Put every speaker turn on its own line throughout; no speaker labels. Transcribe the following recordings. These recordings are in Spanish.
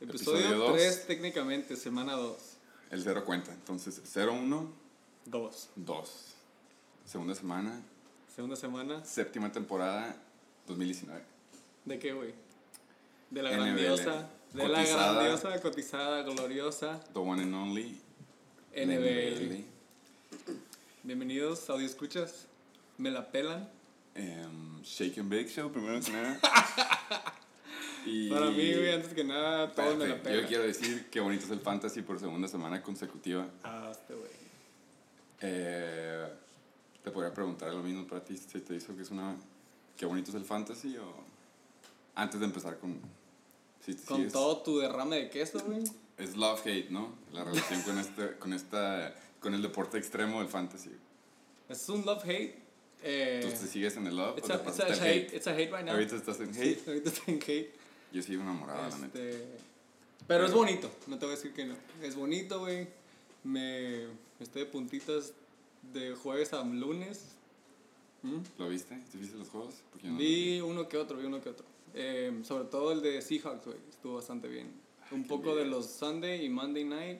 Episodio 2.
3 técnicamente, semana 2.
El 0 cuenta. Entonces, 0, 1,
2.
2. Segunda semana,
Segunda semana.
séptima temporada, 2019.
¿De qué, güey? De la
NBL.
grandiosa. De la
Cotizada.
grandiosa, cotizada, gloriosa
The one and only.
NBL. Bienvenidos, audio escuchas. Me la pelan.
Em, Shake and Bake Show, primero que nada. y
Para mí, güey, antes que nada, todos me la
espérate,
pelan.
Yo quiero decir que bonito es el fantasy por segunda semana consecutiva.
Ah, este, güey.
Eh, te podría preguntar lo mismo para ti, si te hizo que es una... Qué bonito es el fantasy o... Antes de empezar con... si- si
Con
es-
todo tu derrame de queso, güey.
Es love-hate, ¿no? La relación con, este, con, esta, con el deporte extremo del fantasy.
Es un love-hate.
¿Tú
Eh,
te sigues en el love
it's,
o
a,
te
it's, a
pasaste al
hate.
hate?
it's a hate right now.
Ahorita estás en
Sí,
hate.
ahorita está en hate.
Yo sigo enamorado, la neta.
Este, pero es bonito, no te voy a decir que no. Es bonito, güey. Me estoy de puntitas de jueves a lunes. ¿Mm?
¿Lo viste? ¿Te viste los juegos? Porque yo no-
Vi uno que otro, vi uno que otro. Eh, sobre todo el de Seahawks, güey. Estuvo bastante bien. Un
Ah, qué
poco de
bien.
los Sunday y Monday night.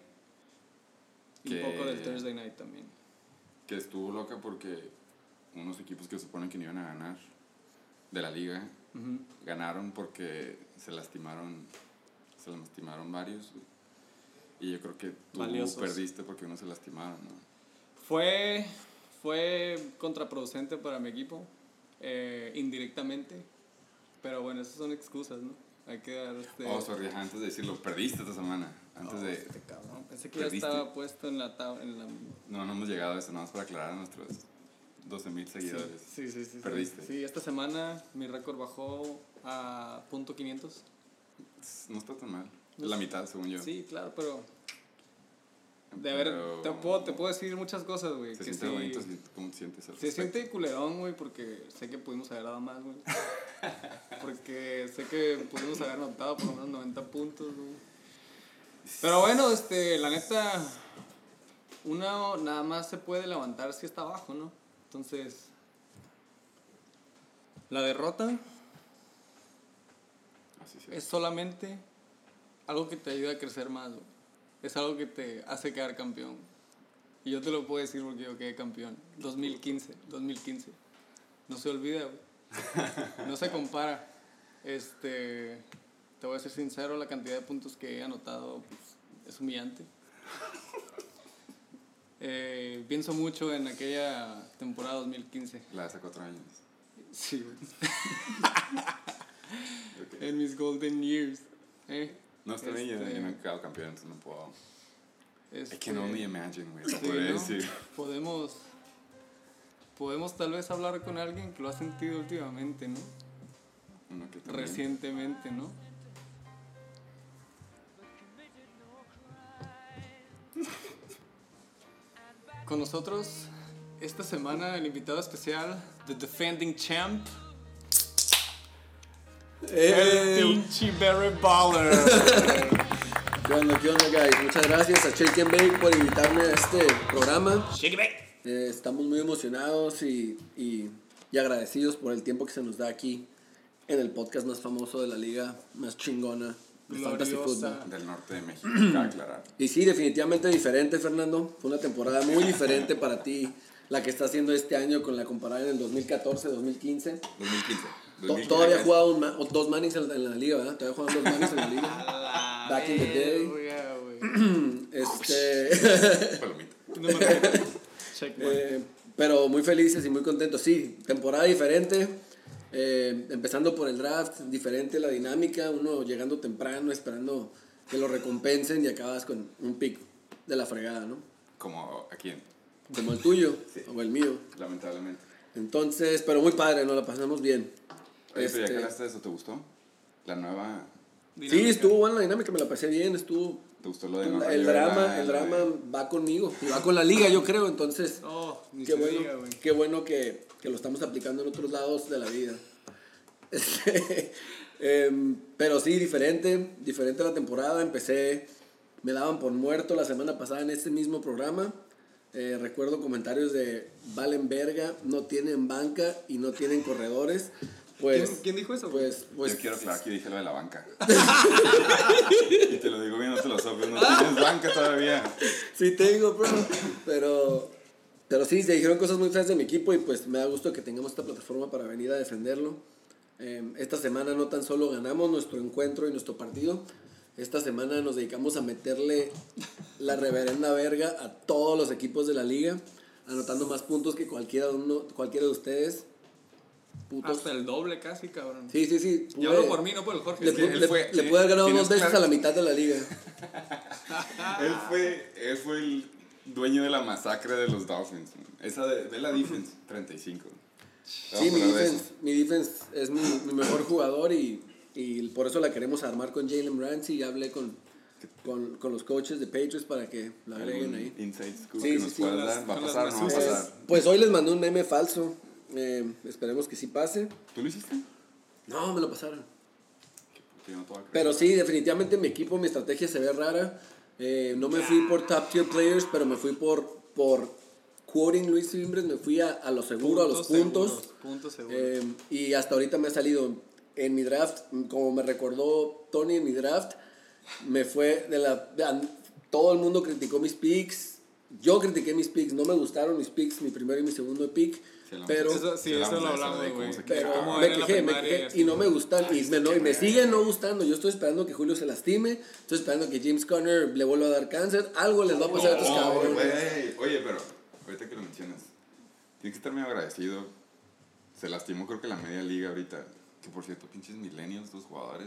Y un
Que-
poco del Thursday night también.
Que estuvo loca porque unos equipos que suponen que no iban a ganar de la liga
Ujú.
ganaron porque se lastimaron se lastimaron varios güey. y yo creo que tú
Valiosos.
perdiste porque uno se lastimaron ¿no?
Fue, fue contraproducente para mi equipo, eh, indirectamente. Pero bueno, esas son excusas, ¿no? Hay que dar este...
oh sorry ajá, antes de decirlo perdiste esta semana antes
Oh,
de
este cabrón. Pensé que ya
¿Perdiste?
estaba puesto en la tabla. En la...
no no hemos llegado a eso nada más para aclarar a nuestros 12 mil seguidores
Sí, sí, sí. sí.
Perdiste.
Sí, esta semana mi récord bajó a punto .500.
no está tan mal
No
la
sé.
mitad según yo
Sí, claro, pero... De haber...
Pero-
Te, puedo, te puedo decir muchas cosas, güey.
se
que
siente
sí-
bonito si- cómo te sientes al
Se
respecto?
siente culerón, güey, porque sé que pudimos haber dado más, güey. Porque sé que pudimos haber anotado por lo menos 90 puntos, güey. Pero bueno, este, la neta, uno nada más se puede levantar si está abajo, ¿no? Entonces, la derrota
Ah, sí, sí.
es solamente algo que te ayuda a crecer más, güey. Es algo que te hace quedar campeón. Y yo te lo puedo decir porque yo quedé campeón. 2015, 2015. No se olvida, güey. No se compara. Este, te voy a ser sincero, la cantidad de puntos que he anotado pues, es humillante. Eh, pienso mucho en aquella temporada 2015.
la de hace cuatro años
Sí, güey.
Ok.
en mis golden years. ¿eh?
no está bien yo,
Este-
yo no he quedado campeón entonces no puedo I
Este,
can only imagine güey lo
Sí,
podría
¿no?
decir
Podemos. Podemos tal vez hablar con alguien que lo ha sentido últimamente, ¿no?
Uno que también-
Recientemente, ¿no? Con nosotros, esta semana, el invitado especial, The Defending Champ, el
¡Eh!
pinche Barry Baller.
¿Qué onda, qué onda, guys? Muchas gracias a Shake and Bake por invitarme a este programa.
Shake it back.
Eh, estamos muy emocionados y, y- y agradecidos por el tiempo que se nos da aquí en el podcast más famoso de la liga, más chingona de Fantasy
Gloriosa.
Football.
Del norte de México, cabe aclarar.
Y sí, definitivamente diferente, Fernando. Fue una temporada muy diferente para ti, la que está haciendo este año con la comparada en el 2014-2015.
2015.
To-
2015.
Todavía jugaban ma- o dos manis en, la- en la liga, ¿verdad? Todavía jugaban dos manis en la liga.
La
Back in the day.
verga, Eh, güey.
Este.
Palomita.
No me acuerdo. Check, man.
Eh, pero muy felices y muy contentos. Sí, temporada diferente. eh, empezando por el draft, diferente la dinámica. Uno llegando temprano, esperando que lo recompensen y acabas con un pick de la fregada, ¿no?
Como aquí, en-
Como el tuyo
Sí.
o el mío.
lamentablemente.
Entonces, pero muy padre, nos la pasamos bien.
Oye, pero ya
Este,
que hablaste de eso, ¿te gustó? La nueva.
sí,
Dinámica.
estuvo buena la dinámica, me la pasé bien, estuvo...
¿Te gustó lo de Nueva
El
York,
drama,
la-
el
la de-
drama va conmigo, y va con la liga, yo creo, entonces...
Oh, ni
Qué
se
bueno,
diga, güey.
qué bueno que, que lo estamos aplicando en otros lados de la vida. Este, em, pero sí, diferente, diferente la temporada. Empecé, me daban por muerto la semana pasada en este mismo programa. Eh, recuerdo comentarios de valen verga, no tienen banca y no tienen corredores. Pues,
¿Quién- quién dijo eso, güey?
Pues, pues
Yo quiero aclarar que yo dije lo de la banca. y te banca todavía.
Sí tengo, bro. Pero, pero sí, se dijeron cosas muy feas de mi equipo y pues me da gusto que tengamos esta plataforma para venir a defenderlo. Eh, esta semana no tan solo ganamos nuestro encuentro y nuestro partido, esta semana nos dedicamos a meterle la reverenda verga a todos los equipos de la liga, anotando más puntos que cualquiera de, uno, cualquiera de ustedes. Putos.
Hasta el doble casi, cabrón.
pues, Sí, sí, sí.
Yo
pude-
hablo por mí, no por el Jorge.
Le,
Sí, él
le-
fue-
le
sí,
pude haber ganado
tienes
dos veces
claro.
a la mitad de la liga.
Él fue, él fue el dueño de la masacre de los Dolphins. man. Esa de, de la defense, 35.
Sí, mi
Vamos a hablar de eso.
defense, mi defense es mi, mi mejor jugador y, y por eso la queremos armar con Jalen Ramsey. Ya hablé con, con, con los coaches de Patriots para que la
Algún
agreguen ahí.
inside scoop
Sí,
que
sí,
nos
sí,
puedas
con las-
dar. ¿Va a
con las
pasar o no va a
mesuzas.
pasar?
Pues hoy les mandé un meme falso. eh, esperemos que sí pase.
¿Tú lo hiciste?
No, me lo pasaron.
Yo no te voy a creer.
Pero sí, definitivamente mi equipo, mi estrategia se ve rara. Eh, no me fui por top tier players, pero me fui por, por quoting Luis Simbres, me fui a, a lo seguro, a los puntos.
seguros, puntos seguros.
Eh, y hasta ahorita me ha salido en mi draft, como me recordó Tony en mi draft, me fue de la... de- an- todo el mundo criticó mis picks, yo critiqué mis picks, no me gustaron mis picks, mi primero y mi segundo pick,
Se la-
pero...
Eso- sí,
Se la
eso lo
vamos a
hablamos,
hacer de
güey.
cómo se
Pero
quejaba.
Como
me
era en la
quejé, me
primaria,
quejé
este
así,
y no me gustan y me, no- y me
qué
siguen no gustando. Yo estoy esperando que Julio se lastime, estoy esperando que James Conner le vuelva a dar cáncer, algo les va a pasar a estos
No,
cabrones.
Oh, güey. Oye, pero ahorita que lo mencionas, tienes que estar muy agradecido. Se lastimó creo que la media liga ahorita. Que por cierto, pinches millennials, los jugadores.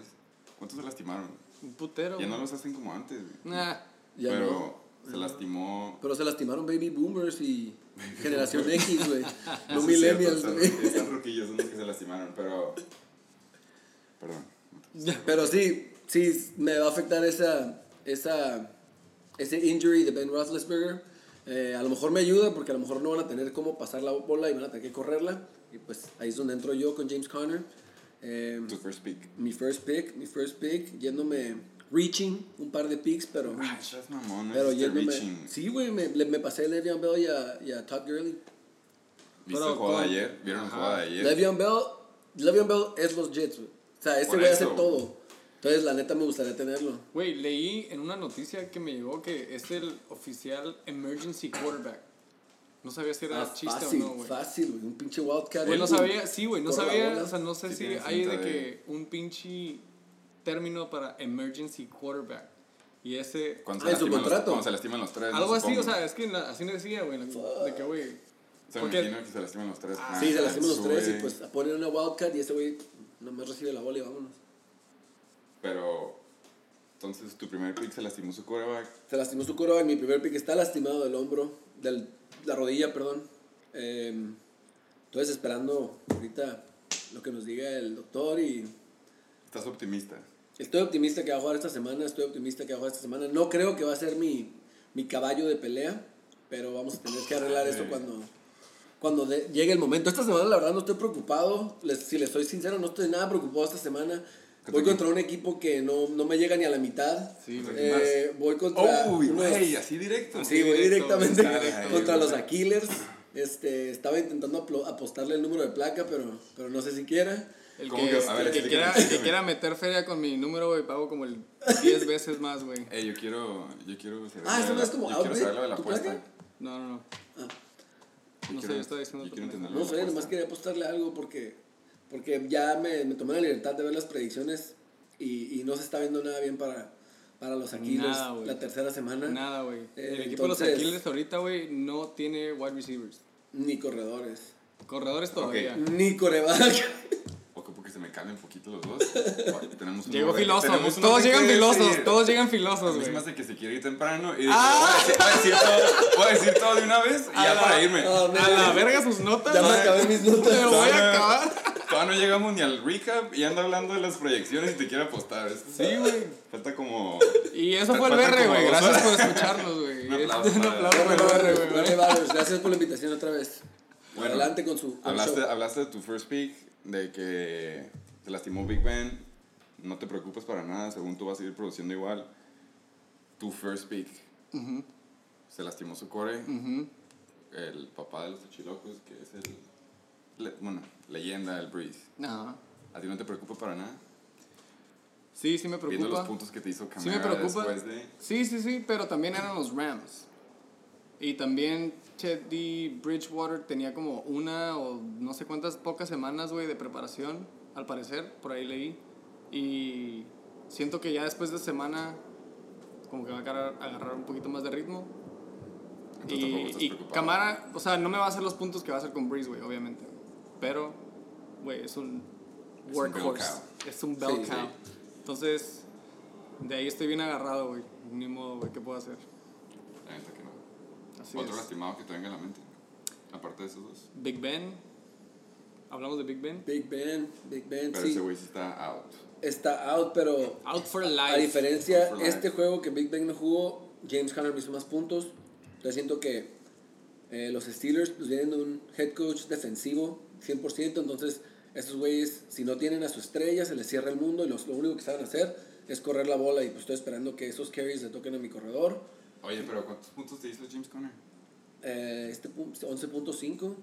¿Cuántos se lastimaron?
Un putero.
Ya no
güey.
los hacen como antes. güey.
Nah.
Ya
pero
no.
se lastimó...
Pero se lastimaron baby boomers y generación X,
Eso
güey. No
es Ah, cierto,
millennials,
están
güey.
ro- Están roquillos, son los que se lastimaron, pero... Perdón.
Pero sí, sí, me va a afectar esa, esa, ese injury de Ben Roethlisberger. Eh, a lo mejor me ayuda porque a lo mejor no van a tener cómo pasar la bola y van a tener que correrla. Y pues ahí es donde entro yo con James Conner. Eh,
Tu first pick.
mi first pick, mi first pick, yéndome reaching un par de picks, pero,
Ay, Ah, estás mamón, no
pero
hiciste
yéndome.
reaching.
Sí, güey, me, le- me pasé a Le'Veon Bell y a, y a Todd Gurley.
¿Viste
Pero
el juego de
con-
ayer? ¿Vieron el
Ajá.
juego de ayer?
Le'Veon Bell, Le'Veon Bell es los Jets, güey. O sea, este
Por
güey hace
eso.
todo. Entonces, la neta, me gustaría tenerlo.
Güey, leí en una noticia que me llegó que es el oficial emergency quarterback. No sabía si era
Ah,
chiste
fácil,
o no, güey.
fácil, güey. Un pinche Wildcat.
Güey, no
Pum.
sabía, sí, güey, no
Por la
sabía,
bola.
o sea, no sé
Sí
si
tiene
hay de
cinta de-
que un pinche término para emergency quarterback. Y ese...
Cuando
Ah,
se,
en su
lastiman los,
contrato.
cuando se lastiman los tres.
Algo así,
supongo.
o sea, es que la- así me decía, güey, la- de que, güey...
Se
porque-
me imagino que se lastiman los tres.
Sí, se
Ah,
la hacemos los tres
sube.
y pues ponen una Wildcat y ese güey nomás recibe la bola y vámonos.
Pero, entonces tu primer pick se lastimó su quarterback.
Se lastimó su coro en mi primer pick. Está lastimado del hombro, de la rodilla, perdón. Eh, entonces, esperando ahorita lo que nos diga el doctor y
Estás optimista.
Estoy optimista que va a jugar esta semana, estoy optimista que va a jugar esta semana. No creo que va a ser mi, mi caballo de pelea, pero vamos a tener que arreglar esto
Sí.
cuando, cuando de- llegue el momento. Esta semana la verdad no estoy preocupado, les- si les soy sincero, no estoy nada preocupado esta semana.
¿Qué
Voy
te-
contra un equipo que no, no me llega ni a la mitad.
Sí, güey.
Eh, voy contra...
Uy,
unos-
güey, así directo.
Sí, voy
directo,
directamente
güey, directo,
contra
güey.
los Aquilers. Este, estaba intentando aplo- apostarle el número de placa, pero, pero no sé si quiera.
El
¿Cómo
que,
que? A ver,
el que
explícame,
quiera, el que
explícame.
quiera meter feria con mi número, güey, pago como el 10 veces más, güey.
Eh, yo quiero, yo quiero saber
Ah,
lo
eso
de
no
la-
es como
yo quiero
outbid,
saber lo de la
¿tu
apuesta.
placa?
No, no, no.
Ah.
Yo
No sé,
quiero-
yo estaba diciendo
Yo
tu
quiero
placa.
entender lo de
No
la
sé, nomás
apuesta.
quería apostarle algo porque, porque ya me, me tomé la libertad de ver las predicciones y, y no se está viendo nada bien para, para los Aquiles
Nada, güey.
la tercera semana.
Nada, güey. el
Eh,
equipo de los
entonces-
Aquiles ahorita, güey, no tiene wide receivers.
Ni corredores.
Corredores todavía.
Ni coreback.
Ojo, porque se me calmen un poquito los dos. Fuck, tenemos un
Llegó
orden-
filoso,
tenemos
güey.
un
Todos
orden
llegan
que
filosos,
decir.
todos llegan
A
filosos,
mí se me
güey. Ah.
hace que se quiere ir temprano y dije, voy, a decir, voy a decir todo, voy a decir todo de una vez y
A
ya
la-
para irme.
no,
A la verga sus notas.
Ya me
güey.
acabé mis notas.
Me voy a
Todavía-
acabar.
Todavía no llegamos ni al recap y anda hablando de las proyecciones y te quiere apostar. Es-
Sí, güey.
Falta como.
Y eso fue el
Falta
BR,
como
güey.
dos
Gracias
horas.
por escucharnos, güey.
Un aplauso
Un
para-
aplauso para el BR, güey.
Barry Barros, Gracias por la invitación otra vez.
Bueno,
Adelante con su con el
Hablaste,
show.
hablaste de tu first pick, de que te lastimó Big Ben. No te preocupes para nada, según tú vas a seguir produciendo igual. Tu first pick. Se lastimó su core. El papá de los Ochilocos, que es el. le- bueno, leyenda, el Breeze.
No.
¿A ti no te preocupa para nada?
Sí, sí me preocupa.
Viendo los puntos que te hizo
Sí me
Camara
preocupa.
después de...
Sí, sí, sí, pero también eran los Rams. Y también Teddy Bridgewater tenía como una o no sé cuántas pocas semanas, güey, de preparación, al parecer, por ahí leí. Y siento que ya después de semana como que va a agarrar, agarrar un poquito más de ritmo.
Entonces tampoco
Y,
estás
y
preocupado.
Camara, o sea, no me va a hacer los puntos que va a hacer con Breeze, güey, obviamente. Pero, güey, es un
Es un
workhorse.
bell
Es un bell cow.
Sí,
Entonces, de ahí estoy bien agarrado, güey. Ni modo, güey, ¿qué puedo hacer?
La neta que no.
Así
Otro
es.
lastimado que te venga a la mente. Aparte de esos dos.
Big Ben. Hablamos de Big Ben.
Big Ben, Big Ben,
Pero
sí.
ese güey sí está out.
Está out, pero
Out for
a
life.
diferencia,
Out for
este
life.
juego que Big Ben no jugó, James Conner hizo más puntos. Yo siento que eh, los Steelers pues, vienen de un head coach defensivo 100%, entonces estos güeyes, si no tienen a su estrella, se les cierra el mundo y los, lo único que saben hacer es correr la bola y pues estoy esperando que esos carries le toquen a mi corredor.
Oye, pero ¿cuántos puntos te hizo James Conner?
Eh, este pu- 11.5.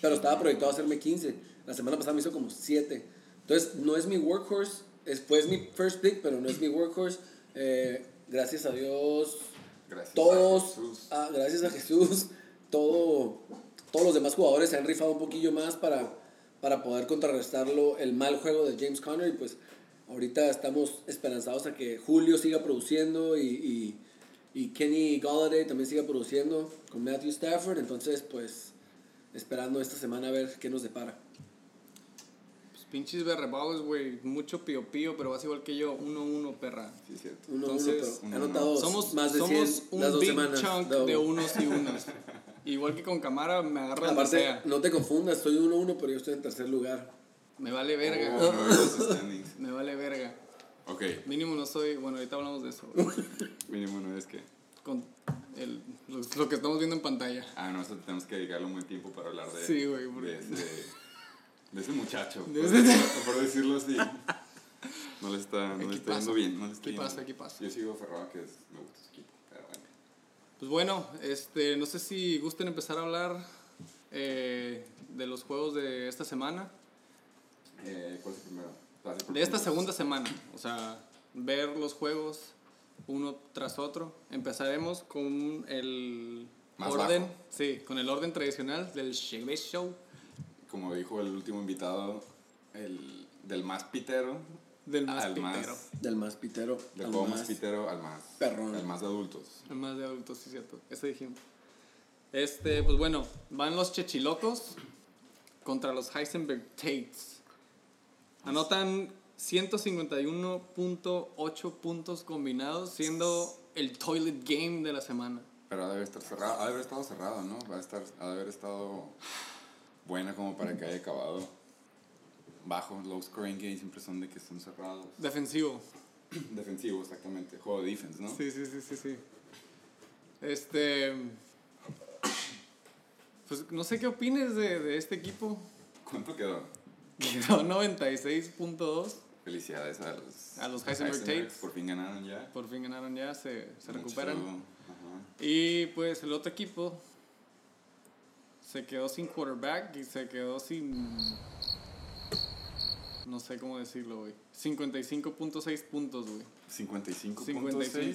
Pero estaba proyectado a hacerme 15. La semana pasada me hizo como 7. Entonces, no es mi workhorse. Es, fue es mi first pick, pero no es mi workhorse. Eh, gracias a Dios.
Gracias. a
Todos.
Jesús.
ah, gracias a Jesús. Todo, todos los demás jugadores se han rifado un poquillo más para, para poder contrarrestarlo el mal juego de James Conner. Y pues ahorita estamos esperanzados a que Julio siga produciendo y, y, y Kenny Galladay también siga produciendo con Matthew Stafford. Entonces, pues esperando esta semana a ver qué nos depara.
Pues, pinches berrebaos, güey. Mucho pío pío, pero vas igual que yo. Uno uno, perra.
Sí, es cierto.
Uno,
Entonces,
uno, pero
uno,
anotado
Somos,
más de 100
somos un
las dos
big
semanas.
chunk
Dabo.
de unos y unos. Igual que con Camara me agarra donde
Aparte,
sea.
no te confundas, estoy 1-1, pero yo estoy en tercer lugar.
Me vale verga.
Oh, no, esos standings.
Me vale verga.
Ok,
Mínimo no soy. Bueno, ahorita hablamos de eso. güey.
mínimo no es que.
Con el, lo, lo que estamos viendo en pantalla.
Ah, no, eso tenemos que dedicarle un buen tiempo para hablar de.
Sí, güey, porque-
De ese, de ese muchacho.
De
por,
ese-
decirlo- por decirlo así. No le está, no le está
Equipazo.
yendo bien. No le está
Equipazo,
yendo bien.
equipazo.
Yo sigo aferrado a que es- me gusta su equipo. Pero bueno.
Pues bueno, este, no sé si gusten empezar a hablar eh, de los juegos de esta semana.
Eh, ¿Cuál es el primero? Pase por
De esta
puntos.
segunda semana. O sea, ver los juegos uno tras otro. Empezaremos con el
Más
orden.
bajo.
Sí, con el orden tradicional del Chevy Show.
Como dijo el último invitado, el, del más pitero.
Del más
al
pitero.
más.
Del más pitero.
Del
al
juego más
más-
pitero al más.
perrón.
Al más de adultos.
El más de adultos, sí, cierto. Eso dijimos. Este, pues bueno, van los Chechilocos contra los Heisenberg Tates. Anotan 151.8 puntos combinados, siendo el toilet game de la semana.
Pero ha de haber estado cerrado, ha de haber estado cerrado, ¿no? Va a estar, ha de haber estado buena como para que haya acabado bajo. Low scoring games siempre son de que son cerrados.
Defensivo.
Defensivo, exactamente. Juego de defense, ¿no?
Sí, sí, sí, sí, sí. Este. Pues no sé qué opines de, de este equipo.
¿Cuánto quedó?
Quedó 96.2.
Felicidades a los,
A los Heisenberg
Heisenbergs,
Tates.
Por fin ganaron ya.
Por fin ganaron ya, se, se
Mucho-
recuperan.
ajá.
Y pues el otro equipo se quedó sin quarterback y se quedó sin. No sé cómo decirlo, güey. 55.6 puntos, güey.
55.6.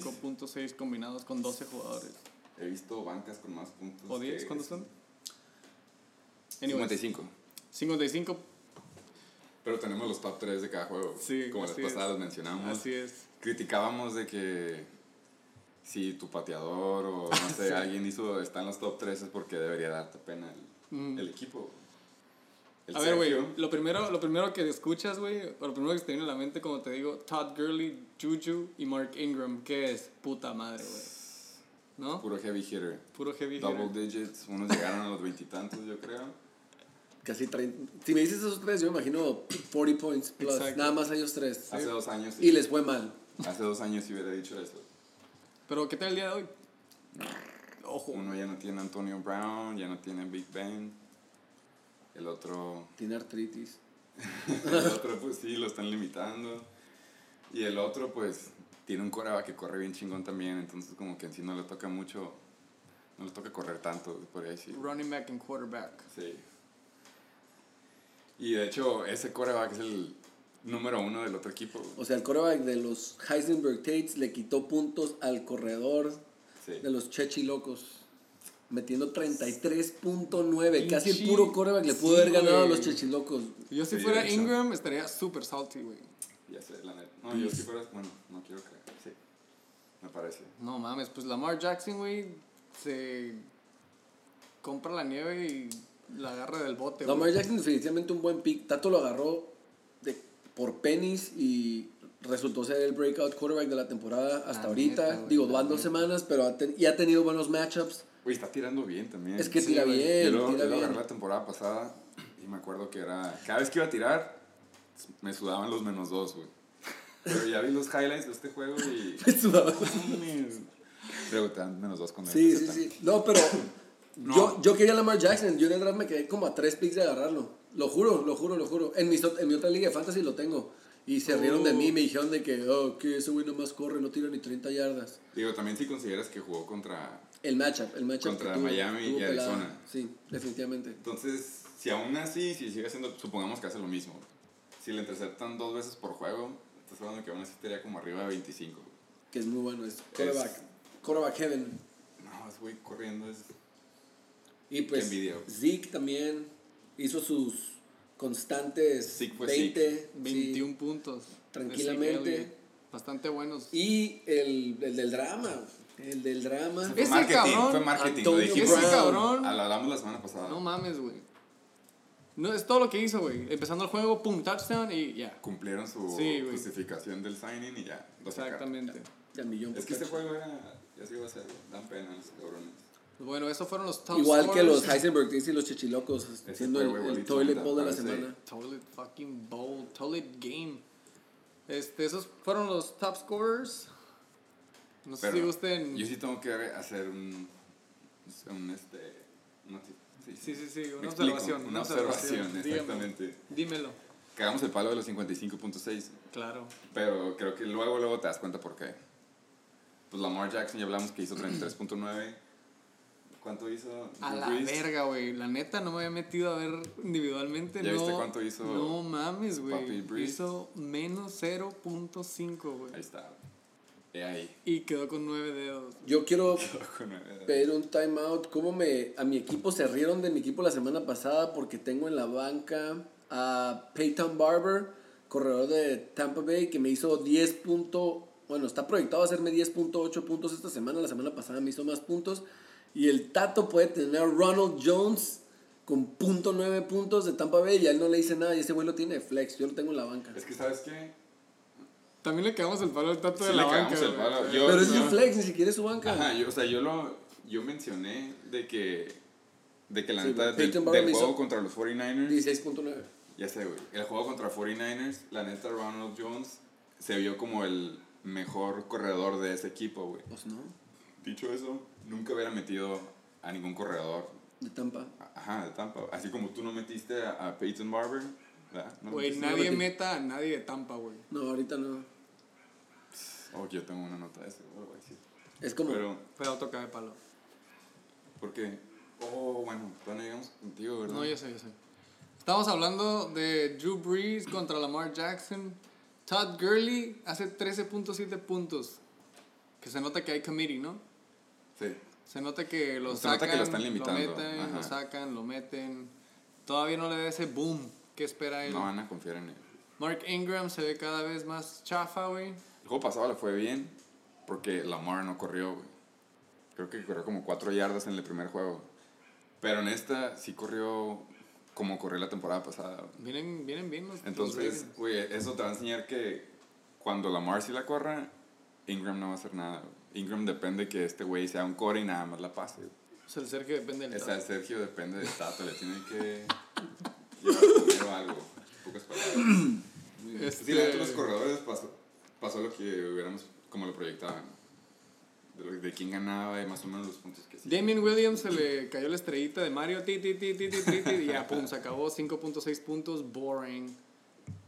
55.6 combinados con 12 jugadores.
He visto bancas con más puntos.
¿O 10?
que-
¿Cuántos son? Anyways,
55.
55,
Pero tenemos los top 3 de cada juego.
Sí,
Como las
así es.
pasadas los mencionamos.
así es.
criticábamos de que si tu pateador o no sé, alguien hizo, está en los top 3 es porque debería darte pena el,
Mm.
el equipo. El
a ver, güey,
Sergio,
lo primero, lo primero que escuchas, güey, o lo primero que se te viene a la mente, como te digo, Todd Gurley, Juju y Mark Ingram, ¿qué es? Puta madre, güey. ¿No?
Puro heavy hitter.
Puro heavy
Double
hitter.
digits, unos llegaron a los veintitantos, yo creo.
Casi 30. Si me dices esos tres, yo me imagino 40 points plus.
Exacto.
Nada más ellos tres.
Hace dos años,
Y
sí.
les fue mal.
hace dos años sí hubiera dicho eso.
Pero ¿qué tal el día de hoy? Ojo.
Uno ya no tiene Antonio Brown, ya no tiene Big Ben. El otro,
Tiene artritis.
el otro pues sí, lo están limitando. Y el otro pues tiene un coreba que corre bien chingón también, entonces como que en sí no le toca mucho, no le toca correr tanto, se podría decir.
Running back and quarterback.
Sí. Y de hecho, ese coreback es el número uno del otro equipo. güey.
O sea, el coreback de los Heisenberg Tates le quitó puntos al corredor
Sí.
de los Chechi Locos. Metiendo 33.9. Casi el
Pinche-
puro coreback le pudo
sí,
haber ganado a
güey.
los Chechi Locos.
Yo si
Sí,
fuera
eso.
Ingram estaría súper salty, güey.
Ya sé, la neta. No, yo sí fuera. Bueno, no quiero creer. Sí. Me parece.
No mames, pues Lamar Jackson, güey, se compra la nieve y la agarra del bote,
Lamar
güey.
Jackson definitivamente un buen pick. Tato lo agarró de, por pennies y resultó ser el breakout quarterback de la temporada hasta
La
ahorita.
neta, güey,
Digo,
la
van dos
neta.
semanas, pero ha ten- y ha tenido buenos matchups.
Güey, está tirando bien también.
Es que
Sí,
tira
güey.
bien,
yo lo,
tira
yo lo
bien.
agarré la temporada pasada y me acuerdo que era. Cada vez que iba a tirar, me sudaban los menos dos, güey. Pero ya vi los highlights de este juego y.
Pues,
Preguntan menos dos con este él.
Sí, sí, sí. No, pero Yo, yo quería a Lamar Jackson. Yo en el draft me quedé como a tres picks de agarrarlo. Lo juro, lo juro, lo juro. En mi, so- en mi otra liga de fantasy lo tengo. Y se rieron de mí, me dijeron de que, oh, que ese güey nomás corre, no tira ni 30 yardas.
Digo, también si consideras que jugó contra.
El matchup, el matchup.
Contra
que tuvo-
Miami y
tuvo pelada.
Arizona.
Sí, definitivamente.
Entonces, si aún así, si sigue haciendo. Supongamos que hace lo mismo. Si le interceptan dos veces por juego, estás hablando que aún así estaría como arriba de 25. güey.
Que es muy bueno. Es quarterback. Quarterback heaven.
No, es güey corriendo es.
Y pues
envidia.
Zeke también hizo sus constantes
Zeke fue
20,
Zeke.
sí.
21 puntos.
Tranquilamente.
De Zeke Elliott. Bastante buenos.
Y el, el del drama. El del drama.
Fue
Ese
marketing,
cabrón,
fue marketing. Lo
Antonio
dijimos.
Brown. Ese cabrón.
Ah, Lo hablamos la semana pasada.
No mames, güey. No, es todo lo que hizo, güey. Empezando el juego, pum, touchdown y ya.
Cumplieron su
Sí, güey.
justificación del signing y ya. lo sacaron.
Exactamente.
Y al millón
Es
por
que este
touch.
juego era. Ya se iba a ser. Dan pena los cabrones.
Bueno, esos fueron los top
Igual que los
scorers.
Heisenberg Days y los Chichilocos, siendo
fue,
el,
güey,
el
bonito,
toilet
la
bowl de la
verdad, sí.
semana.
Toilet fucking bowl, toilet game. Este, esos fueron los top scorers. No sé
Pero
si gusten.
Yo sí tengo que hacer un. un este. una-
Sí, sí, sí,
Me
una
explico,
observación.
Una observación,
dígame.
exactamente.
Dímelo.
Cagamos el palo de los 55.6,
Claro.
pero creo que luego, luego te das cuenta por qué. Pues Lamar Jackson ya hablamos que hizo 33.9. ¿Cuánto hizo?
A
Drew
la
Brees?
verga, güey. La neta no me había metido a ver individualmente.
¿Ya
no,
viste cuánto hizo
No mames,
Papi
güey.
Breeze?
Hizo menos 0.5,
Ahí
güey.
está. He ahí.
Y quedó con 9 dedos.
Yo quiero
Con nueve.
pedir un timeout. ¿Cómo me, a mi equipo se rieron de mi equipo la semana pasada? Porque tengo en la banca a Peyton Barber, corredor de Tampa Bay, que me hizo 10 puntos. Bueno, está proyectado a hacerme 10.8 puntos esta semana. La semana pasada me hizo más puntos. Y el Tato puede tener a Ronald Jones con punto nueve puntos de Tampa Bay y a él no le hice nada. Y ese güey lo tiene de flex. Yo lo tengo en la banca.
Es que, ¿sabes qué?
También le cagamos el palo al tato
Sí,
de
le
la banca.
cagamos el
güey.
palo.
Sí.
Yo-
Pero es mi
no.
flex, ni siquiera es su banca.
Ajá, yo, o sea, yo lo yo mencioné de que de que la
Sí,
neta del,
güey. Peyton
del
Barber hizo-
juego contra los 49ers,
16.9.
ya sé, güey, el juego contra 49ers, la neta Ronald Jones se vio como el mejor corredor de ese equipo, güey.
Pues no,
Dicho eso, nunca hubiera metido a ningún corredor,
de Tampa.
ajá, de Tampa, así como tú no metiste a, a Peyton Barber, ¿verdad? No
Güey,
metiste-
nadie
metí.
meta a nadie de Tampa, güey.
No, ahorita no.
Oh, que yo tengo una nota de ese, güey, güey, sí.
Es como.
Pero
Fue auto cae palo.
¿por qué? Oh, bueno, todavía no llegamos contigo, ¿verdad?
No, yo sé, yo sé. Estamos hablando de Drew Brees contra Lamar Jackson. Todd Gurley hace 13.7 puntos. Que se nota que hay committee, ¿no?
Sí.
Se nota que lo
Se
sacan,
nota que lo están limitando,
lo meten,
ajá.
lo sacan, lo meten. Todavía no le da ese boom que espera él.
No van a confiar en él.
Mark Ingram se ve cada vez más chafa, güey.
El juego pasado le fue bien porque Lamar no corrió, güey. Creo que corrió como 4 yardas en el primer juego. Pero en esta sí corrió como corrió la temporada pasada. güey.
Vienen, vienen bien los los
Entonces,
Ravens.
güey, eso te va a enseñar que cuando Lamar sí la corra, Ingram no va a hacer nada. güey. Ingram depende que este güey sea un core y nada más la pase. güey.
O sea, el Sergio depende del
O sea,
Tata.
Sergio depende de Tato, le tiene que llevar primero algo. Pocas palabras.
Este-
Sí, la neta, los corredores pasó, pasó lo que hubiéramos, como lo proyectaban. De, lo- de quién ganaba y más o menos los puntos que sí.
Damien Williams se le cayó la estrellita de Mario, ti, ti, ti, ti, ti, ti, ti, y ya, pum, se acabó, 5.6 puntos, boring.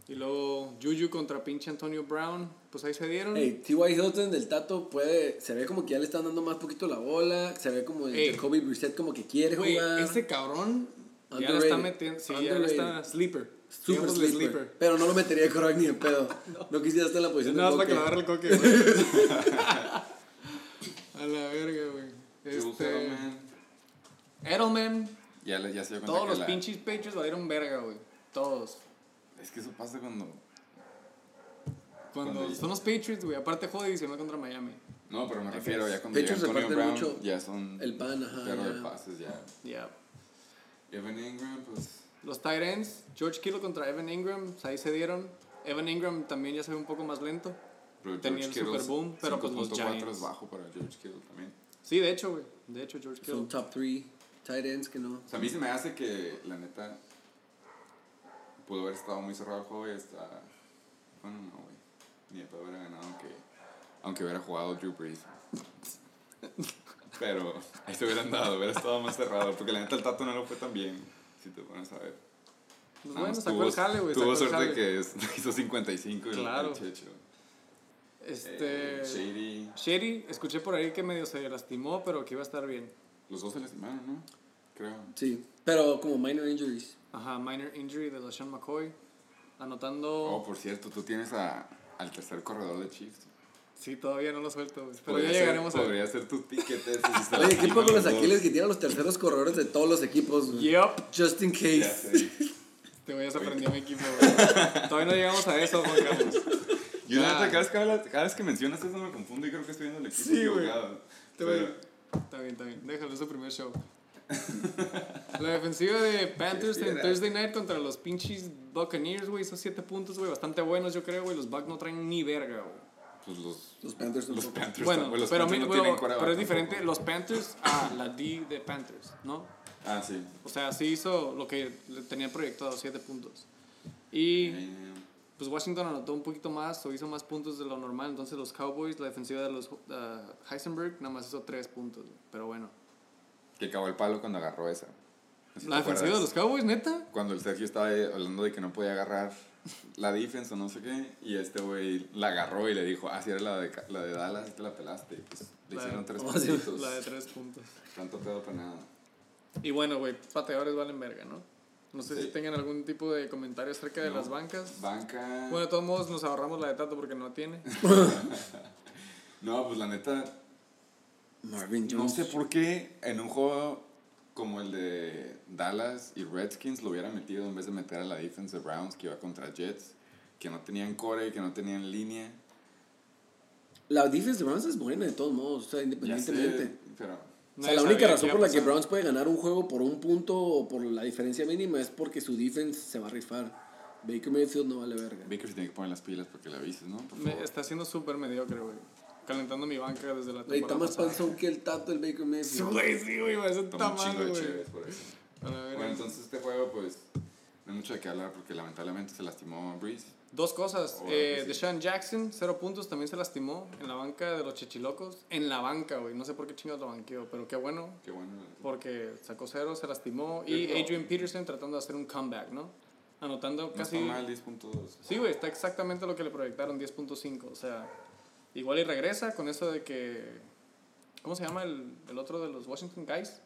Y luego Juju contra pinche Antonio Brown, pues ahí se dieron.
Hey, T.Y. Hilton del Tato puede. Se ve como que ya le están dando más poquito la bola. Se ve como el
Ey.
Jacoby Brissett como que quiere
Güey, este
jugar.
ese cabrón ya le
Underrated.
está metiendo, sí, ya le está
Underrated.
sleeper.
Super
Digámosle
sleeper.
sleeper.
Pero no lo metería de Korak ni de pedo. no. quisiera estar en la
Es
posición
nada más
de
para que lo
Coque.
agarre el coque, güey. A la verga, güey. Este, Edelman,
Ya, le- ya se dio cuenta
todos
que
los
la-
pinches pechos valieron verga, güey. Todos.
Es que eso pasa cuando...
Cuando
Cuando-
son los Patriots, güey. Aparte juego divisional contra Miami.
No, pero me refiero ya cuando
Patriots
llega Antonio
reparten
Brown,
mucho
ya son...
el pan, ajá,
Pero
ya.
de pases, ya.
Ya.
Evan Ingram, pues...
Los tight ends, George Kittle contra Evan Ingram, pues ahí se dieron. Evan Ingram también ya se ve un poco más lento.
pero
Tenía el
George Kittle
Super Boom, pero pues los
5.4
Giants.
es bajo para George Kittle también.
Sí, de hecho, güey. De hecho, George Kittle.
Son top 3 tight ends que no.
O sea, a mí se me hace que, la neta, pudo haber estado muy cerrado el juego y está... Bueno, no, güey. Ni de pedo hubiera ganado, aunque, aunque hubiera jugado Drew Brees. Pero ahí se hubieran dado, hubiera estado más cerrado. Porque la neta el Tato no lo fue tan bien, si te pones a ver.
Pues
Nada
bueno,
más
sacó
tuvo-
el jale, güey.
Tuvo
sacó el
Ah,
jale.
suerte que es- hizo 55 y el-
Claro.
el Checho.
Este.
Eh, Shady.
Sherry, escuché por ahí que medio se lastimó, pero que iba a estar bien.
Los dos se lastimaron, ¿no? Creo.
Sí, pero como minor injuries.
Ajá, minor injury de LaShawn McCoy. Anotando.
Oh, por cierto, tú tienes a, al tercer corredor de Chiefs.
Sí, todavía no lo suelto, güey. Pero
Podría
ya
ser-
llegaremos a ver.
Podría ser tu tiquete. si se
Oye, ¿qué
lastiman
poco
los
los
dos.
Aquiles que tienen los terceros corredores de todos los equipos? güey?
Yup.
Just in case.
Ya sé.
Te voy a sorprender mi equipo, güey. Todavía no llegamos a eso, Juan Carlos.
Yo la
Ah.
neta, cada vez, que hablas- cada vez que mencionas eso me confundo y creo que estoy viendo el equipo
Sí, güey.
equivocado.
Te voy-
Pero-
Está bien, está bien. Déjalo, es su primer show. La defensiva de Panthers en
Respira.
Thursday Night contra los pinches Buccaneers, güey. Esos siete puntos, güey, bastante buenos, yo creo, güey. Los Bucks no traen ni verga, güey.
Pues los,
Los Panthers
los
tampoco.
Panthers
Bueno,
tampoco- los
pero,
Panthers
mi-
no
bueno,
tienen coreback
pero es
tampoco.
diferente. Los Panthers a la D de Panthers, ¿no?
Ah, sí.
O sea, sí hizo lo que le tenía proyectado, siete puntos. Y
Eh,
pues Washington anotó un poquito más o hizo más puntos de lo normal. Entonces los Cowboys, la defensiva de los uh, Heisenberg, nada más hizo tres puntos. güey. Pero bueno.
que cagó el palo cuando agarró esa. No sé si
La
te acuerdas.
defensiva de los Cowboys, neta.
Cuando el Sergio estaba eh, hablando de que no podía agarrar la defense o no sé qué, y este güey la agarró y le dijo, ah, si era la de, ca- la de Dallas, te la pelaste. Y Pues, le
La-
hicieron tres
¿cómo se llama?
puntitos.
La de tres puntos.
Tanto pedo para nada.
Y bueno, güey, pateadores valen verga, ¿no? No sé si
Sí.
tengan algún tipo de comentario acerca de
No.
las bancas.
Banca.
Bueno, de todos modos nos ahorramos la de Tato porque no tiene.
No, pues la neta,
Marvin
no
Jones.
sé por qué en un juego como el de Dallas y Redskins lo hubiera metido en vez de meter a la defense de Browns que iba contra Jets, que no tenían core, que no tenían línea.
La defense de Browns es buena de todos modos, o sea,
Ya sé,
independientemente.
pero
O sea,
Nadie
la única
sabía
razón
qué
por la que
iba a pasar.
Browns puede ganar un juego por un punto o por la diferencia mínima es porque su defense se va a rifar. Baker Mayfield no vale verga.
Baker se tiene que poner las pilas porque le avises, ¿no? Por
Me
favor.
está haciendo súper mediocre, güey. Calentando mi banca desde la
Güey, Está
temporada
más
pasada.
panzón que el tato el Baker
Sí,
Mayfield.
güey, sí, güey, me hace
Toma un chingo
tamaño,
de
güey.
chéves por eso.
A la verga.
Bueno, entonces este juego, pues, no hay mucho de qué hablar porque lamentablemente se lastimó Breeze.
Dos cosas.
Ahora,
Eh,
pues, sí.
Deshaun Jackson, cero puntos, también se lastimó en la banca de los chichilocos. En la banca, güey. No sé por qué chingados lo banqueó, pero qué bueno.
Qué bueno. la neta.
Porque sacó cero, se lastimó. Y
Pero-
Adrian Peterson tratando de hacer un comeback, ¿no? Anotando
No
casi...
está mal, 10.2.
Sí, güey, está exactamente lo que le proyectaron, 10.5. O sea, igual y regresa con eso de que... ¿Cómo se llama el, el otro de los Washington Guys?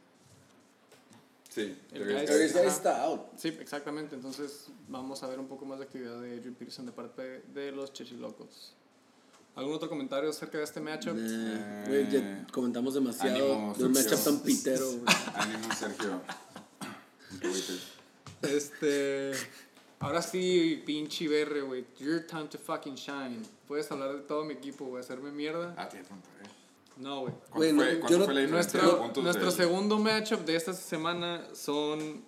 Sí,
El
Darius
guy
Pero
Guys.
ese ahí
Ajá.
está out.
Sí, exactamente. Entonces vamos a ver un poco más de actividad de Adrian Peterson de parte de los Chichilocos. ¿Algún otro comentario acerca de este matchup?
Nah, güey, ya comentamos demasiado
Eh, Ánimo,
de un
Sergio.
matchup tan pitero. güey.
Ánimo, Sergio. Te agüites.
Este. Ahora sí, pinche berre, güey. Your time to fucking shine. Puedes hablar de todo mi equipo, güey. Hacerme mierda.
Ah, tiene que preguntar, ¿eh?
No, güey.
¿Cuánto
Bueno,
fue,
yo
cuánto
no-
fue la diferencia de
Nuestro,
puntos
nuestro
del-
segundo matchup de esta semana son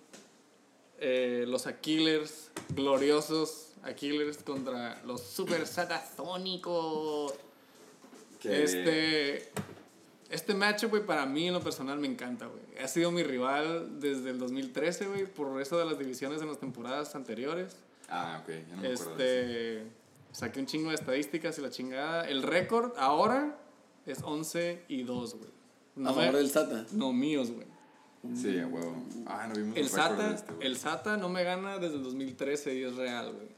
eh, los Aquilers, gloriosos Aquilers contra los super satasónicos.
que-
Este, este matchup, güey, para mí en lo personal me encanta, güey. Ha sido mi rival desde el 2013, güey, por eso de las divisiones en las temporadas anteriores.
Ah, ok, ya no me acuerdo. de eso.
este, saqué un chingo de estadísticas y la chingada. El récord ahora es 11 y 2, güey. No, eh.
A favor
me-
del Sata.
no míos, güey.
Sí, a huevo. Ah, no vimos
mm, El
los récords
SATA,
de este, güey.
el SATA no me gana desde el 2013 y es real, güey.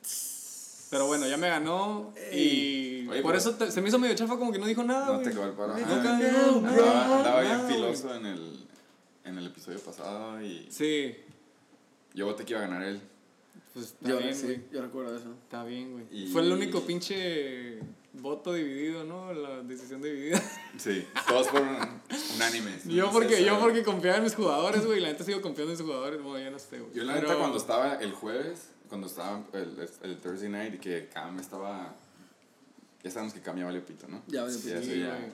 Pero bueno, ya me ganó y
Oye,
por
pero-
eso te- se me hizo medio chafa como que no dijo nada,
No
güey.
te acabó el paro.
Me
ajá.
dijo, "Calm down, bro".
Andaba, andaba bien
Nada,
filoso en el, en el episodio pasado y
Sí,
yo voté que iba a ganar él.
Pues está
Yo,
bien,
sí,
güey.
yo recuerdo eso.
Está bien, güey.
Y-
Fue el único pinche voto dividido, ¿no? La decisión dividida.
Sí, todos fueron unánimes.
yo
No
porque
sé,
yo
¿sabes?
porque confiaba en mis jugadores, güey. y La neta sigo confiando en mis jugadores. Bueno, ya no sé, güey.
Yo la neta cuando estaba el jueves, cuando estaba el, el Thursday night y que Cam estaba... Ya sabemos que Cam ya valió pito, ¿no?
Ya valió pito.
eso
Sí,
ya-
güey.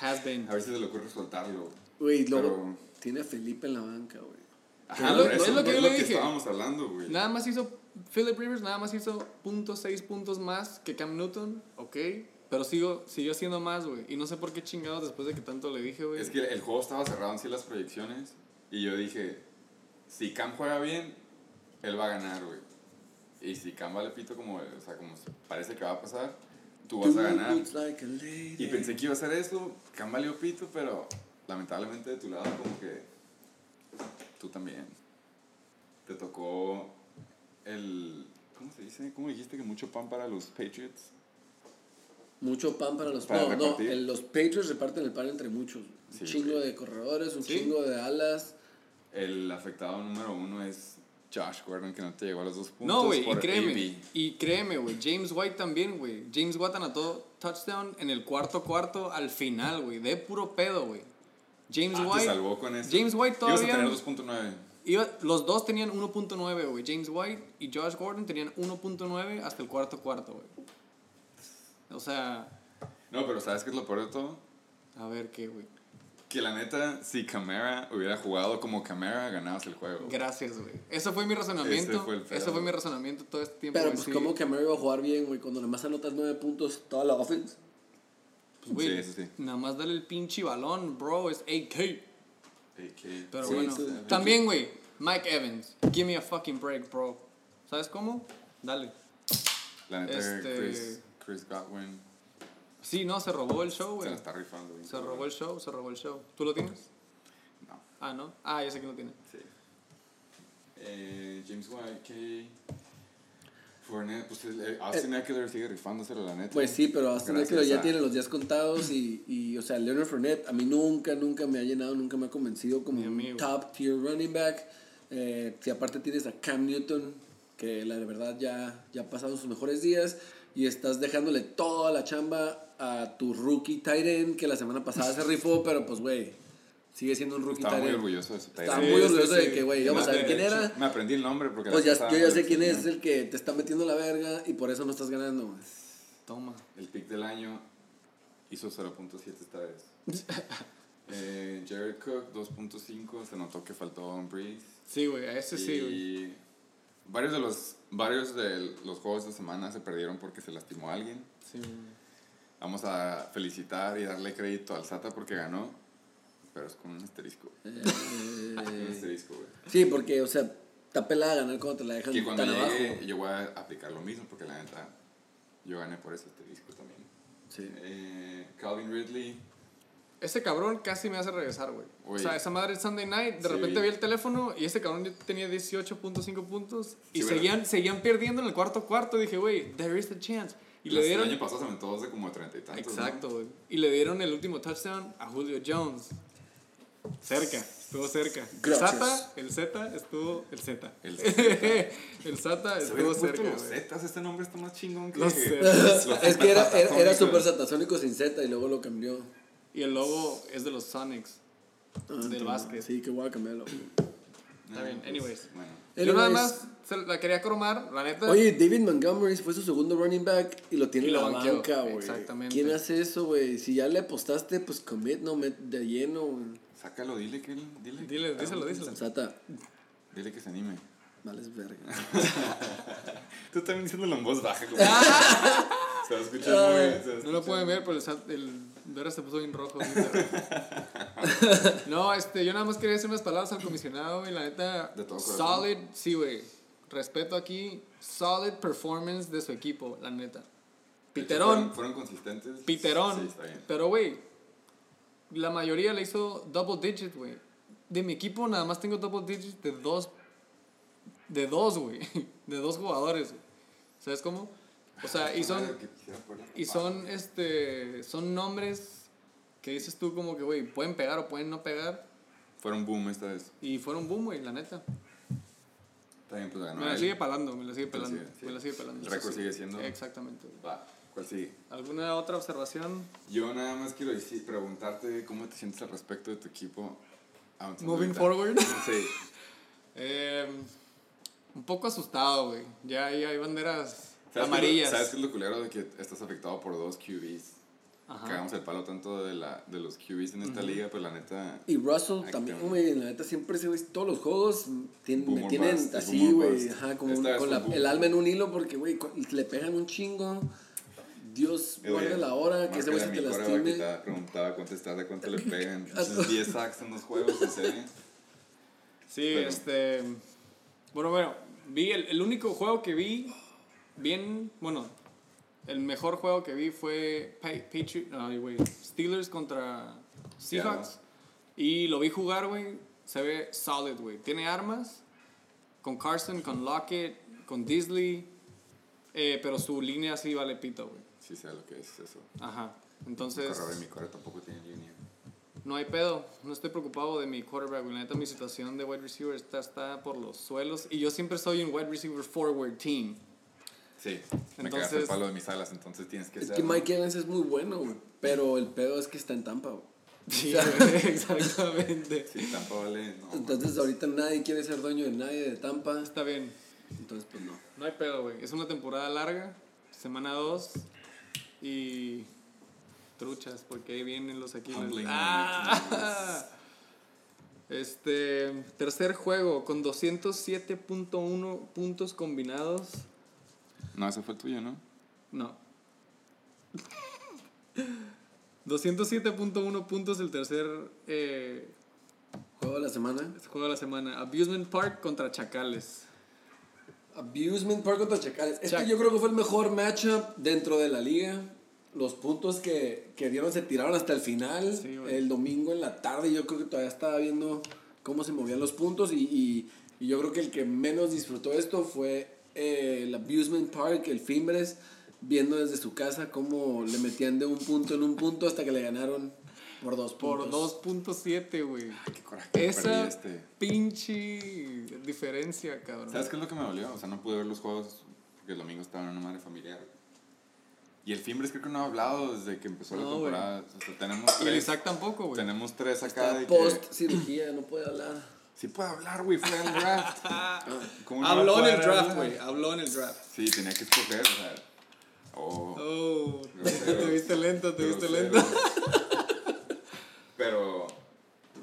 Has been.
A ver si se le ocurre soltarlo.
Güey, luego
Pero-
tiene a Felipe en la banca, güey.
Ajá,
lo-
por eso,
es lo que yo le dije.
estábamos hablando, güey.
Nada más hizo. Philip Rivers nada más hizo punto seis puntos más que Cam Newton, ok. Pero sigo, siguió haciendo más, güey. Y no sé por qué chingados después de que tanto le dije, güey.
Es que el juego estaba cerrado en sí las proyecciones y yo dije, si Cam juega bien, él va a ganar, güey. Y si Cam vale pito como, o sea, como parece que va a pasar, tú vas a ganar.
Looks like a lady.
Y pensé que iba a ser eso, Cam valió pito, pero lamentablemente de tu lado como que tú también. Te tocó el... ¿Cómo se dice? ¿Cómo dijiste que mucho pan para los Patriots?
Mucho pan para los
Para
no, no,
repartir.
el- los Patriots reparten el pan entre muchos. güey. Un
Sí,
chingo
güey.
de corredores, un
Sí.
chingo de alas.
El afectado número uno es Josh Gordon, que no te llegó a los dos puntos.
No, güey, y
por
créeme.
AB.
Y créeme, güey. James White también, güey. James White anotó touchdown en el cuarto cuarto al final, güey. De puro pedo, güey. James
Ah,
White.
te salvó con eso.
James White
Ibas a
todavía.
tener 2.9.
iba- los dos tenían 1.9, güey. James White y Josh Gordon tenían 1.9 hasta el cuarto cuarto, güey. O sea,
No, pero ¿sabes qué es lo peor de todo?
a ver qué, güey.
Que la neta, si Camara hubiera jugado como Camara, ganabas el juego.
Gracias, güey. Eso fue mi razonamiento.
Ese fue el pedo.
Eso fue mi razonamiento todo este tiempo.
Pero
güey,
pues
sí.
como que Mary iba a jugar bien, güey, cuando nomás anotas nueve puntos toda la offense.
Pues, güey,
Sí, eso sí.
Nada más dale el pinche balón, bro. Es AK.
AK.
Pero
Sí,
bueno,
sí.
también, güey, Mike Evans, give me a fucking break, bro. ¿Sabes cómo? Dale.
La neta,
este-
Chris, Chris Godwin
Sí, no, se robó el show,
se
güey.
la está rifando. bien
Se
cabrón.
robó el show, se robó el show. ¿Tú lo tienes?
No,
Ah, no. Ah, ya sé que no tiene.
sí. Eh, James White, K. Fournette, pues el- el Austin Eckler sigue rifándose, la neta.
Eh, Pues sí, pero Austin
Gracias
Eckler ya
a-
tiene los días contados y, y, o sea, Leonard Fournette a mí nunca, nunca me ha llenado, nunca me ha convencido como
Ni a mí,
un
güey.
top tier running back. Eh, si aparte tienes a Cam Newton, que la verdad ya, ya ha pasado sus mejores días y estás dejándole toda la chamba a tu rookie tight end, que la semana pasada se rifó, pero pues, güey, sigue siendo un rookie
Estaba
tight
muy
end.
orgulloso de su tight
Estaba
end.
muy
Sí,
orgulloso
sí,
de
sí.
que, güey,
Y
vamos a
más
ver quién
derecho.
era.
Me aprendí el nombre porque...
Pues ya,
la
yo ya sé
pasada-
quién es el que te está metiendo la verga y por eso no estás ganando. güey.
Toma.
El pick del año hizo 0.7 esta vez. eh, Jared Cook 2.5, se notó que faltó un breeze.
Sí, güey, a ese sí, güey.
y varios de los varios de los juegos de semana se perdieron porque se lastimó a alguien.
Sí, güey.
Vamos a felicitar y darle crédito al Sata porque ganó, pero es con un asterisco. Un
Eh,
asterisco, güey.
sí, porque, o sea, está pelada ganar cuando te la dejan
Que
tan
cuando
abajo.
llegue yo voy a aplicar lo mismo porque la neta yo gané por ese asterisco también.
Sí.
Eh, Calvin Ridley
Ese cabrón casi me hace regresar, güey. O
Güey.
sea, esa madre es Sunday night, de
Sí,
repente
vi.
vi el teléfono y ese cabrón ya tenía 18.5 puntos y
Sí,
seguían, seguían perdiendo en el cuarto cuarto. Dije, güey, there is the chance. Y le
Las-
dieron
El año pasado se aventó dos de como treinta y tantos.
Exacto,
¿no?
güey. Y le dieron el último touchdown a Julio Jones. Cerca, estuvo cerca.
Gracias.
El Zata, el Z estuvo. El Z.
El
el Zata
Se hubiera
estuvo
puesto
cerca.
los
güey.
Zetas, este nombre está más chingón que
Los Zetas.
los
Es que era, era, era
supersatánicos.
super satasónico sin Z y luego lo cambió.
Y el logo es de los Sonics.
Ah,
Del
no,
básquet.
Sí, que voy a cambiarlo. güey.
No,
Está bien,
pues,
anyways.
Bueno,
Yo nada
Anyways.
más se la quería cromar, la neta.
Oye, David Montgomery fue su segundo running back y lo tiene
Y
en la
lo banqueó,
banca, güey.
exactamente.
¿Quién hace eso, güey? Si ya le apostaste, pues commit, no, met- de lleno, güey.
sácalo, dile que él- dile.
Dile, díselo, díselo.
Sata,
Dile que se anime.
males verga.
Tú también diciéndolo en voz baja. Como... se va a escuchar muy
No lo
se va a escuchar.
pueden ver, pero el, Zat- el Vera se puso bien rojo. ahorita. no, este, yo nada más quería decir unas palabras al comisionado, güey. La neta,
De todo corazón.
solid, sí, güey. Respeto aquí, solid performance de su equipo, la neta.
De hecho,
Piterón,
Fueron, fueron consistentes.
Piterón.
Sí, está bien.
Pero, güey, la mayoría le hizo double digit, güey. De mi equipo nada más tengo double digit de dos. De dos, güey. De dos jugadores, güey. ¿Sabes cómo? O sea, y son. Y son, este, son nombres que dices tú como que, güey, pueden pegar o pueden no pegar.
Fueron boom esta vez.
Y fueron boom, güey, la neta.
También pues ganó.
me la
él.
sigue pelando, me la sigue
Te la
pelando.
sigue, sí.
Me la sigue pelando.
El
eso
récord
sí.
sigue siendo-
Exactamente. güey.
Va, ¿cuál sigue?
¿Alguna otra observación?
Yo nada más quiero decir, preguntarte cómo te sientes al respecto de tu equipo. avanzando
Moving
ahorita.
forward.
Sí.
Eh, un poco asustado, güey. Ya ahí hay banderas
¿Sabes qué es lo-
amarillas.
¿Sabes qué es lo culero de que estás afectado por dos QBs? Cagamos el palo tanto de, la, de los QBs en esta liga, pues la neta.
Y Russell
Ahí
también,
está.
güey, la neta siempre ese güey, todos los juegos tien-
Boom
me
or
tienen
bust,
así,
boom or
güey,
bust.
ajá, como
Esta
un-
vez
con
fue
la-
boom.
el alma en un hilo porque, güey, cu- le pegan un chingo. Dios
Eh,
guarde
oye,
la hora que ese güey se
márcale
te
a mi coreback que
lastime.
estaba- preguntaba cuánto estás, de cuánto le pegan.
Ah,
Esos 10 sacks en los juegos, en serio.
Sí,
Pero-
este. Bueno, bueno, vi el, el único juego que vi bien. Bueno, el mejor juego que vi fue Pa- Patri- ay, güey, Steelers contra Seahawks. Y lo vi jugar, güey. Se ve solid, güey. Tiene armas. Con Carson, con Lockett, con Disley. eh, pero su línea sí vale pito, güey.
Sí, sea lo que es eso.
Ajá.
Mi
Entonces.
corredor y mi core tampoco tienen línea.
No hay pedo, no estoy preocupado de mi quarterback, güey. La neta, mi situación de wide receiver está, está por los suelos. Y yo siempre soy un wide receiver forward team.
Sí, me cagaste el
Entonces-
palo de mis alas, entonces tienes que
Es
ser.
que
¿no?
Mike Evans es muy bueno, güey, pero el pedo es que está en Tampa, güey.
Sí, güey, exactamente.
Sí, tampoco vale. No,
Entonces ahorita nadie quiere ser dueño de nadie de Tampa,
Está bien,
entonces pues no.
no hay pedo, güey. Es una temporada larga, semana 2 y truchas, porque ahí vienen los aquí.
Humbling
Ah. Este, tercer juego con 207.1 puntos combinados.
no, ese fue el tuyo, ¿no?
No. 207.1 puntos el tercer eh,
Juego de la semana.
juego de la semana. Abusement Park contra Chacales.
Abusement Park contra Chacales. Este
Chac-
yo creo que fue el mejor matchup dentro de la liga. Los puntos que, que dieron se tiraron hasta el final.
Sí, güey.
el domingo en la tarde yo creo que todavía estaba viendo cómo se movían los puntos y, y- y yo creo que el que menos disfrutó esto fue eh, el Abusement Park, el Fimbres, viendo desde su casa cómo le metían de un punto en un punto hasta que le ganaron por dos
Por
puntos.
2.7, güey.
Ah, Qué coraje.
Esa
perdí este.
pinche diferencia, cabrón.
¿Sabes qué es lo que me dolió? O sea, no pude ver los juegos porque el domingo estaba en una madre familiar. Y el Fimbres creo que no ha hablado desde que empezó la
No, güey.
temporada. O sea, tenemos
Y el
tres.
Isaac tampoco, güey.
Tenemos tres acá.
Está
De que,
Ah, post cirugía, no puede hablar.
sí puede hablar, güey, fue al draft. ¿Cómo no va a
Habló en
poder
el draft,
hablar?
güey. Habló en el draft.
Sí, tenía que escoger, o sea. Oh,
Oh,
Grosero.
te viste lento, te viste
grosero.
lento.
Pero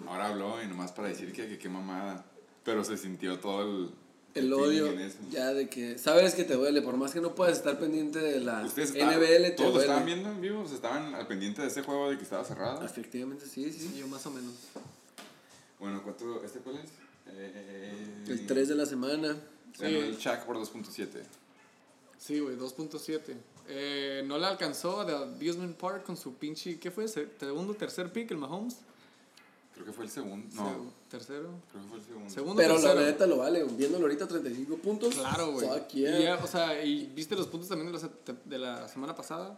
ahora habló y nomás para decir que que qué mamada. Pero se sintió todo el.
El
feeling
odio,
en eso.
ya de que sabes que te duele, por más que no puedas estar pendiente de la
Ustedes estaban-
NBL, te
todos lo estaban
duele.
viendo en vivo, o sea, estaban al pendiente de ese juego de que estaba cerrado.
Efectivamente, sí, sí.
Yo más o menos.
Bueno, ¿cuánto? ¿Este cuál es? Eh,
El 3 de la semana.
Ganó
Sí.
el Shaq por 2.7.
Sí, güey, 2.7. Eh, no le alcanzó a The Abusement Park con su pinche. ¿Qué fue? Se- ¿Segundo, tercer pick el Mahomes?
Creo que fue el segundo. No,
Se- ¿Tercero?
creo que fue el segundo.
¿Segundo,
Pero la
tercero?
neta lo vale, viéndolo ahorita 35 puntos.
Claro, güey.
fuck
Y
yeah.
ya, o sea, ¿y viste los puntos también de la, se- de la semana pasada?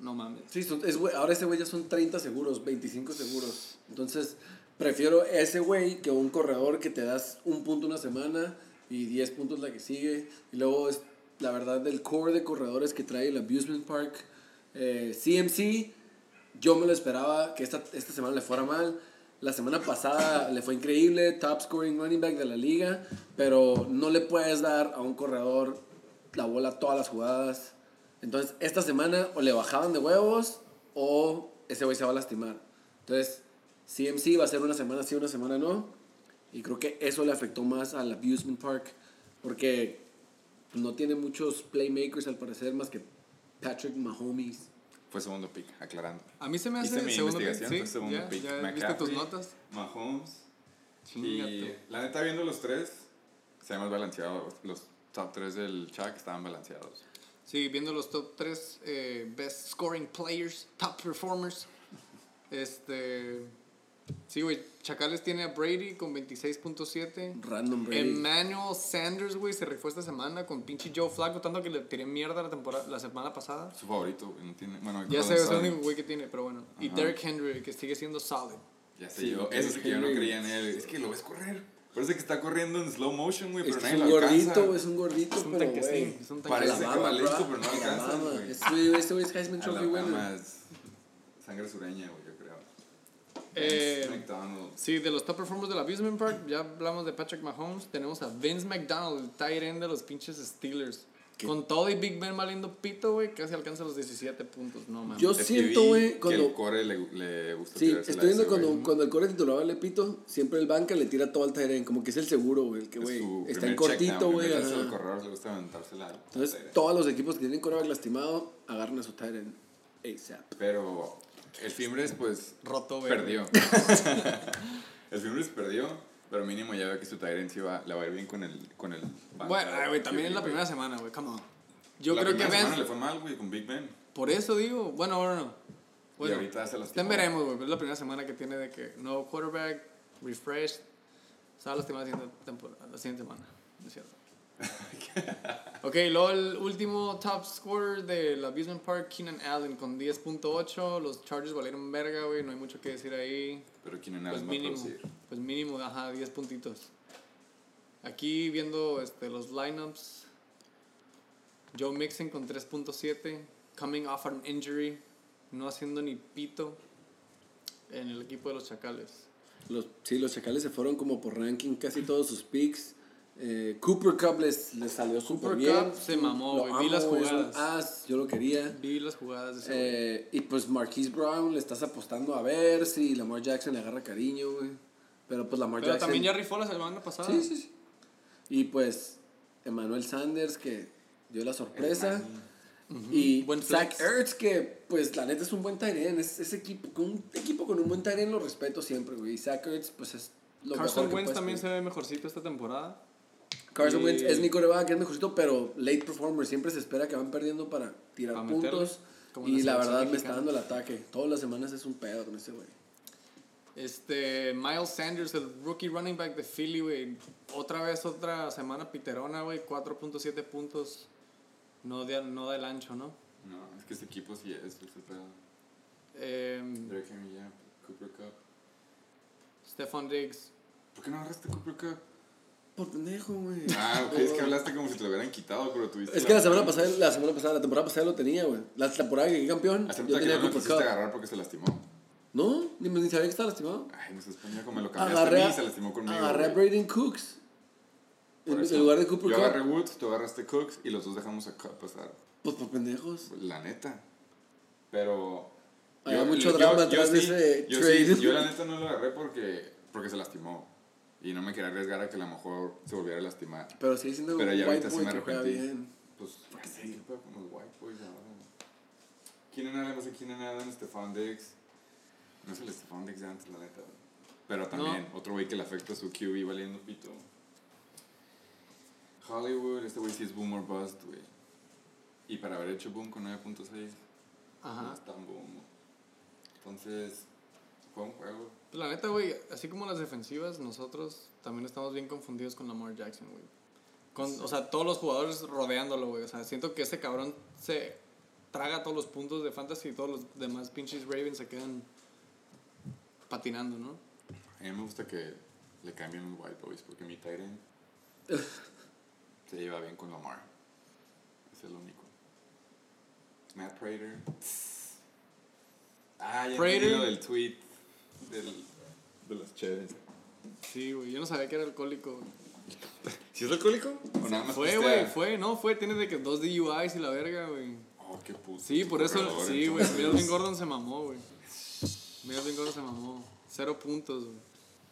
No mames.
Sí, son- es, güey, ahora ese güey ya son 30 seguros, 25 seguros. Entonces, prefiero ese güey que un corredor que te das un punto una semana y 10 puntos la que sigue. Y luego, es, la verdad, del core de corredores que trae el Abusement Park, eh, CMC, yo me lo esperaba que esta, esta semana le fuera mal. La semana pasada le fue increíble, top scoring running back de la liga, pero no le puedes dar a un corredor la bola todas las jugadas. Entonces, esta semana o le bajaban de huevos o ese güey se va a lastimar. Entonces, CMC va a ser una semana sí, una semana no. Y creo que eso le afectó más al Abusement Park, porque no tiene muchos playmakers al parecer más que Patrick Mahomes.
Fue segundo pick, aclarando.
A mí se me
Hice
hace
mi
segundo pick.
investigación,
Sí,
fue segundo
ya,
pick.
ya viste
McCaffrey,
tus notas.
Mahomes. Y
Chingate.
la neta, viendo los tres, se ven más balanceados. Los top tres del Shaq estaban balanceados.
Sí, viendo los top 3 best scoring players, top performers. Este. Sí, güey. Chacales tiene a Brady con 26.7.
Random Brady.
Emmanuel Sanders, güey, se rifó esta semana con pinche Joe Flacco, tanto que le tiré mierda la, temporada, la semana pasada.
Su favorito, güey, no tiene. Bueno,
Ya
Golden
sé, es el
State.
único güey que tiene, pero bueno. Y
Ajá.
Derrick Henry, que sigue siendo solid.
Ya sé,
Sí,
yo.
Derrick
Eso sí que yo no
Henry.
creía en él. Es que lo ves correr. Parece que está corriendo en slow motion, güey,
Es,
pero
que
nadie
Este es
lo
un
alcanza.
gordito, güey, es un gordito,
Es un
pero
tanquecín,
güey.
es un tanque.
Parece
Alabama,
que vale
bro.
listo, pero no alcanza,
Alabama.
güey.
Este güey este güey es Heisman Trophy
Alabama
winner.
es sangre sureña, güey, yo creo.
Eh,
Es McDonald's.
Sí, de los top performers del Abusement Park, ya hablamos de Patrick Mahomes, tenemos a Vince McDonald, el tight end de los pinches Steelers.
¿Qué?
Con todo y Big Ben valiendo pito, güey, casi alcanza los 17 puntos, no mames.
Yo
Es que
siento,
vi
güey,
Que
cuando
el core le, le gusta
Sí,
tirársela
estoy viendo
a ese, güey.
cuando, cuando el core titular vale pito, siempre el banca le tira todo al Tyrant, como que es el seguro, güey, el que,
Es
güey,
su
está
primer
en cortito,
checkdown, en
güey.
vez de
ajá.
hacer el corredor, le gusta aventársela al
Entonces,
portero.
todos los equipos que tienen coreback lastimado, agarran a su Tyrant ASAP.
Pero el Fimbres, pues,
Roto, güey.
perdió. el Fimbres perdió, pero mínimo ya ve que su Tyrant sí va, la va a ir bien con el... Con el banco,
Bueno, ay, güey, también
Yo
es la
creo,
primera
güey.
semana, güey, come on. Yo
La
creo que
primera semana le
Vince,
fue mal, güey, con Big Ben.
por eso digo, bueno, bueno, no. Bueno,
y ahorita se las
estén veremos, güey, pero es la primera semana que tiene de que no quarterback, refresh, se va a lastimar la siguiente, temporada, la siguiente semana, ¿no es cierto? Ok, luego el último top scorer del Abusement Park, Keenan Allen con 10.8. Los Chargers valieron verga, güey, no hay mucho que decir ahí.
Pero quién en
Pues
Allen va a
mínimo,
producir.
pues mínimo, ajá, 10 puntitos. Aquí viendo este, los lineups, Joe Mixon con 3.7, coming off an injury, no haciendo ni pito en el equipo de los Chacales.
Los, sí, los chacales se fueron como por ranking casi todos sus picks. Eh, Cooper Cup les, les salió súper
Cooper
bien.
Cup se mamó,
Lo
güey, vi las
amo, es un
jugadas.
as, yo lo quería.
Vi las jugadas de ese güey.
Eh, y pues Marquise Brown le estás apostando a ver si Lamar Jackson le agarra cariño, güey. Pero pues Lamar
Pero
Jackson.
también ya rifó la semana pasada.
Sí, sí, sí. Y pues Emmanuel Sanders que dio la sorpresa. Y
Buen
Zach
flex.
Ertz que pues la neta es un buen Tyrion. Es, es equipo, con un equipo con un buen Tyrion lo respeto siempre, güey. Y Zach Ertz pues es lo mejor
Carson
que
Wentz
puedes
también se
pedir.
ve mejorcito esta temporada.
Carson
y-
Wentz es mi coreback, es mejorcito, pero late performer. Siempre se espera que van perdiendo para tirar
Para meterle,
puntos.
como en
Y
la
la
selección
verdad me está
mexicana.
dando el ataque. Todas las semanas es un pedo con ese güey.
Este, Miles Sanders, el rookie running back de Philly, güey. Otra vez, otra semana piterona, güey. 4.7 puntos. No da, no da el ancho, ¿no?
No, es que ese equipo sí es, güey, ese pedo.
Eh,
Derek Henry, ya, Cooper Cup.
Stephon Diggs.
¿Por qué no agarraste Cooper Cup?
Por pendejo, güey.
Ah, ok, es que hablaste como si te lo hubieran quitado, pero tuviste...
Es que la semana pasada, la semana pasada, la temporada pasada lo tenía, güey. La temporada que quedé campeón, yo
Acepta que
tenía
no lo
Cooper
quisiste
Cup.
agarrar porque se lastimó.
No, ni, ni sabía que estaba lastimado.
Ay, no seas pendejo, me lo cambiaste a
Agarré
mí y
a,
se lastimó conmigo.
agarré a
güey.
Braden Cooks
Por
en,
eso,
en lugar de Cooper
Yo agarré
Cup.
Woods, tú agarraste Cooks y los dos dejamos a Cup pasar.
Pues por pendejos.
La neta. Pero.
Había mucho drama atrás de ese
yo
trade.
sí, yo la neta no lo agarré porque, porque se lastimó. Y no me quería arriesgar a que a lo mejor se volviera a lastimar.
Pero sigue siendo
Pero ya ahorita
white
sí
boy
me
que juega
arrepentí.
bien.
Pues, ¿qué sé yo, pero como los white boys ahora. ¿Quién en Adam? ¿Quién en Adam? Stefan Dix. No es el Stefan Dix de antes, la neta. Pero también, otro güey que le afecta a su QB valiendo pito. Hollywood, este güey sí es boom or bust, güey. Y para haber hecho boom con 9.6, no
Ajá.
es tan boom. Entonces, fue un juego.
La neta, güey, así como las defensivas, nosotros también estamos bien confundidos con Lamar Jackson, güey. Con, O sea, todos los jugadores rodeándolo, güey. O sea, siento que este cabrón se traga todos los puntos de fantasy y todos los demás pinches Ravens se quedan patinando, ¿no?
A mí me gusta que le cambien los white boys porque mi Tyrant se lleva bien con Lamar. Es el único. Matt Prater. Ah, ya
Prater.
entendí lo del tweet del, de las chéveres.
Sí, güey, yo no sabía que era alcohólico. güey.
¿Si es alcohólico? O nada más
Fue,
pistea.
güey, fue, no, fue, tiene de que dos DUIs y la verga, güey.
Oh, qué puto.
Sí, por eso,
corredor,
sí, güey,
entonces.
Melvin Gordon se mamó, güey. Melvin Gordon se mamó. Cero puntos, güey.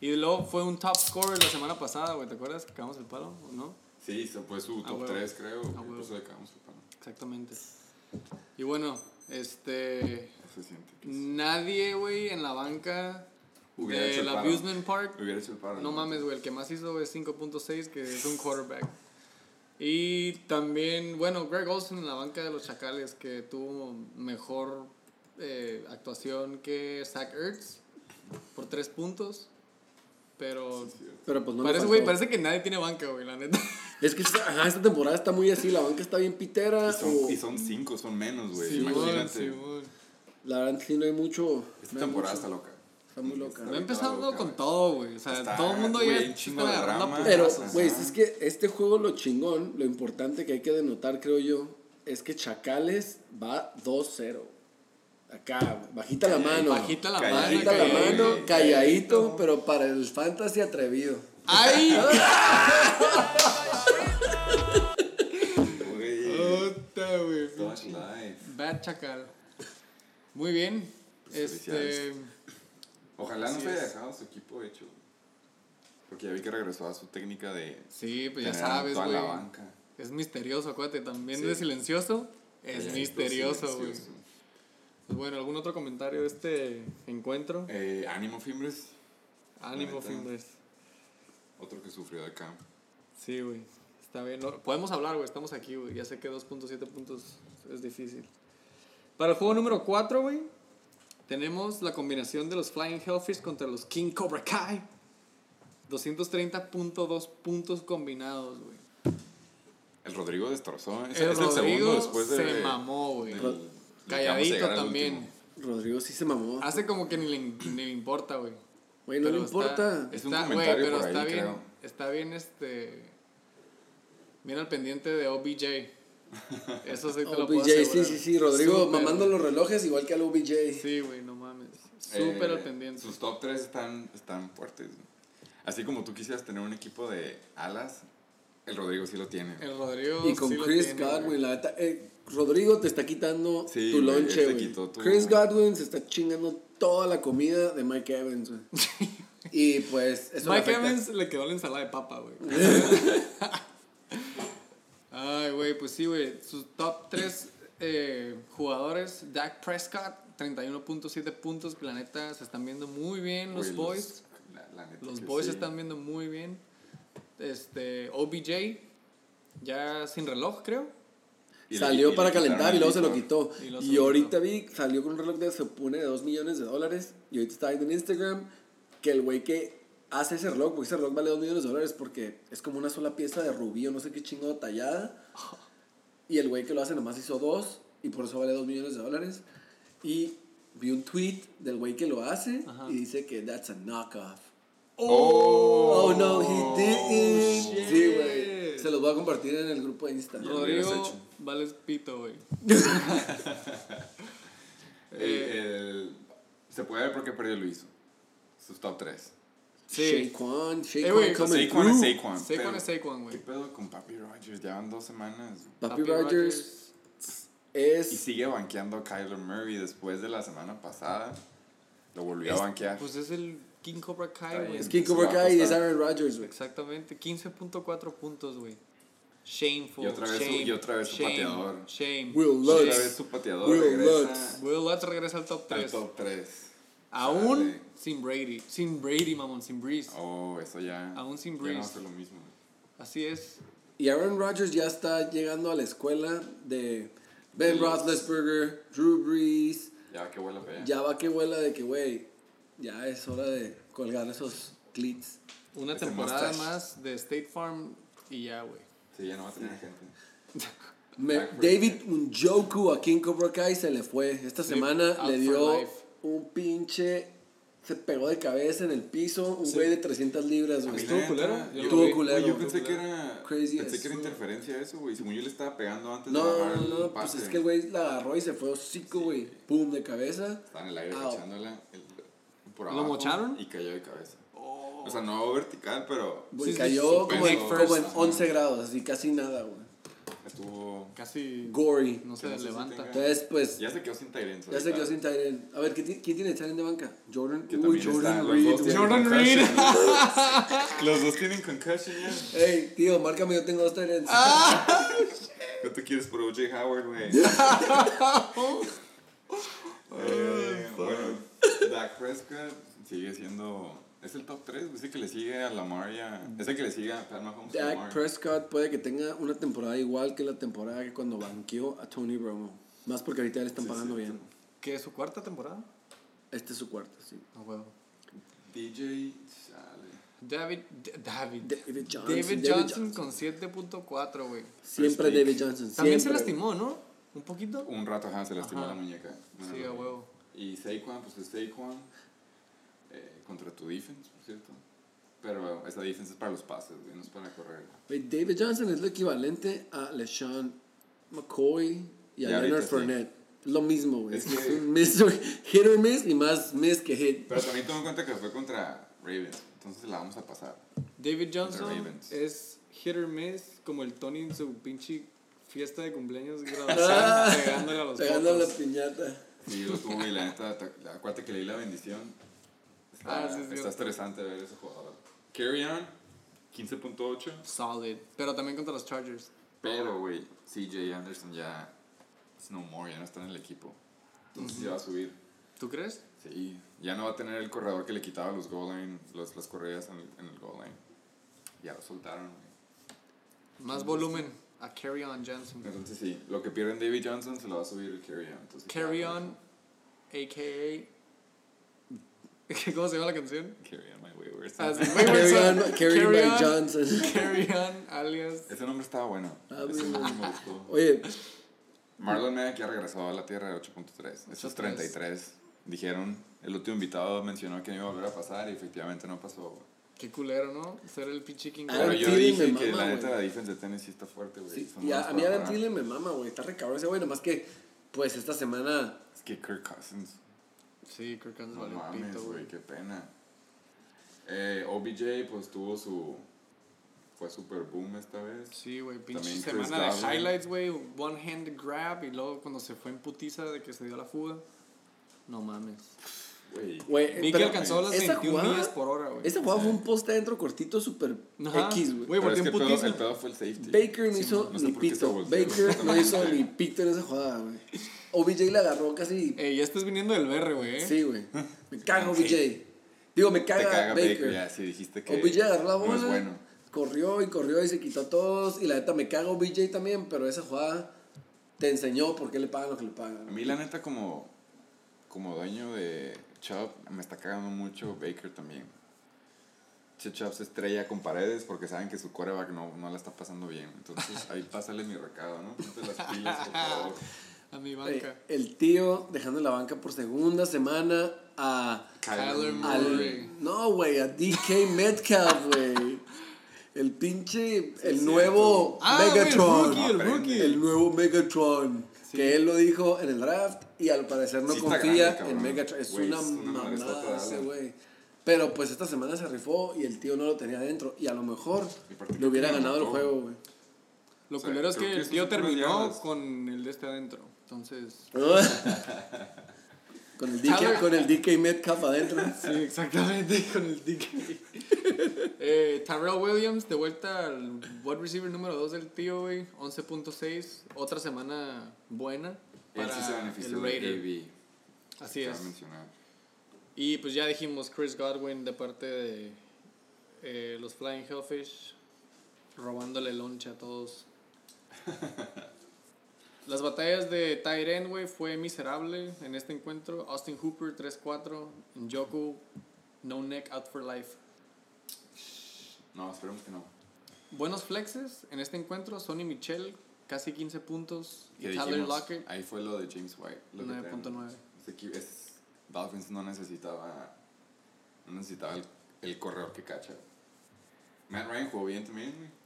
Y luego fue un top scorer la semana pasada, güey, ¿te acuerdas que cagamos el palo o no?
Sí, se fue su top
Ah, huevo.
3, creo.
A huevo.
Por eso le acabamos el palo.
Exactamente. Y bueno, este...
No se siente. que es-
Nadie, güey, en la banca
Hubiera hecho el
del
paro.
Abusement Park
Hubiera hecho el paro.
No mames, güey. El que más hizo es 5.6, que es un quarterback. Y también, bueno, Greg Olsen en la banca de los Chacales, que tuvo mejor eh, actuación que Zach Ertz por 3 puntos. Pero
Pero pues no le
parece,
faltó.
güey, parece que nadie tiene banca, güey, la neta.
Es que esta, ajá, esta temporada está muy así, la banca está bien pitera.
Y son,
o-
y son cinco, son menos, güey.
Simón,
Imagínate.
Simón.
La verdad sí no hay mucho.
Esta
no hay
temporada
mucho.
está loca.
Está muy loca.
Está
Va
bien
empezando
loca,
con
güey.
todo, güey. O sea,
Está,
todo el mundo ya
güey,
está
chingo de
agarrando a
drama.
Pero,
putazos.
güey,
Ajá.
es que este juego lo chingón, lo importante que hay que denotar, creo yo, es que Chacales va 2-0. Acá, bajita la mano.
Bajita la mano.
Calladita
Bajita la
calladito,
mano,
güey.
calladito, pero para el fantasy atrevido.
¡Ay!
Güey.
Puta, güey.
Dodge Life.
Bad Chacal. Muy bien. Este.
Felicidades. Ojalá no
Así
se haya
es.
dejado su equipo hecho. Porque ya vi que regresó a su técnica de.
Sí, pues ya
tener a
sabes,
Toda la
güey.
banca.
Es misterioso, acuérdate. También
Sí.
de silencioso. Es
Calladito,
misterioso, güey.
silencioso.
Pues bueno, ¿algún otro comentario de este encuentro?
Eh, Ánimo Fimbres,
Ánimo,
neta.
Fimbres.
otro que sufrió de acá.
Sí, güey. Está bien. No, podemos hablar, güey. Estamos aquí, güey. Ya sé que 2.7 puntos es difícil. Para el juego número 4, güey, tenemos la combinación de los Flying Hellfish contra los King Cobra Kai. 230.2 puntos combinados, güey.
El Rodrigo destrozó. Ese
El
es el
Rodrigo
segundo después de.
se mamó, güey.
del- del que vamos a
Calladito
llegar al
también.
último.
Rodrigo sí se mamó.
Hace como que ni le, ni le importa, güey.
Güey, no le
Ah, Pero
importa.
Está,
Es un
está- güey,
comentario
pero
por ahí,
está bien.
creo.
Está bien, este. Bien al pendiente de OBJ. Eso sí te lo puedo
OBJ, Oh, sí,
asegurar.
sí, sí. Rodrigo
Súper,
mamando
güey.
los relojes igual que al OBJ.
Sí, güey, no mames. Súper
Eh,
al pendiente.
Sus top 3 están, están fuertes. Así como tú quisieras tener un equipo de alas, el Rodrigo sí lo tiene.
El Rodrigo.
Y con
sí lo
Chris
tiene,
Godwin,
güey.
la neta, eh, Rodrigo te está quitando
Sí,
tu
güey, él
lonche,
te
güey.
quitó tu-
Chris Godwin se está chingando toda la comida de Mike Evans, güey. y pues eso le
Mike
afecta.
Evans le quedó la ensalada de papa, güey. Ay, güey, pues sí, güey. Sus top 3 jugadores: Dak Prescott, 31.7 puntos. que La neta, se están viendo muy bien los
Güey,
boys.
la- la neta
Los
que
boys
sí.
están viendo muy bien. Este, OBJ, ya sin reloj, creo.
Y le- y
Salió
le
para
quitaron
calentar y
el
luego se lo
récord.
quitó.
Y luego se
Y
lo
ahorita vi, salió con un reloj de se pone de 2 millones de dólares. Y ahorita está viendo en Instagram que el güey que hace ese reloj, porque ese reloj vale 2 millones de dólares porque es como una sola pieza de rubí o no sé qué chingado tallada. Y el güey que lo hace nomás hizo dos y por eso vale 2 millones de dólares. Y vi un tweet del güey que lo hace
Ajá.
y dice que that's a knockoff.
Oh.
Oh, no, he didn't.
shit.
Sí, güey. Se los voy a compartir en el grupo de Insta.
Ya lo hubieras
Rodrigo
hecho.
vales pito, güey.
El- el- se puede ver por qué perdió Luis. Sus top 3.
Sí.
Saquon,
Eh, güey,
Saquon coming
Saquon es
through.
Saquon
Saquon. Ah, pero-
es Saquon,
¿Qué
güey.
pedo con Papi Rogers? Llevan dos semanas.
Papi
Papi Rogers
Y
es
sigue banqueando a Kyler Murray después de la semana pasada. Lo volvió
Es-
a banquear.
Pues es el King Cobra
Está
Kai,
bien.
güey.
es King
se
Cobra
va a
Kai y es
costar.
Aaron Rodgers, güey.
Exactamente, 15.4 puntos, güey. Shameful.
Y otra vez su-
shame,
y otra vez su
shame,
pateador.
Shame.
Will
Otra
Lutz.
vez su pateador
Will
regresa
Will Lutz regresa al top
al
3.
top 3.
Aún
Dale.
sin Brady. Sin Brady, mamón, sin Breeze.
Oh, eso ya.
Aún sin
ya no
Breeze.
hace lo mismo.
Así es.
Y Aaron Rodgers ya está llegando a la escuela de
Mm.
Ben Roethlisberger, Drew Brees.
Ya que huele fea.
Ya va que vuela de que, güey, ya es hora de colgar esos clits.
Una
Ese
temporada
mustache.
más de State Farm y ya, güey.
Sí, ya no va a tener gente.
Me-
Backwards,
David Njoku a King Cobra Kai se le fue. Esta
Sí,
semana
out
le
for
dio
life.
un pinche... Se pegó de cabeza en el piso un güey de 300 libras, güey.
Estuvo culero, yo lo
Estuvo
vi.
culero.
Yo pensé
Estuvo
que era.
Crazy
pensé
as
que era
fuck.
interferencia eso, güey. Según yo le estaba pegando antes de
No, no,
agarrar
no,
el
no, pues
pase.
es que el güey la agarró y se fue hocico, güey. Pum, de cabeza.
Estaba en el aire
Au.
cachándola. el- por
¿Lo
abajo,
mocharon? Oh.
Y cayó de cabeza. O sea, no vertical, pero.
Güey,
Sí, sí,
cayó
sí,
como, en,
pero-
como en 11 grados, así casi nada, güey.
Estuvo.
Casi
Gory.
no
Que
se
no sé si
levanta.
tenga-
Entonces, pues,
Ya se quedó sin Tyrens.
ya se quedó sin Tyrion. A ver, ¿qué ti- ¿quién tiene Tyrion de banca? Jordan.
Que
Uy,
también está-
Jordan
los
Reed,
dos
güey.
tienen
Jordan Reed.
concussion. los dos tienen concussion ya.
Ey, tío, márcame, yo tengo dos Tyrens.
Ah.
¿Qué tú quieres por O.J. Howard, güey? Eh, bueno, Dak Prescott sigue siendo. Es el top 3, ese que le sigue a Lamar y a. Ese que le sigue a Pat Mahomes. y a
Dak
Lamar.
Prescott puede que tenga una temporada igual que la temporada que cuando banqueó a Tony Romo. Más porque ahorita le están
Sí,
pagando
sí,
bien.
¿Qué es su cuarta temporada?
Este es su cuarto, sí.
No huevo.
DJ. Chale.
David, D- David.
David Johnson.
David
David
Johnson
Johnson.
con 7.4, güey.
Siempre
First
David
pick.
Johnson.
También se
siempre.
lastimó, ¿no? Un poquito.
Un rato, ajá, se lastimó
Ajá.
la muñeca.
Sí, a huevo.
Y Saquon, pues es Saquon. eh, contra tu defense, por cierto. Pero esa defense es para los pases, güey, no es para correr.
Güey, David Johnson es lo equivalente a LeSean McCoy y a
Y ahorita
Leonard
sí.
Fournette. Es Lo mismo, güey.
Es
Es
que-
un miss, güey. hit or miss y más miss que hit.
Pero también toma en cuenta que fue contra Ravens, entonces la vamos a pasar.
David Johnson
Ravens.
es hit or miss como el Tony en su pinche fiesta de cumpleaños grabación, pegándole a los
Pegando Ah, la
fotos.
piñata.
Sí, lo tuvo y la neta, ta- la- acuérdate que leí la bendición. Está,
Ah, sí, es
está
cierto.
estresante ver ese jugador. Carry on, 15.8.
Solid. Pero también contra los Chargers.
Pero, güey, CJ Anderson ya es no more, ya no está en el equipo. Entonces ya va a subir.
¿Tú crees?
Sí, ya no va a tener el corredor que le quitaba los goal line, los- las correas en el, en el goal line. Ya lo soltaron, güey.
Más volumen a Carry On Johnson.
Entonces sí, lo que pierden David Johnson se lo va a subir el carry on. Entonces,
Carry
ya,
On, a.k.a. ¿Cómo se llama la canción?
Carry on my wayward.
Ah, sí,
son.
Wayward
Carry
Son.
on, carry
Carry
by
On,
Johnson.
Carry On, alias.
Ese nombre estaba bueno.
Ah,
Ese
bueno.
nombre me gustó.
Oye,
Marlon Mack ya regresó a la Tierra de 8.3. Esos 33 dijeron, el último invitado mencionó que no iba a volver a pasar y efectivamente no pasó. güey.
Qué culero, ¿no? Ser el pinche King
Pero
Adam
Cobra.
Ah, yo
Thielen
dije
Ah, me
que
mama,
la neta
güey.
la defensa de Tennessee está fuerte, güey.
sí,
Son
y a,
buenos
a mí
para
Adam
parar.
Thielen me mama, güey. Está recabrón ese güey. Nomás que, pues, esta semana...
Es que Kirk Cousins,
Sí, creo que
no
vale un
mames,
pito,
güey,
güey.
qué pena. Eh, OBJ pues tuvo su... Fue super boom esta vez.
Sí, güey, pinche
También Chris
semana de
Godwin.
highlights, güey. One hand grab y luego cuando se fue en putiza de que se dio la fuga. No mames.
Güey,
Güey,
Vi que
Eh, pero-
alcanzó las
esa
21
jugada-
millas por hora, güey.
Esa jugada fue un poste adentro cortito, super
Ajá.
X, güey.
Güey,
pero
volteó
es que
en
el pedo,
putiza.
el pedo fue el safety.
Baker no
Sí,
hizo
no sé
ni
por qué se
pito.
volteó,
Baker no hizo
exactamente.
ni pito en esa jugada, güey. OBJ la agarró casi.
Ey, ya estás viniendo del BR, güey. ¿eh?
Sí, güey. Me caga OBJ. Digo, me
Te
caga,
caga
Baker.
Baker, ya, si dijiste que
OBJ agarró la
no
bola.
es bueno.
Corrió y corrió y se quitó a todos. Y la neta me caga OBJ también, pero esa jugada te enseñó por qué le pagan lo que le
A
pagan.
mí la neta como, como dueño de Chubb me está cagando mucho Baker también. Che Chubb se estrella con paredes porque saben que su coreback no, no la está pasando bien. Entonces ahí pásale mi recado, ¿no? Ponte las pilas, por favor.
A mi
Eh,
banca.
el tío dejando la banca por segunda semana a.
Kyler
Al-
Murray.
no, güey, a DK Metcalf, güey. El pinche, el
cierto.
nuevo
Ah, güey, el
Megatron.
rookie, el
Aprende.
rookie.
el nuevo Megatron. Que él lo dijo en el draft y al parecer no
Sí está
confía
grande,
en
cabrón.
Megatron. Es
Güey,
una,
es una madresota de
mamada ese
ala.
güey. Pero pues esta semana se rifó y el tío no lo tenía adentro. Y a lo mejor
Y aparte
le hubiera
creo que
ganado el
anotó.
juego, güey.
Lo
o sea,
culero es
creo
que
que
el
esas
tío
son puras
terminó
llamadas.
con el de este adentro. Entonces.
con, el DK,
Tyler-
con el DK Metcalf adentro.
Sí, exactamente, con el dick. eh, Tyrell Williams, de vuelta al wide receiver número 2 del tío, güey. 11.6. Otra semana buena
Él sí se
para
benefició
el
de
Raider.
AB.
Así
cabe
es.
mencionar.
Y pues ya dijimos Chris Godwin de parte de eh, los Flying Hellfish robándole loncha a todos. Las batallas de Tyren, güey, fue miserable en este encuentro. Austin Hooper 3-4, Njoku, no neck out for life.
No, esperemos que no.
Buenos flexes en este encuentro, Sonny Michel, casi 15 puntos, y
¿Qué
Tyler
dijimos?
Lockett,
Ahí fue lo de James White. lo que
9.9.
traen. Ese equi- es- Dolphins no necesitaba, no necesitaba el, el corredor que cacha. Matt Ryan jugó bien también, güey.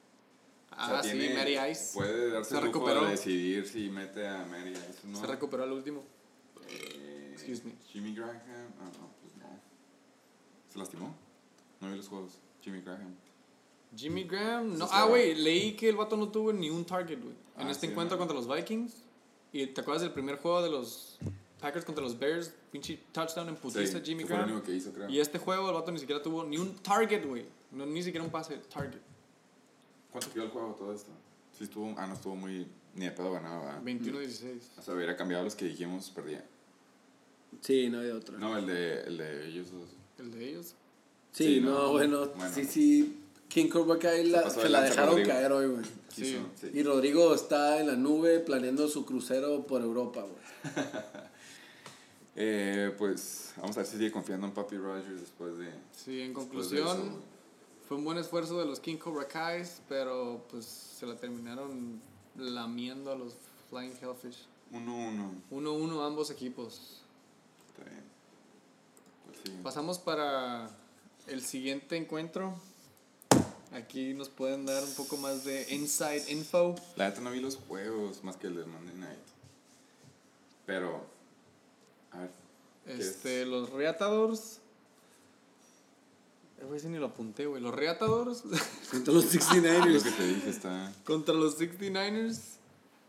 O sea,
Ah, sí,
tiene-
Mary Ice.
Puede darse
Se
el lujo
recuperó.
de decidir si mete a Mary Ice o no.
Se recuperó al último.
Eh,
Excuse me.
Jimmy Graham. Ah, no, pues no. ¿Se lastimó? No vi los juegos. Jimmy Graham.
Jimmy Graham, no.
Sí,
Ah,
sí.
güey, leí que el vato no tuvo ni un target, güey. en
Ah,
este
sí,
encuentro
no.
contra los Vikings. Y te acuerdas del primer juego de los Packers contra los Bears, pinche touchdown en putiza,
Sí,
Jimmy
que fue lo
Graham.
único que hizo, creo.
Y este juego el vato ni siquiera tuvo ni un target, güey. No, ni siquiera un pase, target.
¿Cuánto quedó el juego todo esto? Sí estuvo... Ah, no estuvo muy... Ni de pedo ganaba, ¿verdad?
21-16.
O sea, hubiera cambiado los que dijimos, perdía.
Sí, no había otra.
No, el de, el de ellos dos.
El de ellos.
Sí,
Sí,
no,
no,
bueno,
bueno.
Sí, sí. King Cobra ahí la,
pasó
se
de
la
lanza
dejaron
Rodrigo.
caer hoy, güey.
Sí.
Quiso, sí.
Y Rodrigo está en la nube planeando su crucero por Europa, güey.
Eh, pues vamos a ver si sigue confiando en Papi Rogers después de...
Sí, en
después de eso,
conclusión,
güey.
fue un buen esfuerzo de los King Cobra Kais, pero pues se la terminaron lamiendo a los Flying Hellfish.
1-1.
1-1 ambos equipos.
Está bien. Pues sí,
Pasamos para el siguiente encuentro. Aquí nos pueden dar un poco más de inside info.
La neta no vi los juegos más que el de Monday Night. Pero, a ver. ¿qué es?
Este, los Reatadors. Eh, güey, ese ni lo apunté, güey. Los Reatadors
Contra los
Lo
69ers.
que te dije está.
contra los 69ers.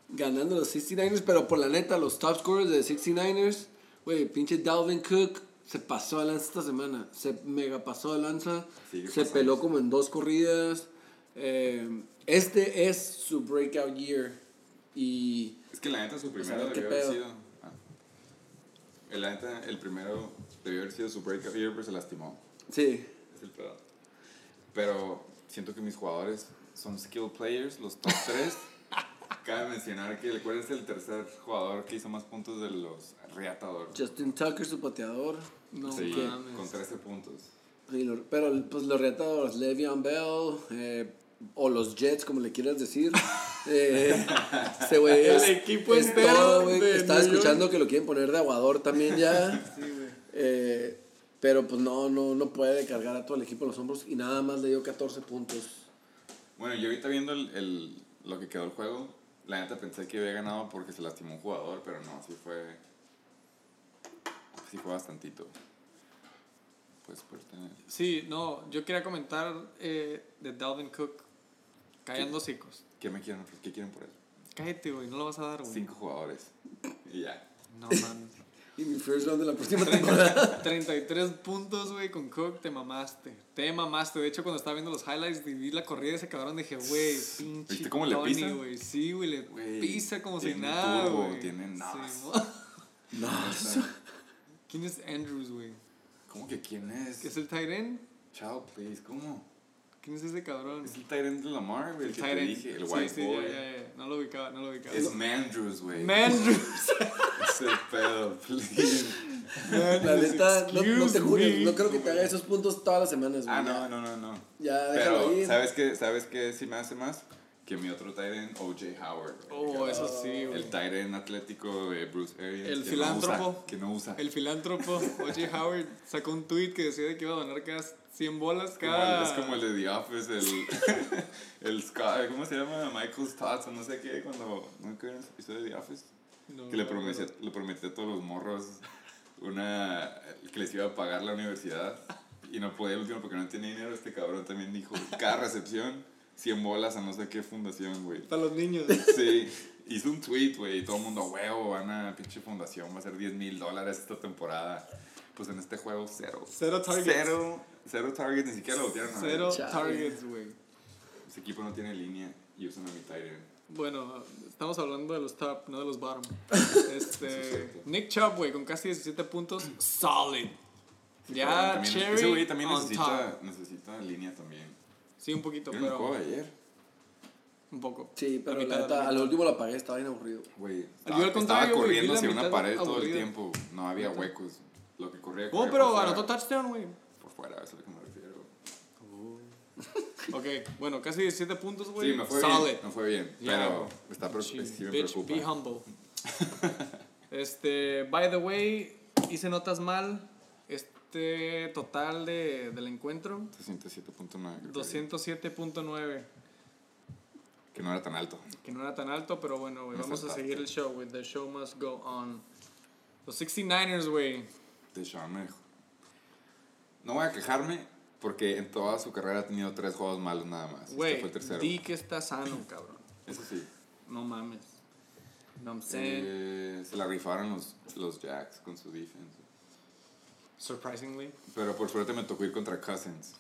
ganando los 69ers, pero por la neta, los top scorers de 69ers, güey, pinche Dalvin Cook se pasó de lanza esta semana, se mega pasó de lanza,
Sigue
se
pasando.
peló como en dos corridas. eh, este es su breakout year y
Es que la neta su
Pues a
primero
ver qué
debió haber
pedo.
sido. ah. El- La neta, el primero debió haber sido su breakout year, pero se lastimó.
sí,
Es el pedo. Pero siento que mis jugadores son skill players, los top 3. Cabe mencionar que cuál es el tercer jugador que hizo más puntos de los reatadores.
Justin Tucker su pateador.
No
Sí,
mames.
con 13 puntos.
y lo- pero pues los retadores, Le'Veon Bell, eh, o los Jets, como le quieras decir. eh, ese güey
El
es-
equipo
es
entero
todo, güey.
de
Estaba
New York.
escuchando que lo quieren poner de aguador también ya.
Sí, güey.
Eh, pero pues no, no, no puede cargar a todo el equipo en los hombros y nada más le dio 14 puntos.
Bueno, yo ahorita viendo el, el- lo que quedó el juego, la neta pensé que había ganado porque se lastimó un jugador, pero no, sí fue. Sí fue bastantito. Pues por tener.
Sí, no, yo quería comentar eh, de Dalvin Cook callando hocicos.
¿Qué me quieren? ¿Qué quieren por él?
Cállate, güey, no lo vas a dar, güey.
Cinco jugadores. Y ya.
No mames.
Y mi first round de la próxima temporada.
33 puntos, güey, con Cook, te mamaste. Te mamaste. De hecho, cuando estaba viendo los highlights y vi la corrida y se acabaron, dije, güey, pinche.
¿Viste cómo le
Tony,
pisa?
güey. Sí, güey, le
Güey,
pisa como si
tiene
nada,
turbo,
güey.
tiene
Sí,
nada.
mo-
no,
Ah, ¿Quién es Andrews, güey?
¿Cómo que quién es?
¿Es el Tyren?
Chao, please. ¿Cómo?
¿Quién es ese cabrón?
Es el Tyrant de Lamar, güey. El, que te
tight end.
dije, el
Sí,
White
sí, ya,
Boy.
ya, ya. No lo ubicaba, no lo ubicaba.
Es Mandrews, güey.
Andrews.
Es el pedo, please.
la neta, no, no te
Excuse
jures,
me.
no creo que te haga esos puntos todas las semanas, güey.
Ah, no, no, no, no.
Ya, déjalo
Pero,
ir.
¿sabes qué? ¿Sabes qué sí me hace más? Que mi otro Tyren, OJ Howard.
Oh, eso sí, güey.
el Tyren atlético de Bruce Arians.
El
que no
filántropo.
usa- que no usa.
El filántropo O.J. Howard sacó un tweet que decía de que iba a donar cada 100 bolas
Como el-
cada...
es como el de The Office, el, el Scott, ¿cómo se llama? Michael Stotts o no sé qué, cuando, ¿no que vieron ese episodio de The Office?
No,
Que le
no,
prometía, le prometía a todos los morros una, que les iba a pagar la universidad y no podía el último porque no tenía dinero, este cabrón también dijo, cada recepción, 100 bolas a no sé qué fundación, güey.
no. Para los niños.
Sí, hizo un tweet, güey, y todo el mundo, huevo, van a pinche fundación, va a ser 10 mil dólares esta temporada. Pues en este juego, cero.
Cero targets.
Cero, cero targets, ni siquiera lo botearon. a ver.
Cero
Chale.
targets, güey.
Ese equipo no tiene línea y usan a mi tight end.
Bueno, estamos hablando de los top, no de los bottom.
es
Este,
cierto.
Nick Chubb, güey, con casi 17 puntos. Solid. Ya,
También-
Cherry.
Ese güey también
on
necesita,
top.
necesita línea también.
Sí, un poquito,
Vieron el juego
pero
de ayer.
un poco.
Sí, pero
La
la
mitad, la
neta,
mitad.
al último la apagué, estaba bien aburrido.
Güey,
Yo al
estaba, estaba
contrario, güey, vi
corriendo
la
hacia una
mitad
pared todo el
aburrida.
tiempo. No había huecos. Lo que corría.
Oh,
corría
pero
por
anotó
fuera,
touchdown, güey.
por fuera, eso es a lo que me refiero.
Ok, bueno, casi 17 puntos, güey.
Sí, me fue
Solid.
bien. No fue bien.
Ya.
Ah, Pero está preocup-
She-
sí me
bitch,
preocupa.
be humble. este, by the way, hice notas mal. Este total de, del encuentro,
207.9. creo que
207.9,
era. Que no era tan alto.
que no era tan alto, pero bueno, güey,
Me
vamos a
faltaste.
seguir el show, güey. The show must go on. Los 69ers, güey.
este Deshaun me dejó. No voy a quejarme porque en toda su carrera ha tenido tres juegos malos nada más. Este
Güey,
fue el tercero.
di que está sano, cabrón.
Eso sí.
No mames. No I'm saying.
Eh, se la rifaron los, los Jacks con su defense.
Surprisingly.
Pero por suerte me tocó ir contra Cousins.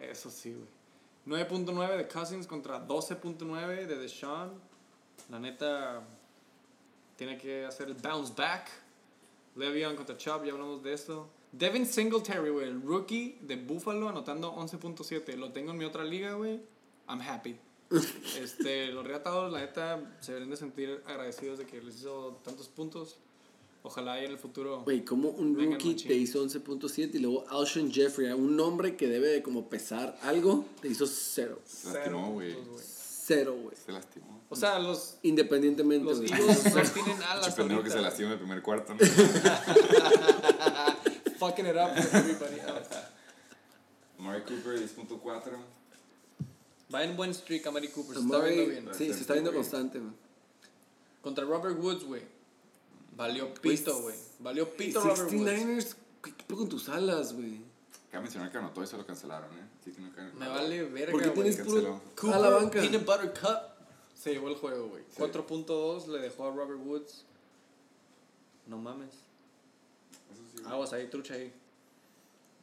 Eso sí, güey. 9.9 de Cousins contra 12.9 de Deshaun. La neta tiene que hacer el bounce back. Le'Veon contra Chubb, ya hablamos de eso. Devin Singletary, güey, el rookie de Buffalo anotando 11.7. Lo tengo en mi otra liga, güey. I'm happy. Este, los reatados, la neta, se deben de sentir agradecidos de que les hizo tantos puntos. Ojalá y en el futuro...
Güey, como un
Venga,
rookie
machín.
te hizo 11.7 y luego Alshon Jeffrey, un nombre que debe de como pesar algo, te hizo cero.
Se lastimó, güey.
puntos, güey.
Cero, güey.
Se lastimó.
O sea, los,
Independientemente,
Los
güey.
Eagles no tienen alas
Pendejo
ahorita.
que se lastimó en el primer cuarto. ¿no?
fucking it up for everybody else.
Murray Cooper 10.4.
Va en buen streak a Mary Cooper, se está viendo
Murray,
bien.
sí, se está viendo constante, güey.
Contra Robert Woods, güey. Valió pito, güey. Valió pito Robert Woods.
69ers, ¿qué qué pedo con tus alas, güey?
Cabe mencionar que anotó y se lo cancelaron, ¿eh? Así que no cae-
Me vale verga,
¿Por qué
güey.
tienes puro
Cooper,
a la banca?
Peanut Butter Cup se llevó el juego, güey. 4.2 le dejó a Robert Woods. No mames.
Eso sí, güey.
Aguas ahí, trucha ahí.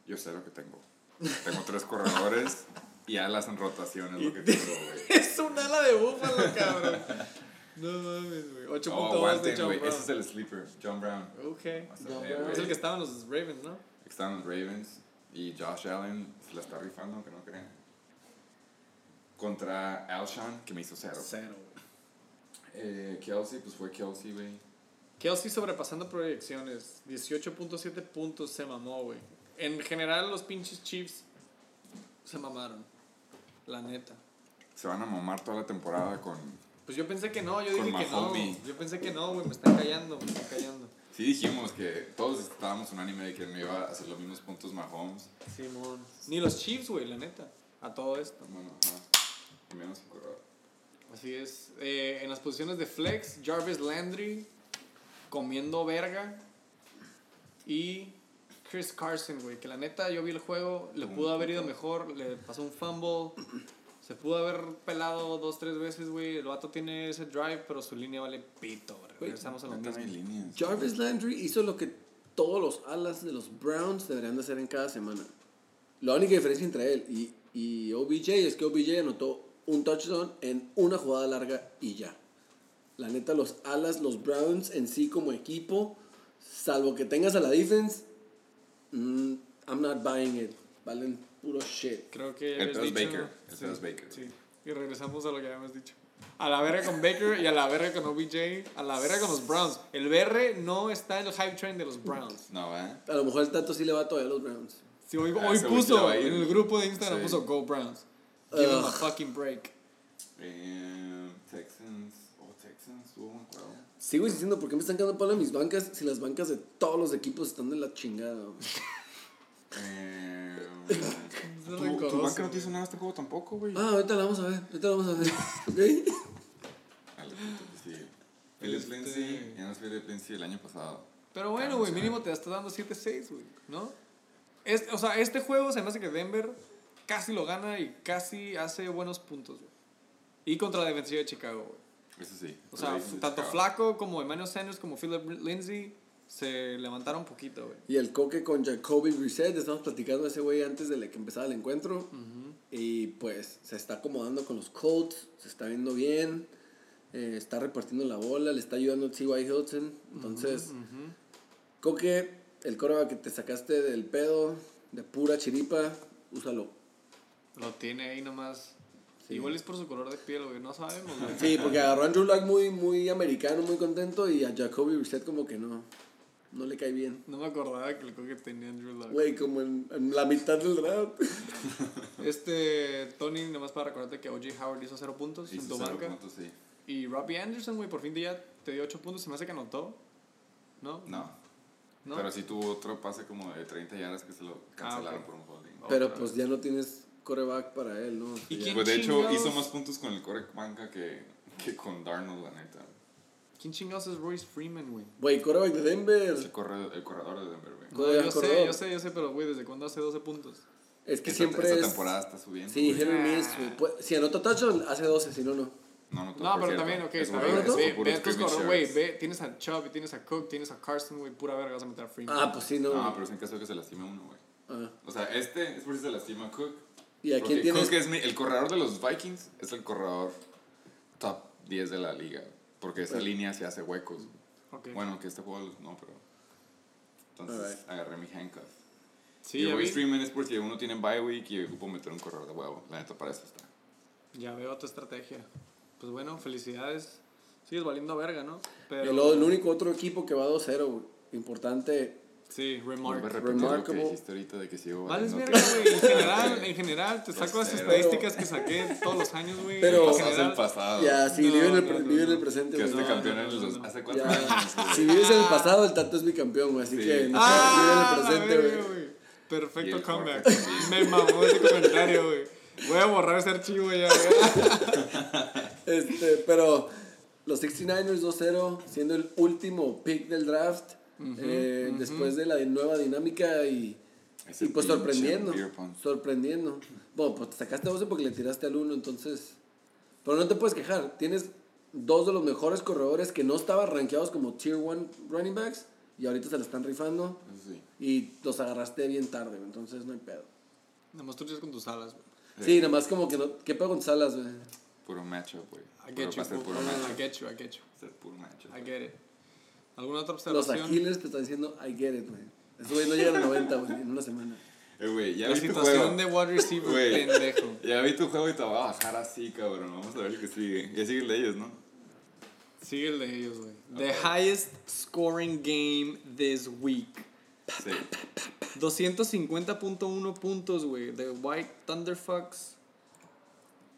Yo sé lo que tengo. Tengo tres corredores y alas en rotación es lo que tengo, güey.
es un ala de búfalo, cabrón. No mames, güey. 8.2
Oh,
de
aguanten,
John
güey.
Brown.
Ese es el sleeper, John Brown.
Ok.
Hasta
John
ahí,
Brown.
güey.
Es el que estaban los Ravens, ¿no?
Están los Ravens y Josh Allen se la está rifando, aunque no crean. Contra Alshon, que me hizo cero.
Cero, güey.
Eh, Kelsey, pues fue Kelsey, güey.
Kelsey sobrepasando proyecciones. 18.7 puntos se mamó, güey. En general, los pinches Chiefs se mamaron. La neta.
Se van a mamar toda la temporada con...
Pues yo pensé que no, yo
Con
dije que no.
Mahomes.
Yo pensé que no, güey. Me están callando, me están callando.
Sí dijimos que todos estábamos unánime de que no iba a hacer los mismos puntos Mahomes.
Simón. Ni los Chiefs, güey, la neta. A todo esto.
Bueno, ajá. Y menos el corredor.
Así es. Eh, en las posiciones de flex, Jarvis Landry comiendo verga. Y Chris Carson, güey. Que la neta, yo vi el juego, le
Un
pudo haber ido mejor, le pasó un fumble. Se pudo haber pelado dos, tres veces, güey. El vato tiene ese drive, pero su línea vale pito. Regresamos a lo
Neta, no hay
mismo.
líneas.
Jarvis Landry hizo lo que todos los alas de los Browns deberían de hacer en cada semana. La única diferencia entre él y, y OBJ es que OBJ anotó un touchdown en una jugada larga y ya. La neta, los alas, los Browns en sí como equipo, salvo que tengas a la defense, mm, I'm not buying it. Valen puro shit.
Creo que ya habías
El pedo es
dicho-
Baker, el
sí,
pedo es Baker.
Sí. Y regresamos a lo que habíamos dicho. A la verga con Baker y a la verga con OBJ, a la verga con los Browns. El BR no está en el hype train de los Browns.
No, ¿eh?
A lo mejor el tanto sí le va todavía a los Browns.
Sí, hoy,
Ah,
hoy
ese güey sí le
puso
va a ir.
en el grupo de Instagram
Sí.
puso Go Browns. Give him a
Ugh.
fucking break.
Eh, Texans. Oh, Texans. Tuvo un juego.
Sigo insistiendo, ¿por qué me están quedando palo en mis bancas si las bancas de todos los equipos están de la chingada? güey?
Eh,
Es
tu, tu
rencoroso,
banca no te
güey.
hizo nada este juego tampoco, güey.
Ah, ahorita la vamos a ver, ahorita la vamos a ver. ¿Ok?
Dale, puto, pues sí. Philip
Este-
Lindsay, ya no es Philip Lindsay el año pasado.
Pero bueno, güey, mínimo te está dando 7-6, güey, ¿no? Es- o sea, este juego se me hace que Denver casi lo gana y casi hace buenos puntos, güey. Y contra la defensiva de Chicago, güey.
Eso sí.
O sea,
Ravens de
tanto
Chicago.
Flaco como Emmanuel Sanders como Philip Lindsay se levantaron un poquito, güey.
Y el coque con Jacoby Reset, estamos platicando de ese güey antes de la que empezaba el encuentro. Y pues se está acomodando con los Colts, se está viendo bien, eh, está repartiendo la bola, le está ayudando T.Y. Hilton. Entonces, coque, el coreba que te sacaste del pedo, de pura chiripa, úsalo.
Lo tiene ahí nomás.
Sí.
Igual es por su color de piel, güey. No sabemos, güey.
Sí, porque agarró a Andrew Luck muy, muy americano, muy contento, y a Jacoby Reset como que no, no le cae bien.
No me acordaba que el coque tenía Andrew Luck.
Güey, como en, en la mitad del draft.
Este, Tony, nomás para recordarte que O.J. Howard hizo 0 puntos en
Hizo
tu
cero
banca.
puntos, sí.
Y Robbie Anderson, güey, por fin de ya te dio 8 puntos. Se me hace que anotó. ¿No?
No,
¿No? Ah,
Pero sí tuvo otro pase como de 30 yardas que se lo cancelaron
ok. Oh,
por un holding.
Pero
Otra
pues ya no tienes coreback para él, ¿no?
¿Y
Ya.
quién
Pues de hecho
chingados?
hizo más puntos con el core banca que, que con Darnold, la neta.
¿Quién chingados es Royce Freeman, güey?
Güey, coreback de
Es el,
Denver.
corredor, el corredor de Denver, güey.
No,
No,
ya
yo sé,
acordó.
yo sé, yo sé, pero güey, ¿desde cuándo hace 12 puntos?
Es que
Esta-
siempre
esta
es.
temporada está subiendo.
Sí,
güey.
hit or miss, güey. Pu- Si anota touchdown, hace 12, si no, no.
No, no,
No,
por
pero
cierto.
también, ok,
Es
está
un
bien.
regreso,
Ve,
puros
ve a tus
scrimmage
corredores, güey,
yards.
ve, tienes a Chubb, y tienes a Cook, tienes a Carson, güey, pura verga vas a meter a Freeman.
Ah, pues sí, no.
No,
güey.
pero es en caso de que se lastime uno, güey.
Ah.
O sea, este es por si se lastima Cook.
¿Y a
Porque
quién tienes?
Cook es mi- el corredor de los Vikings, es el corredor top 10 de la liga. Porque esa línea se hace huecos.
Ok.
Bueno, que este juego no, pero. Entonces
Alright.
agarré mi handcuff.
sí,
y
ya,
Royce
vi.
Freeman es porque uno tiene bye week y ocupo meter un corredor de huevo. La neta, para eso está.
ya veo tu estrategia. Pues bueno, felicidades. Sigues valiendo verga, ¿no? Pero
El, el único otro equipo que va 2-0, güey. Importante
Sí, remark.
Vuelve a repetir lo que
Remarkable.
dijiste ahorita de que sigo
Vales
valiendo
verga, güey. En
Ok.
general, en general, te saco las
Grosero.
estadísticas que saqué todos los años, güey.
Pero-
En
Cosas del
general,
pasado.
Ya, sí,
Ah, No,
vive en el,
no,
pre-
no,
vive en el
no.
presente.
Que
güey.
este
No,
campeón
no,
en
no,
los.
no.
¿Hace cuántos
Ya.
años? güey?
Si vives en el pasado, el tato es mi campeón, güey. Así
Sí.
que no
Ah,
vive en el
la verga,
presente, güey.
güey.
Y
Perfecto
el
comeback.
comeback
Me mamó ese comentario, güey. Voy a borrar ese archivo ya, güey.
Este, pero los 69ers 2-0, siendo el último pick del draft, eh, después de la di- nueva dinámica y,
Ese
y pues
pinche
sorprendiendo.
beer pong.
Sorprendiendo. Bueno, pues te sacaste 12 porque le tiraste al 1, entonces. Pero no te puedes quejar, tienes dos de los mejores corredores que no estaban rankeados como tier 1 running backs y ahorita se la están rifando
Eso sí.
y los agarraste bien tarde, güey, entonces no hay pedo.
Nada más tú chillas con tus alas, güey.
Sí.
Sí, nada más como que no. ¿Qué pedo con Salas, güey?
Puro macho, güey.
I
Puro-
get
Va a ser
you.
puro
fool. I
macho.
get you, I get you.
Va a ser puro macho.
I get it. ¿Alguna otra
Los
observación?
Aquiles te están diciendo, I get it, güey. Esos güey no llegan a 90, güey, en una semana.
Eh, güey, ya
La
vi tu
situación
juego.
de wide receiver,
Güey.
pendejo.
Ya vi tu juego y te voy a bajar así, cabrón. Vamos a ver el que sigue. Ya sigue el de ellos, ¿no?
Sigue el de ellos, güey. The highest scoring game this week.
Sí.
250.1 puntos, güey, de White Thunderfucks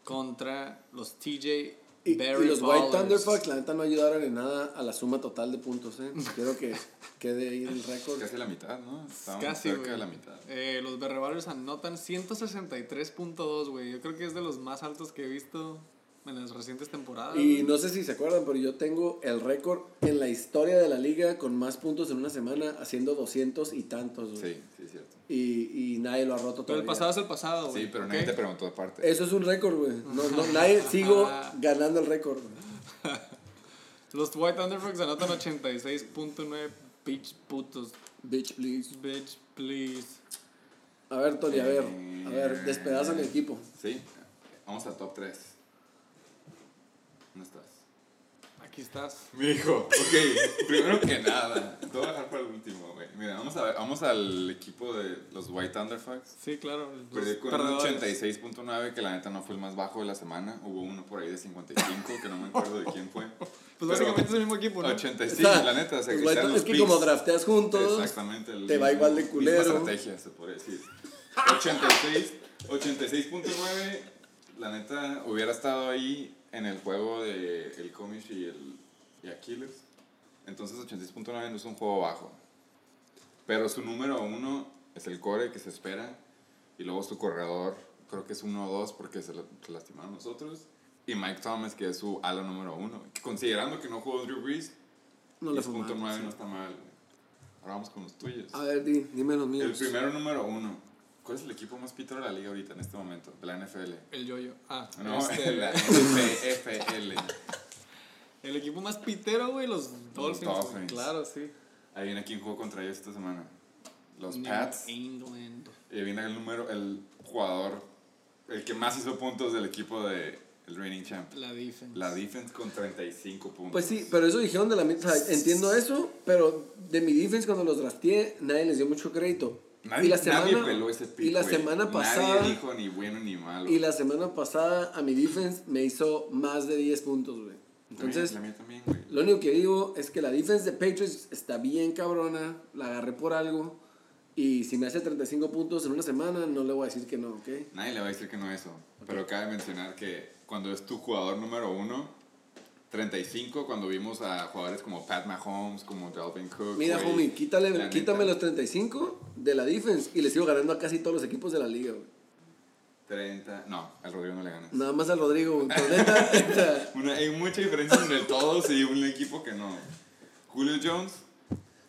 contra los TJ
Y, y
Berry
los White
Ballers.
Thunderfucks, la neta, no ayudaron en nada a la suma total de puntos, ¿eh? Quiero que quede ahí el récord.
Casi la mitad, ¿no? Estábamos
Casi,
cerca
güey.
de la mitad.
Eh, los Berry Ballers anotan 163.2, güey. Yo creo que es de los más altos que he visto en las recientes temporadas.
Y
güey.
no sé si se acuerdan, pero yo tengo el récord en la historia de la liga con más puntos en una semana, haciendo 200 y tantos, güey.
Sí, sí, es cierto.
Y, y nadie lo ha
Pero
roto todavía.
el pasado es el pasado, güey.
Sí, pero
¿ok?
nadie te preguntó aparte.
Eso es un récord, güey. No, no, nadie sigo
Ah.
ganando el récord, güey.
Los White Thunderfucks anotan 86.9 bitch putos.
Bitch, please.
Bitch, please.
A ver, Tony, a ver. A ver, despedaza mi equipo.
Sí. Vamos al top 3. ¿Dónde estás?
Aquí estás.
Mi hijo, ok, primero que nada, te voy a dejar para el último, güey. Mira, vamos, a, vamos al equipo de los White Thunderfucks.
Sí, claro. los
Perdió Pues, con un
perdedores.
86.9, que la neta no fue el más bajo de la semana. Hubo uno por ahí de 55, que no me acuerdo de quién fue.
Pues básicamente es el mismo equipo, ¿no? Pues,
85,
O sea,
la neta, se
los
cruzan
White-
los
Es que
picks.
como drafteas juntos,
Exactamente. el
te va igual de culero.
Misma estrategia, se podría decir. 86, 86.9, la neta, hubiera estado ahí en el juego de el Comish y el y Aquiles. Entonces 86.9 no es un juego bajo. Pero su número uno es el core que se espera. Y luego su corredor, creo que es uno o dos porque se, la- se lastimaron nosotros. Y Mike Thomas, que es su ala número uno. Que Considerando que no jugó Drew Brees,
no le fue mal.
10.9 no está mal. güey. Ahora vamos con los tuyos.
A ver, di, dime los
El
míos.
primero número uno. ¿Cuál es el equipo más pítero de la liga ahorita en este momento? De la NFL.
El yoyo. Ah,
No,
este,
la NFL.
el equipo más pitero, güey, los Dolphins. güey.
Dolphins.
Claro, sí.
Ahí viene quien jugó contra ellos esta semana. Los
New
Pats. Y
England.
ahí viene el número, el jugador, el que más hizo puntos del equipo de el reigning champ.
La defense.
La defense con 35 puntos.
Pues sí, pero eso dijeron de la mitad. entiendo eso, pero de mi defense cuando los drafté, nadie les dio mucho crédito.
Nadie,
y la
nadie
semana,
peló ese pick,
y la
güey.
semana
Nadie
pasada
dijo ni bueno ni malo.
y la semana pasada a mi defense me hizo más de 10 puntos, güey. Entonces,
La mía también, güey.
Lo único que digo es que la defense de Patriots está bien cabrona, la agarré por algo y si me hace 35 puntos en una semana no le voy a decir que no, ¿ok?
Nadie le va a decir que no eso. Pero cabe mencionar que cuando es tu jugador número uno, 35, cuando vimos a jugadores como Pat Mahomes, como Dalvin Cook.
Mira,
güey,
homie, quítale,
la
quítame
neta,
los 35 de la defense y le sigo ganando a casi todos los equipos de la liga, güey.
30. No, al Rodrigo no le gana.
Nada más al Rodrigo, güey. Pero neta, neta,
Una- hay mucha diferencia entre todos y un equipo que no. Julio Jones.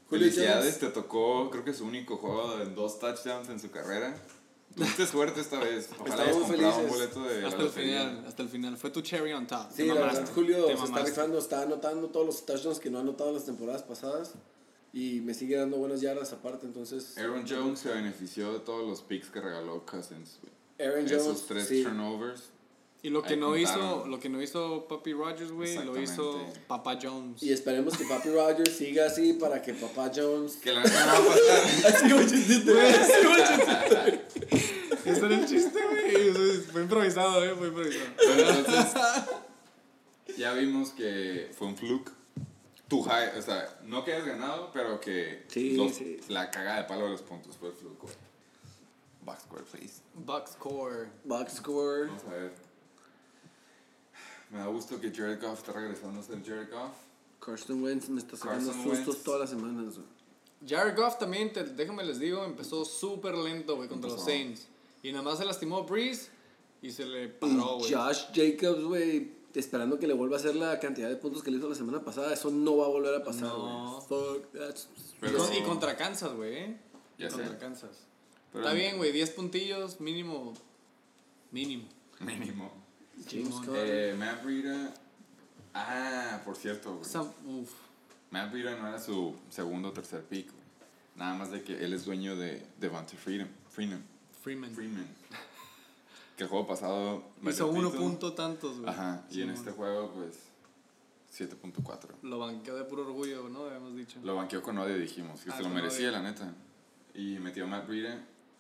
Julio
felicidades,
Jones.
te tocó, creo que su único juego en dos touchdowns en su carrera. Tuviste suerte esta vez. Ojalá hayas
Estamos
comprado un
felices.
boleto de la
Hasta el
lotería.
final, hasta el final. Fue tu cherry on top.
Sí,
Te
la
mamaste,
verdad, Julio
te
se está
mamaste.
rifando, está anotando todos los touchdowns que no ha anotado en las temporadas pasadas y me sigue dando buenas yardas aparte, entonces...
Aaron Jones se benefició de todos los picks que regaló Cousins. güey.
Aaron Jones,
Esos tres
sí.
turnovers.
Y lo que,
Ahí
no hizo,
contaron.
lo que no hizo Papi Rogers, güey, lo hizo
Exactamente.
Papa Jones.
Y esperemos que Papi Rogers siga así para que Papá Jones...
Que la neta no va a pasar.
Así como chistito, güey.
Ese era el chiste, güey. Eso es- Fue improvisado, güey, fue improvisado.
Pero Entonces, ya vimos que fue un fluke. tu high, o sea, no que hayas ganado, pero que
Sí,
los-
sí.
la cagada de palo de los puntos fue el flujo. Back square, please.
Box score.
Box score.
Vamos a ver. Me da gusto que Jared Goff está regresando a ser Jared Goff.
Carson Wentz me está sacando
Carson
sustos
Wentz.
todas las semanas, güey.
Jared Goff también, te- déjame les digo, empezó súper lento, güey, contra los
Empezó.
Saints. Y nada más se lastimó Breeze y se le paró, güey.
Josh Jacobs, güey, esperando que le vuelva a hacer la cantidad de puntos que le hizo la semana pasada. Eso no va a volver a pasar, güey.
No.
Fuck, that's-
Y
Pero,
con- Y contra Kansas, güey, ¿eh?
Ya
Y contra
sé.
Kansas.
pero
Está bien, güey, 10 puntillos, mínimo. Mínimo.
Mínimo.
James
Simón.
Conner.
Eh, Matt Breida. Ah, por cierto, güey.
Esa- uf.
Matt Breida no era su segundo o tercer pick. güey. Nada más de que él es dueño de Devante Freedom. Freeman.
Freeman.
Freeman. Que el juego pasado.
Hizo
metió
uno
pito.
punto tantos, güey.
Ajá. Y en
Simón.
este juego, pues. 7.4.
Lo banqueó de puro orgullo, ¿no? Habíamos dicho.
Lo banqueó con odio, dijimos. Que
Ah,
se lo
con
merecía,
odio.
la neta. Y metió a Matt Breida.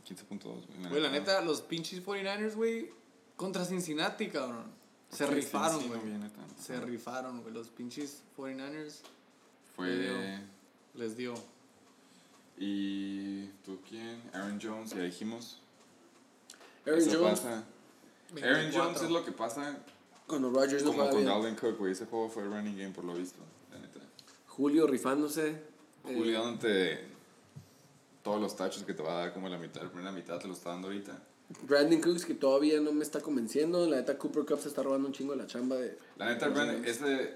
15.2,
Güey, la neta, los pinches 49ers, güey, contra Cincinnati, cabrón. Se
Sí, sí,
rifaron,
sí,
güey.
no, bien, neta, no.
Se rifaron, güey. Los pinches 49ers
Fue.
les dio.
¿Y tú quién? Aaron Jones, ya dijimos.
Aaron
Eso
Jones,
pasa. Aaron
24.
Jones es lo que pasa
cuando Rodgers no
como
juega
con
bien.
Dalvin Cook, güey. Ese juego fue running game por lo visto, la neta.
Julio rifándose. Eh,
Julio dándote todos los tachos que te va a dar como la mitad, la primera mitad te lo está dando ahorita.
Brandon Cooks, que todavía no me está convenciendo. La neta, Cooper Cup se está robando un chingo de la chamba de.
La neta,
de los
Brandon,
Rams.
ese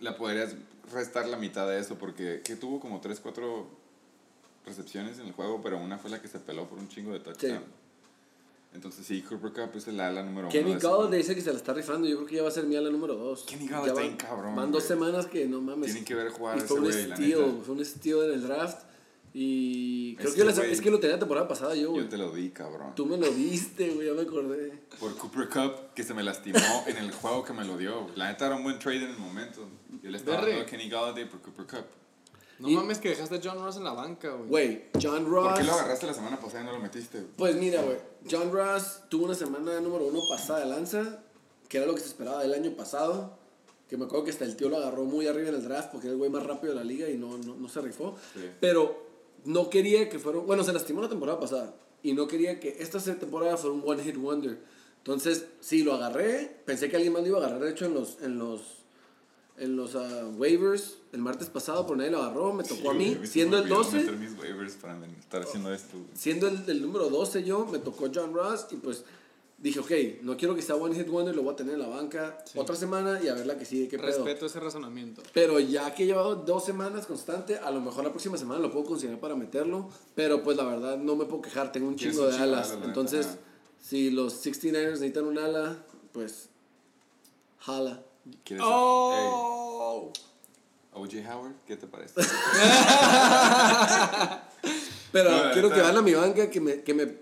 la podrías restar la mitad de eso porque que tuvo como 3, 4 recepciones en el juego, pero una fue la que se peló por un chingo de touchdown. Entonces sí, Cooper Cup es el ala número uno.
Kenny
de ese-
Galladay dice que se la está rifando. Yo creo que ya va a ser mi ala número 2.
Kenny Galladay está bien cabrón,
Van dos
güey.
semanas que no mames.
Tienen que ver jugar a
Y
ese
fue un
güey, la
steal,
neta.
fue un steal en el draft. Y creo
Este
que yo la-
güey.
es que lo tenía la temporada pasada yo, güey.
Yo te lo di, cabrón.
Tú me lo diste, güey, ya me acordé.
Por Cooper Cup, que se me lastimó en el juego que me lo dio. La neta era un buen trade en el momento. Yo le estaba
Berre.
dando a Kenny Galladay por Cooper Cup.
No
Y-
mames que dejaste a John Ross en la banca, güey.
Güey, John Ross.
¿Por qué lo agarraste la semana pasada y no lo metiste? güey?
Pues mira, güey, John Ross tuvo una semana número uno pasada de lanza, que era lo que se esperaba del año pasado. Que me acuerdo que hasta el tío lo agarró muy arriba en el draft porque era el güey más rápido de la liga y no, no, no se rifó.
Sí.
Pero no quería que fuera. Bueno, se lastimó la temporada pasada y no quería que esta se- temporada fuera un one hit wonder. Entonces, sí, lo agarré. Pensé que alguien más lo iba a agarrar, de hecho, en los, en los, en los ah, waivers el martes pasado, pero nadie lo agarró. Me tocó a
Sí,
mí,
güey, se
siendo
me
el
olvidó
12.
meter mis waivers para estar haciendo esto. güey.
Siendo el, el número 12 yo, me tocó John Ross y pues dije, ok, no quiero que sea One Hit Wonder, lo voy a tener en la banca otra semana y a ver la que sigue, qué pedo.
Respeto ese razonamiento.
Pero ya que he llevado dos semanas constante, a lo mejor la próxima semana lo puedo considerar para meterlo, pero pues la verdad no me puedo quejar, tengo un
Tienes
chingo
un
de
chingo de
alas.
alas, la
Entonces,
neta,
si los 69ers necesitan un ala, pues jala.
¿Quieres
¡Oh!
Ey, OJ Howard, ¿qué te parece?
Pero
No, la
quiero
neta.
que vayan a mi banca, que me, que me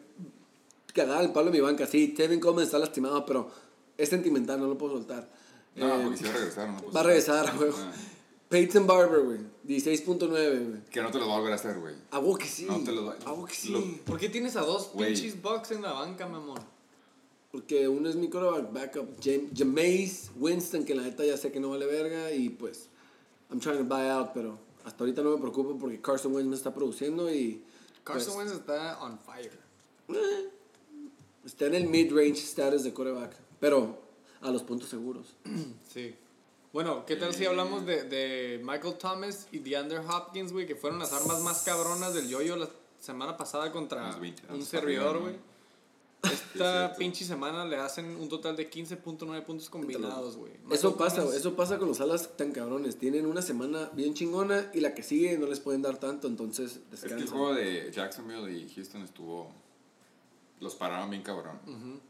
cagaba el palo en mi banca. Sí, Tevin Coleman está lastimado, pero es sentimental, no lo puedo soltar.
no,
Eh,
porque si va a regresar, no
va a regresar, güey. Peyton Barber, güey. 16.9, güey.
Que no te lo va a volver a hacer, güey.
A vos que sí.
No te lo doy.
A vos que sí.
Lo-
¿Por qué tienes a dos
Güey.
pinches Bucks en la banca, mi amor?
Porque uno es mi quarterback backup, Jam- Jameis Winston, que la neta ya sé que no vale verga. Y pues, I'm trying to buy out, pero hasta ahorita no me preocupo porque Carson Wentz me está produciendo y.
Carson
pues,
Wentz está on fire.
Está en el mid-range status de quarterback, pero a los puntos seguros.
Sí. Bueno, ¿qué tal si hablamos de, de Michael Thomas y DeAndre Hopkins, güey, que fueron las armas más cabronas del yoyo la semana pasada contra
Los 20,
un
los
servidor,
arriba,
güey?
es
Esta
cierto.
pinche semana le hacen un total de 15.9 puntos combinados, güey.
Eso
Michael
pasa,
Thomas-
güey, eso pasa con los alas tan cabrones. Tienen una semana bien chingona y la que sigue no les pueden dar tanto, entonces
Es que el
descansan.
juego de Jacksonville y Houston estuvo. Los pararon bien cabrón.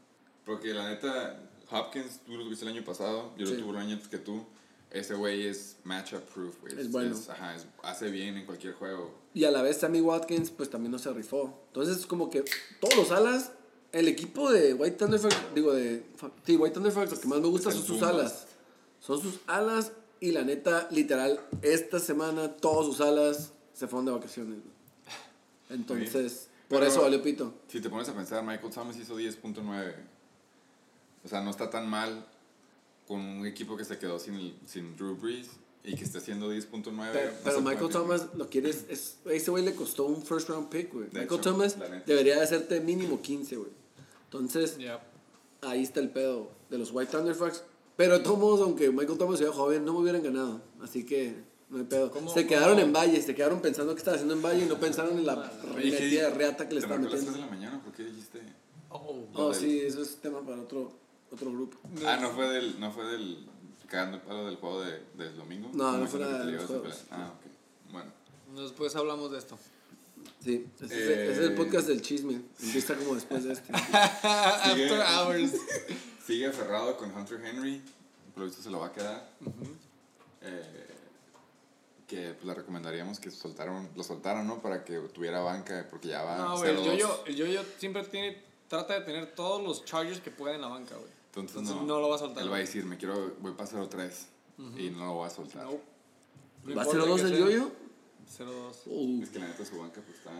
Porque la neta, Hopkins, tú lo viste el año pasado, yo
Sí.
lo tuve el año antes que tú. Ese güey es matchup proof, güey.
Es bueno.
ajá, es- hace bien en cualquier juego.
Y a la vez Sammy Watkins pues también no se rifó. Entonces como que todos los alas, el equipo de White Thunder Fox- digo de... Sí, White Thunder Fox, lo que más me gusta
Es
son
el
sus
boom.
alas. Son sus alas y la neta, literal, esta semana todos sus alas se fueron de vacaciones. güey. Entonces, por
Pero-
eso valió pito.
Si te pones a pensar, Michael Thomas hizo 10.9. O sea, no está tan mal con un equipo que se quedó sin, el- sin Drew Brees y que esté haciendo 10.9.
Pero,
no
pero
se
Michael
puede.
Thomas lo quieres. Es, a ese güey le costó un first round pick, güey.
De
Michael
hecho,
Thomas
la neta.
debería de hacerte mínimo 15, güey. Entonces,
Ya.
ahí está el pedo de los White Thunderfucks. Pero de todos modos, aunque Michael Thomas sea joven, no me hubieran ganado. Así que no hay pedo.
¿Cómo-
se quedaron
cómo?
en Valle, se quedaron pensando que estaba haciendo en Valle y no pensaron en la
Ah,
Oye, ¿qué
metida de
di-
reata que le
¿Te
estaba
marcó a las
metiendo.
3 de la mañana? ¿Por qué dijiste?
Oh.
Oh,
del-
sí, eso es tema para otro, otro grupo.
Ah, no fue del. No fue del. Cagando el palo del juego de, del domingo. Me
No, no
imagino
fue nada
que te
de
lo
los
ibas a
juegos.
pelar. Ah, ok. Bueno.
Después hablamos de esto.
Sí, ese, es el- ese es el
Eh.
podcast del chisme. Empieza como después de este.
Sigue.
After hours.
Sigue aferrado con Hunter Henry. Por lo visto se lo va a quedar. Eh, que pues, le recomendaríamos que soltaron, lo soltaran, ¿no? Para que tuviera banca, porque ya va.
No, güey, el
0-2.
yo-yo, el yo-yo siempre tiene, trata de tener todos los chargers que pueda en la banca, güey.
Entonces
Entonces
no,
no lo va a soltar.
Él va a decir, me quiero, voy para 0-3. Y no lo va a soltar.
No. No
¿Va a
importa
ser los dos
que
del
sea
yoyo?
0-2.
Uh,
Es que la neta su banca pues está...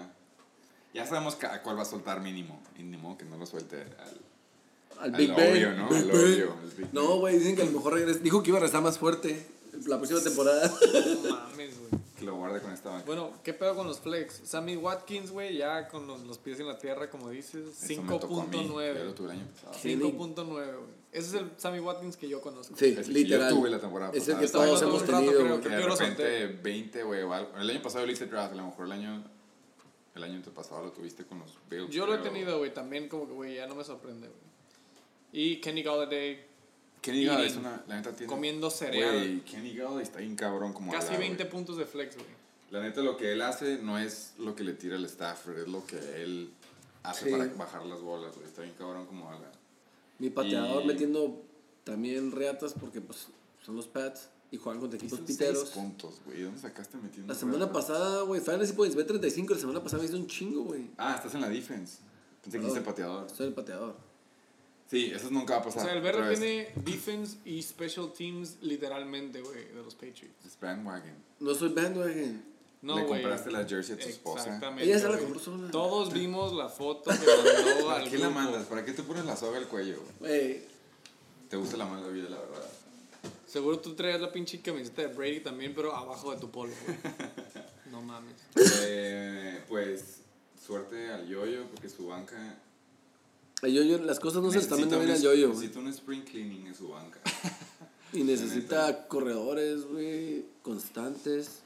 Ya sabemos ca- a cuál va a soltar mínimo. Mínimo que no lo suelte al...
al
al
Big
obvio,
Ben.
Ah, ¿no?
Big
Al
Ben.
obvio, al Big
No, güey, dicen que a lo mejor regresa. Dijo que iba a rezar más fuerte la próxima temporada.
No mames, güey.
Que lo guarde con esta banca.
Bueno, ¿qué pedo con los flex? Sammy Watkins, güey, ya con los, los pies en la tierra, como dices,
Eso me tocó a mí. Yo lo
5.9.
tuve el año pasado.
Sí.
5.9, güey. Ese es el Sammy Watkins que yo conozco.
Sí,
Ese que
literal.
yo tuve la temporada
es el que
pasada.
todos
Estaba
hemos
todo el rato,
tenido.
creo
güey.
Que de
yo lo
repente 20, güey, o algo. El año pasado yo lo hice draft. A lo mejor el año... El año antepasado lo tuviste con los Bills.
Yo lo he
creo.
tenido, güey, también como que, güey, ya no me sorprende, güey. Y Kenny Galladay
Kenny Galladay es
Eating.
una... La neta tiene...
comiendo cereal.
Güey, Kenny Galladay está bien cabrón como
Casi
habla, güey.
20 puntos de flex, güey.
La neta, lo que él hace no es lo que le tira el Stafford, es lo que él hace
Sí.
para bajar las bolas, güey. Está bien cabrón como habla.
Mi pateador
Y-
metiendo también reatas porque pues, son los pads y juegan contra equipos
Hizo seis
piteros.
puntos, güey. ¿Dónde sacaste metiendo?
La
esa
semana
bola?
pasada, güey, Fantasy Points B35, la semana pasada me hizo un chingo, güey.
Ah, estás en la defense. Pensé que hiciste pateador.
Soy el pateador.
Sí, eso nunca va a
O
pasar.
sea, el verde
Otra vez.
tiene defense y special teams literalmente, güey, de los Patriots.
Es bandwagon.
No soy eh, bandwagon.
No,
Le
güey.
compraste la jersey a tu esposa.
Exactamente.
Ella se la
güey.
compró sola.
Todos vimos la foto que mandó
¿Para
al
qué la
grupo.
mandas? ¿Para qué te pones la soga al cuello, güey?
Güey,
Te gusta la mala vida, la verdad.
Seguro tú traías la pinche camiseta de Brady también, pero abajo de tu polo, güey. No mames.
eh, pues, suerte al yoyo, porque su banca.
el yoyo, las cosas no se están
Necesita
viendo bien
un-
al yoyo. güey.
Necesita un spring cleaning en su banca.
Y
La
necesita corredores, güey, constantes.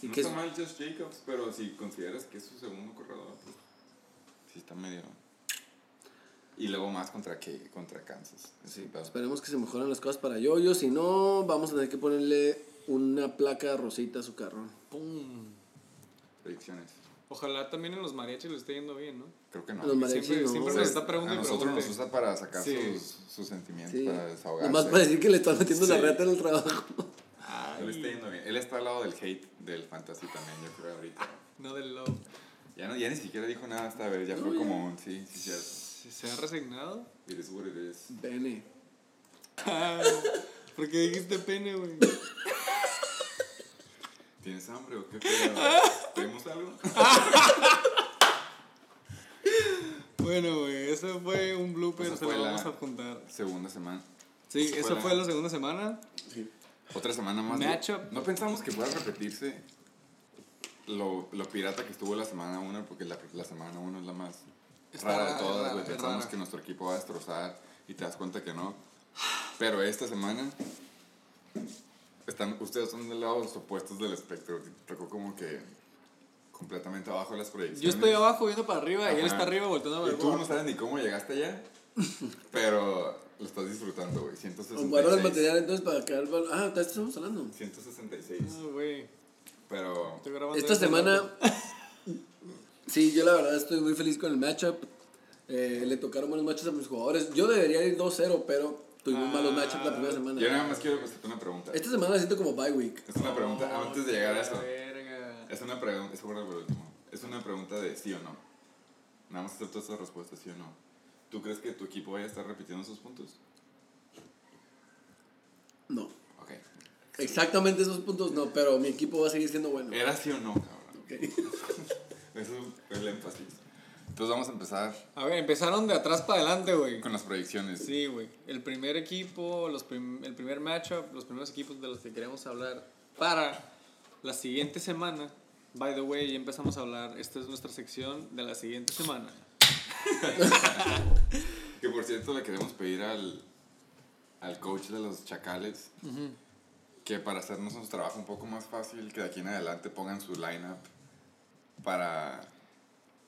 Y
no
que
está mal Josh Jacobs, pero si consideras que es su segundo corredor, pues, sí está medio. Y luego más contra, que, contra Kansas. Sí, pero-
esperemos que se mejoren las cosas para yoyo. Si no, vamos a tener que ponerle una placa rosita a su carro.
Pum.
predicciones.
Ojalá también en los mariachis le esté yendo bien, ¿no?
Creo que no.
Los
O
mariachis
Siempre,
no,
siempre
sea,
nos está
a
preguntando y
nosotros nos
preguntando.
usa para sacar
Sí.
sus, sus sentimientos,
Sí.
para desahogarse.
Nomás para decir que le están metiendo la
Sí.
reta en el trabajo.
Él está yendo bien. Él está al lado del hate del fantasy también, yo creo, ahorita.
No del love.
Ya, no, ya ni siquiera dijo nada esta vez, ya fue como un sí, sí, cierto.
¿Se se ha resignado?
It is what it is.
Bene.
Porque dijiste pene, güey.
¿Tienes hambre o qué pedo? ¿Pedimos algo?
Bueno, güey, eso fue un blooper,
Esa
se lo
fue la-
vamos a apuntar.
Segunda semana.
Sí,
Esa fue
eso
la-
fue la segunda semana.
Otra semana más. de-
Matchup.
No pensamos que pueda repetirse lo, lo pirata que estuvo la semana 1, porque la, la semana 1 es la más
Está
rara de
rara,
todas.
rara,
güey.
es
Pensamos
rara.
que nuestro equipo va a destrozar y te das cuenta que no. Pero esta semana, están, ustedes son de lados opuestos del espectro. Te Tocó como que completamente abajo de las proyecciones.
Yo estoy abajo viendo para arriba y él
Ajá.
está arriba volteando a
Y
ver.
tú no sabes ni cómo llegaste allá, pero lo estás disfrutando, güey.
Guarda
166.
el material entonces para que Álvaro- Ah, ¿de esto estamos hablando?
166.
No, güey,
Pero
estoy grabando
Esta
esto.
semana, sí, yo la verdad estoy muy feliz con el matchup. Eh, le tocaron buenos matchups a mis jugadores. Yo debería ir 2-0, pero tuvimos
Ah.
malos matchups la primera semana.
yo nada más quiero hacerte una pregunta.
Este
Esta semana la siento como bye week.
Es una pregunta, antes de llegar a eso,
Verga.
es una pregunta, es guarda por último. Es una pregunta de sí o no. Nada más acepto esa respuesta, sí o no. ¿Tú crees que tu equipo vaya a estar repitiendo sus puntos?
No.
Ok.
Exactamente esos puntos no, pero mi equipo va a seguir siendo bueno.
Era sí o no, cabrón.
Ok.
Eso es el énfasis. Entonces vamos a empezar
A ver, empezaron de atrás para adelante, güey.
con las proyecciones.
Sí, güey. El primer equipo, los prim- el primer matchup, los primeros equipos de los que queremos hablar. para la siguiente semana. By the way, ya empezamos a hablar. Esta es nuestra sección de la siguiente semana.
Que por cierto le queremos pedir al, al coach de los chacales que para hacernos nuestro trabajo un poco más fácil, que de aquí en adelante pongan su lineup para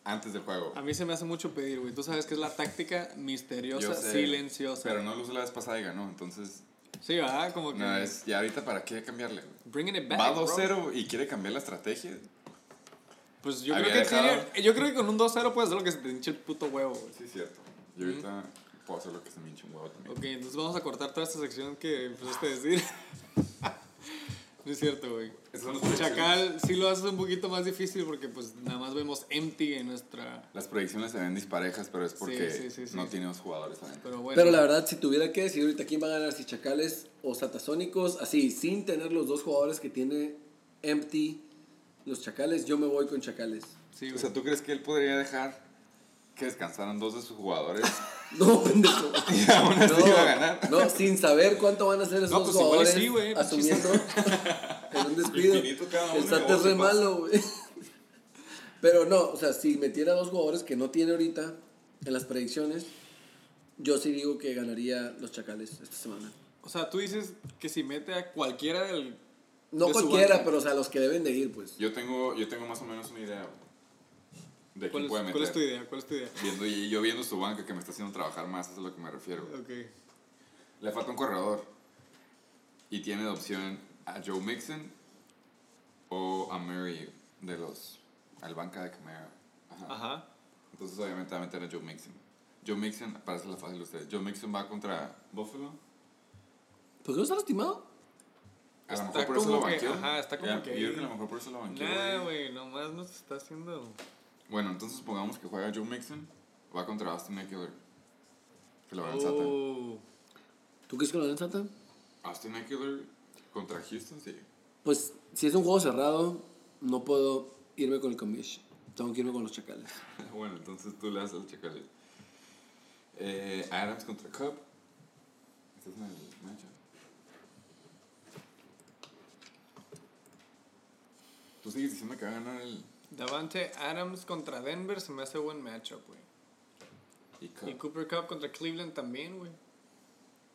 antes del juego.
A mí se me hace mucho pedir, güey. Tú sabes que es la táctica misteriosa,
Yo sé,
silenciosa.
Pero no lo usó la vez pasada y ganó, entonces
Sí, ¿verdad? Como que.
no es, ya ahorita para qué cambiarle. güey?
Bringing it back.
Va
bro.
2-0 y quiere cambiar la estrategia.
Pues yo creo,
Había
que
dejado-
tiene- yo creo que con un 2-0 puedes hacer lo que se te hinche el puto huevo, güey.
Sí, es cierto. Y ahorita puedo hacer lo que se me hinche un huevo también.
Ok, entonces vamos a cortar toda esta sección que empezaste a decir. no es cierto, güey.
Esas son las predicciones.
Chacal sí lo haces un poquito más difícil porque pues nada más vemos empty en nuestra...
Las proyecciones se ven disparejas, pero es porque
sí, sí, sí.
no tiene dos jugadores adentro.
Pero bueno.
Pero la verdad, si tuviera que decir ahorita quién va a ganar, si Chacales o Satasónicos, así, sin tener los dos jugadores que tiene Empty, los Chacales, yo me voy con Chacales.
Sí,
O
güey.
sea, ¿tú crees que él podría dejar que descansaran dos de sus jugadores
No, pendejo.
y aún así
No,
iba a ganar?
no, sin saber cuánto van a ser esos
No, pues
dos
igual y
jugadores.
sí, güey, pues sí.
asumiendo en un despido.
Infinito cada uno,
El SAT
y
es
vos
re
te pasas.
malo, güey. Pero no, o sea, si metiera dos jugadores que no tiene ahorita en las predicciones, yo sí digo que ganaría los Chacales esta semana.
O sea, tú dices que si mete a cualquiera del...
No
de su
cualquiera,
banca.
pero o sea, los que deben de ir, pues.
Yo tengo, yo tengo más o menos una idea güey,
¿Cuál
de quién
es,
puede meter.
cuál es tu idea? ¿Cuál es tu idea?
Viendo, y yo viendo su banca que me está haciendo trabajar más, eso es a lo que me refiero. güey.
Ok.
Le falta un corredor. Y tiene de opción a Joe Mixon o a Murray de los. al banca de Camara. Ajá.
Ajá.
Entonces, obviamente, va a meter a Joe Mixon. Joe Mixon, para hacerla fácil a ustedes, Joe Mixon va contra Buffalo.
¿Por qué pues, no está lastimado?
A lo
Está
mejor por eso lo
como que-
banqueó.
ajá, está como
Ya,
que
Yo
ahí.
creo que a lo mejor por eso lo banqueó.
Nah,
güey.
güey, nomás nos está haciendo...
Bueno, entonces supongamos que juega Joe Mixon, va contra Austin Eckler. Que lo va en Satan.
Oh.
¿Tú crees que lo dan Santa?
Austin Eckler contra Houston, sí.
Pues si es un juego cerrado, no puedo irme con el Comish. Tengo que irme con los Chacales.
bueno, entonces tú le das al Chacales. Eh, Adams contra Cup. Este es el matchup. Tú sigues diciendo que va a ganar el.
Davante Adams contra Denver se me hace buen matchup, güey.
Y Cup.
Y Cooper Cup contra Cleveland también, güey.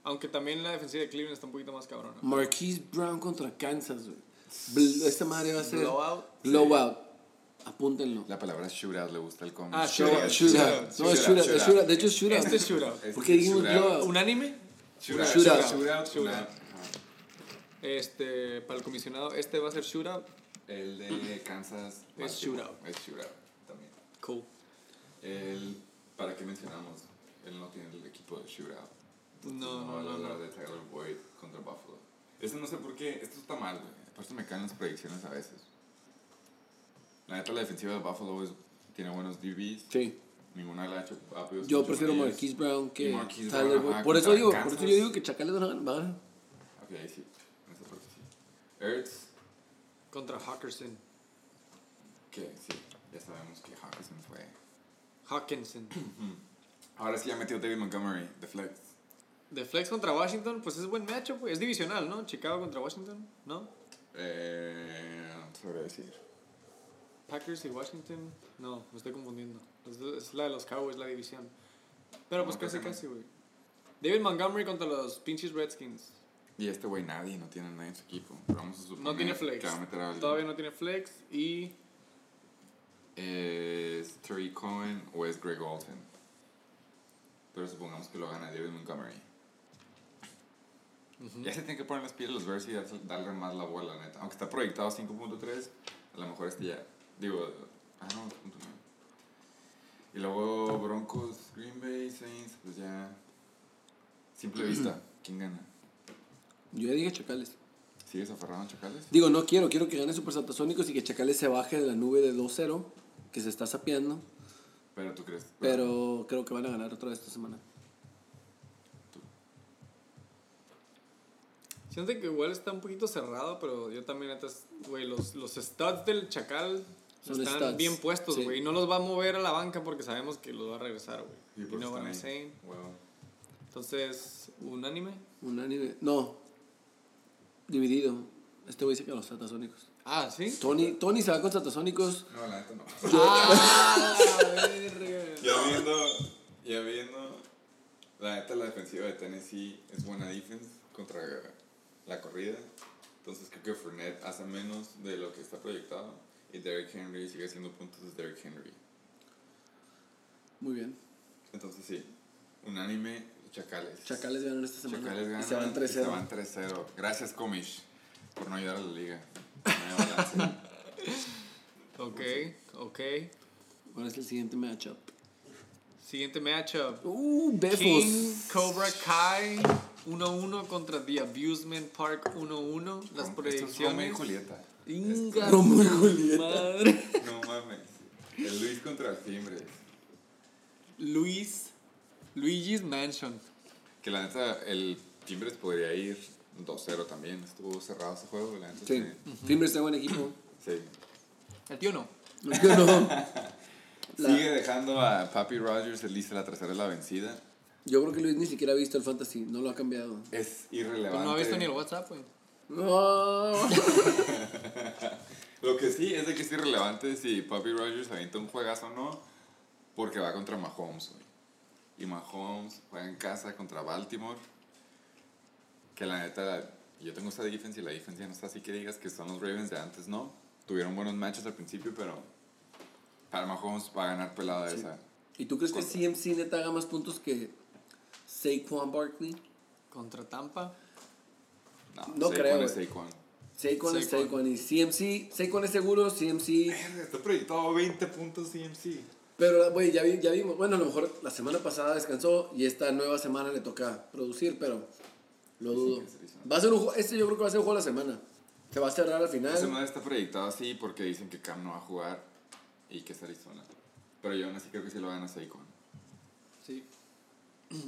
Aunque también la defensiva de Cleveland está un poquito más cabrona.
Marquise Brown contra Kansas, güey. Bl- Esta madre va a ser.
Blowout.
Blowout. Apúntenlo.
La palabra shootout le gusta el cómic.
Ah,
Shootout.
Shootout,
Shootout.
shootout,
No, es shootout. es shootout. De hecho, es shootout.
Este es shootout.
Este
¿Por qué dijimos
shootout.
blowout?
Unánime,
Shootout.
Shootout.
Shootout.
Shootout.
Ajá.
este, para el comisionado, este va a ser shootout.
El de Kansas.
Es
Baltimore.
shootout.
Es shootout también.
Cool.
El, ¿Para qué mencionamos? Él no tiene el equipo de shootout. Entonces,
No, no,
vale
no,
hablar
no.
de Tyler Boyd contra Buffalo. Eso no sé por qué. Esto está mal, güey. Por eso me caen las predicciones a veces. La neta, la defensiva de Buffalo es- tiene buenos DBs.
Sí.
Ninguna la ha hecho. Ah, pues, ha podido
Yo
hacer
prefiero
mucho
Marquise Brown que
Y Este Marquise
Tyler
Brown,
Boyd.
ajá,
Por eso
contra
digo, por
Kansas.
eso yo digo que Chacales van a ganar. van a ganar.
Ok, ahí sí. En esa parte sí. Ertz,
Contra Hawkinson.
que sí. Ya sabemos que Hawkinson fue.
Hawkinson.
Ahora sí ha metido David Montgomery, de flex.
De Flex contra Washington, pues es buen matchup, güey. Es divisional, ¿no? Chicago contra Washington, ¿no?
Eh, no te sabría decir.
Packers y Washington. No, me estoy confundiendo. Es, es la de los Cowboys, la división. Pero pues
No, creo
casi,
que no.
casi, güey. David Montgomery contra los pinches Redskins.
Y este güey nadie, no tiene nadie en su equipo. Pero vamos a suponer
No tiene
que
flex.
va a meter a alguien.
Todavía no tiene flex y
¿Es Terry Cohen o es Greg Olsen? Pero supongamos que lo gana David Montgomery. Ya se tienen que poner las pilas los Bears y darse- darle más la bola, la neta. Aunque está proyectado 5.3, a lo mejor este ya. Digo, ah, no, 2.9. Y luego Broncos, Green Bay, Saints, pues ya. Simple vista, ¿quién gana?
Yo ya dije Chacales.
¿Sigues aferrado a Chacales?
Digo, no quiero, quiero que gane Super Satasónicos y que Chacales se baje de la nube de 2-0, que se está sapeando.
Pero tú crees.
Pero creo que van a ganar otra vez esta semana.
siento que igual está un poquito cerrado, pero yo también, neta, es- güey, los, los stats del Chacal
Son
están
studs,
bien puestos,
sí.
güey. Y no los va a mover a la banca porque sabemos que los va a regresar,
Y
güey. Y
por
no
eso
van a
están ahí.
Zane.
Wow.
Entonces, unánime.
Unánime. No. Dividido. Este güey dice que los Satasónicos.
Ah, ¿sí?
Tony, Tony se va con Satasónicos.
No, la neta no.
¡Ah, la verga!
Ya viendo, ya viendo, la neta la defensiva de Tennessee es buena defense contra la corrida. Entonces creo que Fournette hace menos de lo que está proyectado y Derrick Henry sigue haciendo puntos de Derrick Henry.
Muy bien.
Entonces sí, unánime, Chacales.
Chacales ganan esta semana.
Chacales ganan
y se van 3
se van 3-0. Gracias Comish por no ayudar a la liga. No hay balance.
Ok, ok.
¿Cuál es el siguiente matchup?
Siguiente matchup.
Uh,
King
Befos.
Cobra Kai 1-1 contra The Abusement Park 1-1. Las
Esto es Romeo
proyecciones.
y Julieta.
Inga
Romeo y
su
Julieta.
madre.
No mames. El Luis contra el timbre.
Luis. Luigi's Mansion.
Que la neta, el Timbres podría ir 2-0 también. Estuvo cerrado ese juego, la neta.
Sí. Timbers está buen equipo.
sí.
El tío no.
Yo no. La-
Sigue dejando a Papi Rogers el lista, la tercera es la vencida.
Yo creo que Luis ni siquiera ha visto el fantasy, no lo ha cambiado.
Es
Pero
irrelevante.
Pues no ha visto ni el WhatsApp, güey.
No.
Lo que sí es de que es irrelevante si Papi Rogers avienta un juegazo o no, porque va contra Mahomes. güey. Y Mahomes juega en casa contra Baltimore. Que la neta, yo tengo esta defensa y la defensa ya no está así que digas que son los Ravens de antes, ¿no? Tuvieron buenos matches al principio, pero para Mahomes va a ganar pelada esa.
¿Y tú crees que CMC neta haga más puntos que Saquon Barkley?
Contra Tampa.
No,
No
Saquon
creo,
es
güey.
Saquon.
Saquon es
Saquon.
Saquon y CMC, Saquon es seguro, CMC.
Está proyectado 20 puntos CMC.
Pero, güey, ya, vi- ya vimos, bueno, a lo mejor la semana pasada descansó y esta nueva semana le toca producir, pero lo dudo. Va a ser un juego, este yo creo que va a ser un juego de la semana. Se va a cerrar al
Esa
final.
semana está proyectado así porque dicen que Cam no va a jugar y que es Arizona. Pero yo aún así creo que sí lo gana Saquon.
Sí.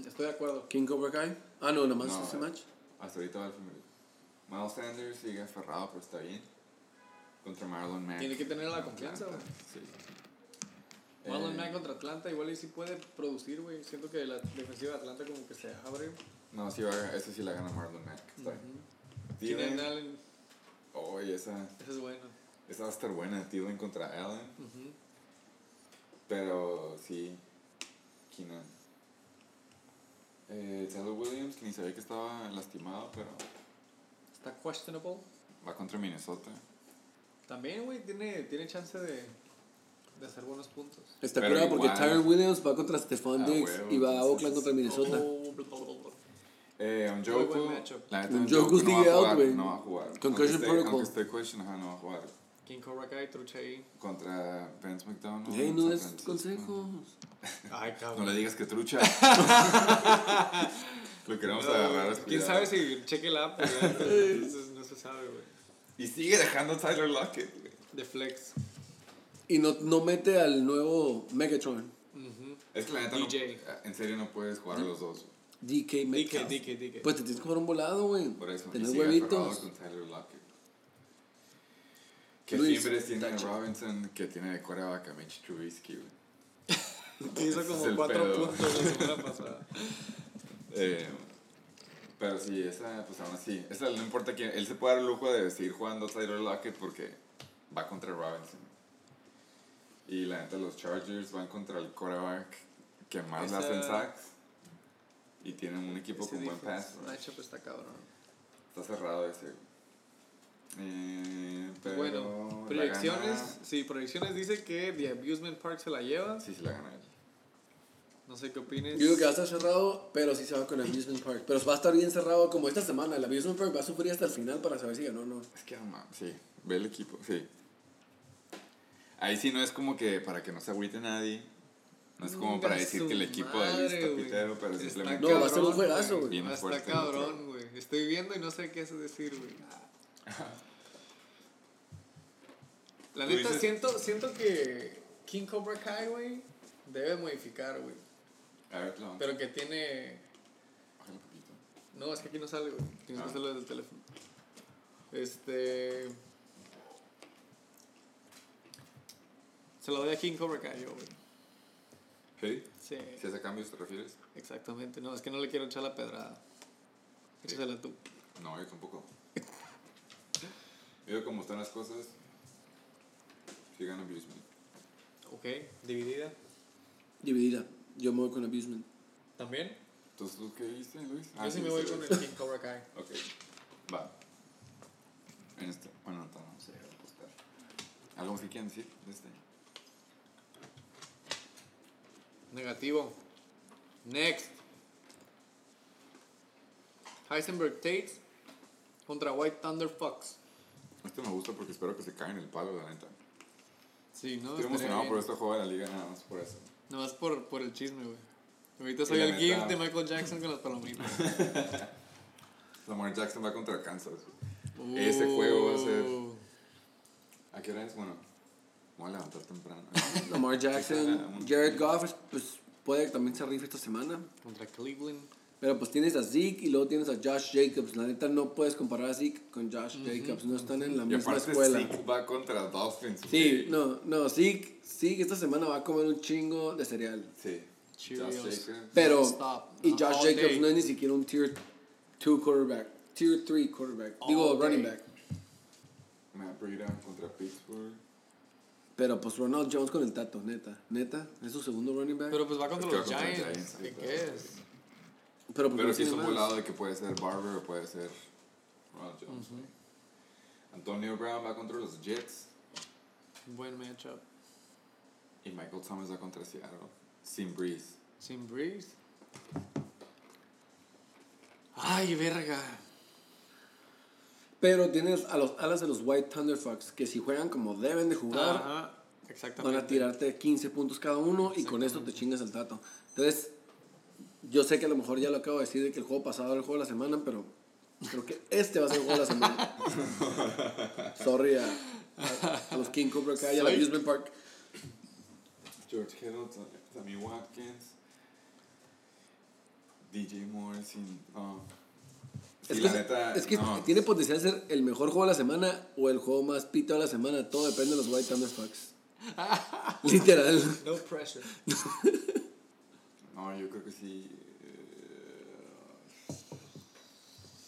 Estoy de acuerdo.
King Cobra Kai. Ah, no, nomás
No,
ese
eh.
match.
Hasta ahorita va el primero. Miles Sanders sigue aferrado, pero está bien. Contra Marlon Mack.
Tiene que tener la confianza,
Atlanta,
güey.
Sí.
Marlon
Eh,
Mack contra Atlanta. Igual ahí sí puede producir, güey. Siento que la defensiva de Atlanta como que se abre.
No, sí va a, eso sí la gana Marlon Mack. Está bien. Thielen-
Keenan Allen.
Oye, esa,
Ese es bueno.
esa va a estar buena. Tilden contra Allen.
Ujú.
Pero sí. Keenan. Eh, Taylor Williams, que ni sabía que estaba lastimado, pero
Está questionable.
va contra Minnesota.
También, güey, tiene, tiene chance de, de hacer buenos puntos.
Está
Pero
curado porque
igual.
Tyron Williams va contra Stephon
Ah,
Diggs
huevo,
y va a
entonces-
Oakland contra Minnesota.
Oh, bla, bla, bla, bla. Muy
Eh,
buen
Onjoku,
matchup.
la neta,
Onjoku
Onjoku no va a
sigue out,
jugar,
güey.
no va a jugar.
Concussion
Aunque esté-
protocol.
Aunque esté question, ajá, no va a jugar.
King Cobra Kai, trucha ahí.
Contra Vance McDonald.
Ey,
San
no des
Francisco.
consejos.
Ay,
No le
cabrón.
digas que trucha. Lo queremos agarrar. este es
¿Quién sabe
cuidado.
si cheque la app? güey? Entonces, no se sabe, güey.
Y sigue dejando a Tyler Lockett. güey.
De flex.
Y no, no mete al nuevo Megatron.
Ujú.
Es que la neta,
DJ.
No, Eh, en serio no puedes
¿Eh?
jugar a los dos. güey.
DK
Dique,
Metcalf.
dique, dique.
Pues te tienes que jugar un volado, güey.
Por eso.
Tener
y sigue
huevitos.
aferrado con Tyler Lockett. Que
Luis,
siempre tiene a
tacha.
Robinson, que tiene de coreback a Mitch Trubisky. güey.
Hizo
ese es el
como cuatro
pedo.
puntos la semana pasada.
Eh, pero sí, esa, pues aún así, esa no importa quién, él se puede dar el lujo de seguir jugando a Tyler Lockett porque va contra Robinson. Y la neta, los Chargers van contra el quarterback que más le hacen
Esa-
sacks. Y tienen un equipo
Ese
con buen
defense
pass. rush.
Matchup pues, está cabrón.
Está cerrado ese. Eh, pero
bueno,
la
proyecciones.
gana-
Sí, proyecciones dice que The Abusement Park se la lleva.
sí, sí, la gana él.
No sé qué opines.
Yo digo que va a estar cerrado, pero sí se va con el Amusement Park. Pero va a estar bien cerrado como esta semana. El Amusement Park va a sufrir hasta el final para saber si ganó o no.
Es que, no mames, sí, ve el equipo, sí. Ahí sí no es como que para que no se agüite nadie. No es como
Venga
para decir
su
que el equipo de Luis
madre,
está
güey.
pitero, pero
Está
simplemente.
No, va a ser un
cabrón,
juegazo,
güey.
Bien
Está
fuerte,
cabrón, güey. Estoy viendo y no sé qué es decir, güey. La
Tú
neta,
dices-
siento, siento que King Cobra Kai, güey, debe modificar, güey.
A ver, lo
Pero que tiene...
bájale un poquito.
No, es que aquí no sale, güey. Tienes que
Ah.
hacerlo desde el teléfono. Este... Se lo doy a King Cobra Kai, yo, güey.
¿Sí?
Sí.
Si hace cambios, ¿te refieres?
Exactamente, no, es que no le quiero echar la pedrada. Échasela tú.
No, yo tampoco. Veo cómo están las cosas. Si gana Griezmann.
Ok, dividida.
Dividida. Yo me voy con Abusement.
¿También?
Entonces, ¿tú qué dijiste, Luis? Ah,
Yo Ah, sí me voy con el King Cobra Kai.
Ok, va. En este, bueno, no, no sé, voy a apostar. ¿Algo más que quieran decir de este?
Negativo. Next. Heisenberg Tate contra White Thunder Fox.
Este me gusta porque espero que se caiga en el palo, la neta.
Sí, no,
Estoy
estaría
emocionado
bien.
por esta jugada de la liga, nada más por eso.
Nomás por, por el chisme, güey. Ahorita soy
la
el
neta-
GIF de Michael Jackson con las palomitas.
Lamar Jackson va contra Kansas. Ese
Uh,
juego va a ser- ¿A qué hora es? Bueno, voy a levantar temprano.
Lamar Jackson,
Vamos.
Jared Goff, pues puede que también se rife esta semana.
Contra Cleveland.
Pero pues tienes a Zeke y luego tienes a Josh Jacobs. La neta no puedes comparar a Zeke con Josh Jacobs. No están en la
Y
misma
aparte,
escuela.
Zeke va contra Dolphins.
Sí,
güey.
no, no, Zeke, Zeke esta semana va a comer un chingo de cereal.
Sí.
Cheerios.
Josh Jacobs.
Pero,
Stop.
y Josh
All
Jacobs
day.
no es ni siquiera un tier 2 quarterback, tier 3 quarterback,
All
digo
day.
running back.
Matt Breida contra Pittsburgh.
Pero pues Ronald Jones con el tato, neta, neta, es su segundo running back. Pero,
Pero pues va contra
Es que
los
va contra
Giants.
Giants, sí,
¿Qué,
claro.
qué es?
pues,
Pero
no
sí
tiene
es un
más.
volado de que puede ser Barber o puede ser Ronald Jones. güey. Antonio Brown va contra los Jets
Buen matchup.
y Michael Thomas va contra Seattle. Sin Breeze.
Sin Breeze. Ay, verga.
Pero tienes a los alas de los White Thunder Fox, que si juegan como deben de jugar,
Ajá,
van
exactamente.
a tirarte 15 puntos cada uno y con eso te chingas el tato. Entonces, yo sé que a lo mejor ya lo acabo de decir de que el juego pasado era el juego de la semana, pero creo que este va a ser el juego de la semana. Sorry a, a- a los King Cobra Kai y al
Soy-
Amusement Park.
George Kittle, Sammy Watkins, DJ Moore sin. No. Sí,
Es que,
la neta.
es que
no.
tiene potencial ser el mejor juego de la semana o el juego más pito de la semana. Todo depende de los White Thunder Fox. Literal.
No pressure.
No, yo creo que sí. eh,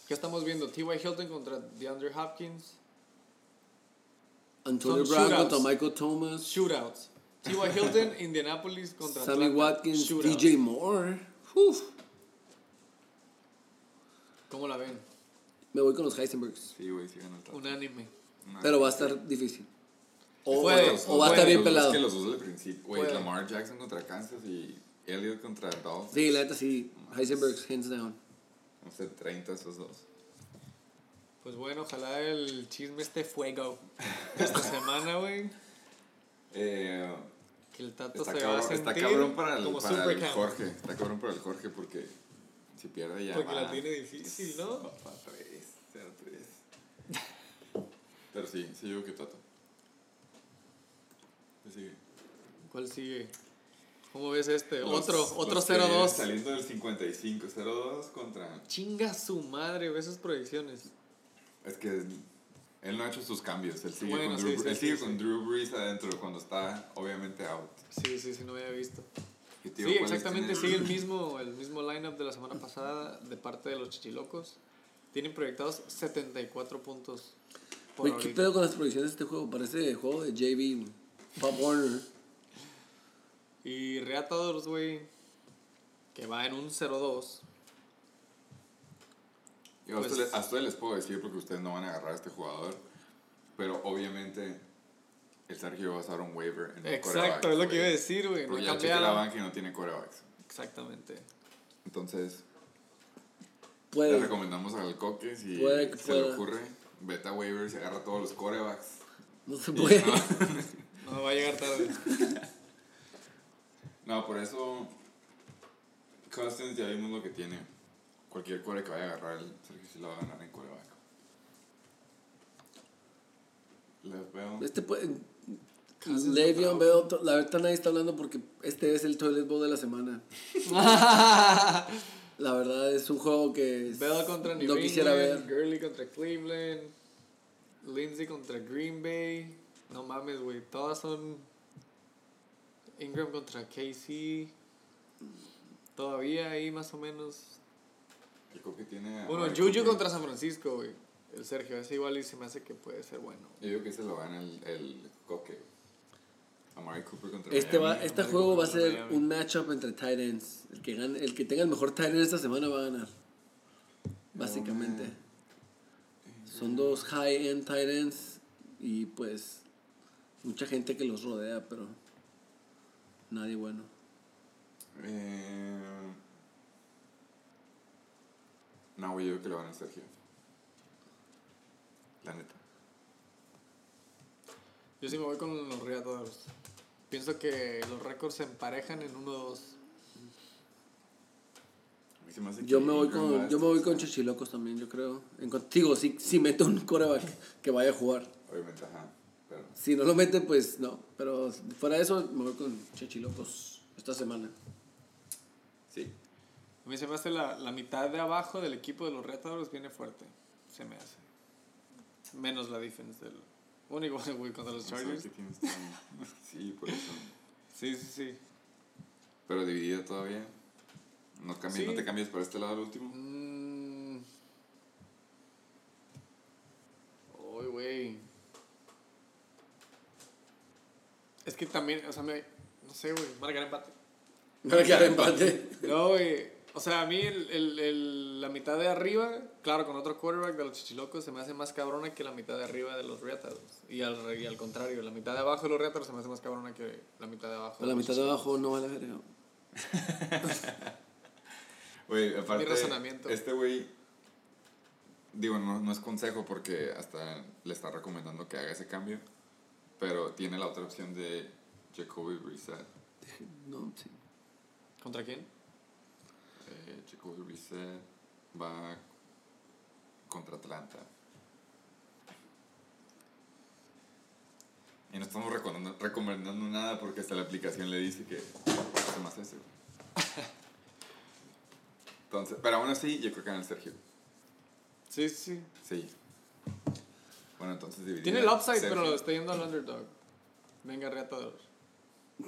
¿Qué estamos viendo? T.Y. Hilton contra DeAndre Hopkins.
Antonio
Son
Brown
shootouts.
contra Michael Thomas,
Shootouts. T.Y. Hilton, Indianapolis contra
Sammy
Atlanta.
Watkins,
Shootouts.
DJ Moore. Uf.
¿Cómo la ven?
Me voy con los Heisenbergs.
Sí, güey, sí gana el Tata.
Unánime.
Una-
Pero va a estar difícil. O,
Puede,
va- o va a
puede.
estar
Los
bien
dos-
pelado.
Es que los dos del principio. Güey,
Puede.
Lamar Jackson contra Kansas y Elliot contra Dolphins.
Sí, la neta sí. Heisenbergs, hands down.
No sé, 30 esos dos.
Pues bueno, ojalá el chisme esté fuego. Esta semana, güey.
Eh,
Que el tato
está,
se va a
cabrón,
sentir
está cabrón para el,
como
para el
Supercamp.
Jorge. Está cabrón para el Jorge porque si pierde ya.
Porque
va.
la tiene difícil, ¿no?
Va para 3, 0 3. Pero sí, sí, yo que Tato. ¿Qué sigue?
¿Cuál sigue? ¿Cómo ves este?
Los-
otro, otro
los que
0-2.
Saliendo del 55, 0-2 contra.
Chinga su madre, ve esas proyecciones.
Es que él no ha hecho sus cambios. Él sigue,
Bueno,
con,
sí,
Drew,
sí,
él
sí,
sigue
sí.
con Drew Brees adentro cuando está obviamente out.
Sí, sí, sí, no había visto.
¿Y, tío,
Sí,
cuáles
exactamente,
tienen?
sigue el mismo, el mismo lineup de la semana pasada de parte de los chichilocos. Tienen proyectados 74 puntos por
Güey, ¿qué
ahorita.
pedo con las proyecciones de este juego? Parece juego de JB Pop Warner.
Y Reatados, güey, que va en un 0-2.
Yo a
Pues-
ustedes- a ustedes les puedo decir porque ustedes no van a agarrar a este jugador. Pero obviamente el Sergio va a usar un waiver en un
Exacto, es lo que iba a decir, güey. No
Porque ya chequeé la
cambiaron.
banca y no tiene corebacks.
Exactamente.
Entonces, le
Puede.
recomendamos al Coque si
Puede que
se le
pueda.
ocurre. Vete a waivers y agarra todos los corebacks.
No se puede.
No, va a llegar tarde.
No, por eso Cousins ya vimos lo que tiene. Cualquier core que vaya a agarrar, el Sergio sí lo va a ganar en coreback. Les veo.
Este
Ah,
puede.
Casi no
Le'Veon
trabajo.
Bell, to- la verdad nadie está hablando porque este es el toilet bowl de la semana. La verdad es un juego que
Bell contra New
no quisiera
England,
ver.
Gurley contra Cleveland, Lindsey contra Green Bay. No mames, güey. Todas son Ingram contra KC. Todavía ahí más o menos.
El Coque tiene. a
Bueno,
Mari
Juju
Cooper.
contra San Francisco, güey. el Sergio. Ese igual y se me hace que puede ser bueno.
Yo digo que se lo gana el, el coque. Amari Cooper contra
Este, va,
Miami.
este
Amari
juego va a
Cooper,
ser
Miami.
un matchup entre tight ends. El que, gane- el que tenga el mejor tight end esta semana va a ganar. Básicamente. Son dos high-end tight ends y pues mucha gente que los rodea, pero nadie bueno.
Eh, no, güey, yo creo que lo van a Sergio. La neta.
Yo sí me voy con los Raiders. Pienso que los récords se emparejan en 1-2.
A mí se me hace
Yo
que
me voy
Ingram va a
con, yo me voy con
destrozar.
Chichilocos también, yo creo. En contigo, si, si mete un coreback que vaya a jugar.
Obviamente, ajá. Pero
Si no lo mete, pues no. Pero fuera de eso, me voy con Chichilocos esta semana.
sí.
A mí se me hace la, la mitad de abajo del equipo de los Raiders viene fuerte. Se me hace. Menos la defense del... Bueno, igual, güey, contra los
No sé
Chargers.
qué tienes tan- sí, por eso.
Sí, sí, sí.
Pero dividido todavía. No, cambies,
Sí.
no te cambias para este lado al último.
Mm. Uy, güey. Es que también, o sea, me, no sé, güey, van a ganar empate.
Para quedar empate.
No, güey. O sea, a mí el, el- el- la mitad de arriba, claro, con otro quarterback de los chichilocos, se me hace más cabrona que la mitad de arriba de los riatados. Y al, re- y al contrario, la mitad de abajo de los riatados se me hace más cabrona que la mitad de abajo.
A la mitad de abajo no vale verga.
Güey, aparte.
razonamiento.
Este güey. Digo, no, no es consejo porque hasta le está recomendando que haga ese cambio. Pero tiene la otra opción de Jacoby Brissett.
No, sí.
¿Contra quién?
Eh, Jacoby Brissett va contra Atlanta. Y no estamos recomendando, recomendando nada porque hasta la aplicación le dice que hace más eso. Entonces, pero aún así, yo creo que gana el Sergio.
Sí, sí.
Sí. Bueno, entonces dividido.
Tiene el upside,
Sergio.
pero está yendo al underdog. Venga, riatados.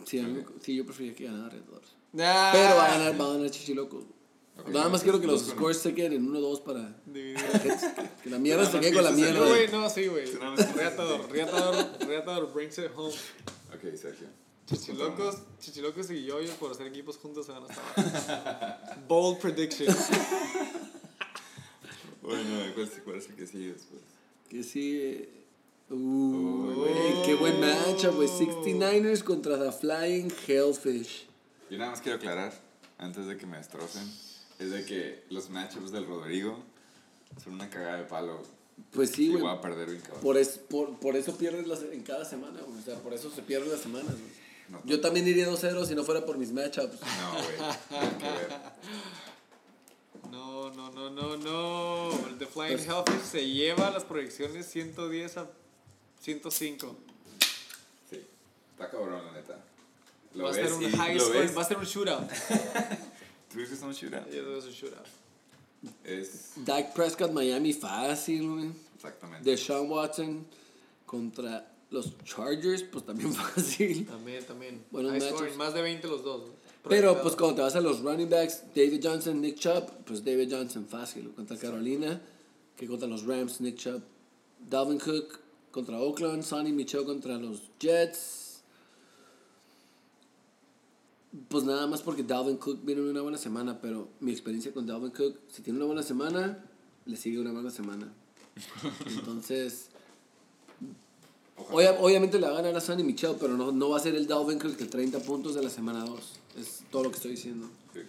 Sí, a mí- sí, yo prefería que ganara Red Doors.
Nah.
Pero va a ganar, va a ganar Chichilocos.
Ah. Ok,
Nada más quiero que los
dos con-
scores se queden en 1-2 para
Dividido.
que la mierda se
Nada
quede
más
con
piensas
la
en
mierda.
No, güey, no, sí, güey.
Sí, nada más.
Riatador, riatador, riatador brings it home.
Ok, Sergio.
Chichilocos, chichilocos y yoyos por hacer equipos juntos se van a estar. Bold prediction.
Bueno, ¿cuál, cuál es el que sigue después?
Que sí. eh, Uh,
Uy,
güey,
güey.
qué buen match, güey. 69ers contra The Flying Hellfish.
Yo nada más quiero aclarar, antes de que me destrocen, es de que los matchups del Rodrigo son una cagada de palo.
Pues sí,
y
güey.
voy a perder bien cabrón.
Por, es, por, por eso pierdes las, en cada semana, güey. O sea, por eso se pierden las semanas, güey.
No,
Yo también iría 2-0 si no fuera por mis matchups.
No, güey. nada que ver.
No, no, no, no, no. El The Flying
Pues
Hellfish se lleva las proyecciones 110 a 105.
Sí. Está cabrón, la neta. Lo
Va a
ves
ser un
y
high
lo
score,
ves.
va a ser un shootout.
Tú dices un shootout.
Yo creo que es un shootout.
Es
Dak Prescott, Miami, fácil, güey.
exactamente.
De Sean Watson contra los Chargers, pues también fácil.
También, también.
Buenos
High
matchups.
scoring, más de 20 los dos.
Pero
Proyectado.
pues cuando te vas a los running backs, David Johnson, Nick Chubb, pues David Johnson fácil. Contra Carolina, que contra los Rams, Nick Chubb. Dalvin Cook contra Oakland, Sonny Michel contra los Jets. Pues nada más porque Dalvin Cook viene en una buena semana, pero mi experiencia con Dalvin Cook, si tiene una buena semana, le sigue una mala semana. Entonces... Obvia- obviamente le va a ganar a Sonny Michel, pero no, no va a ser el Dalvin Cook de 30 puntos de la semana 2. Es todo lo que estoy diciendo.
Sí.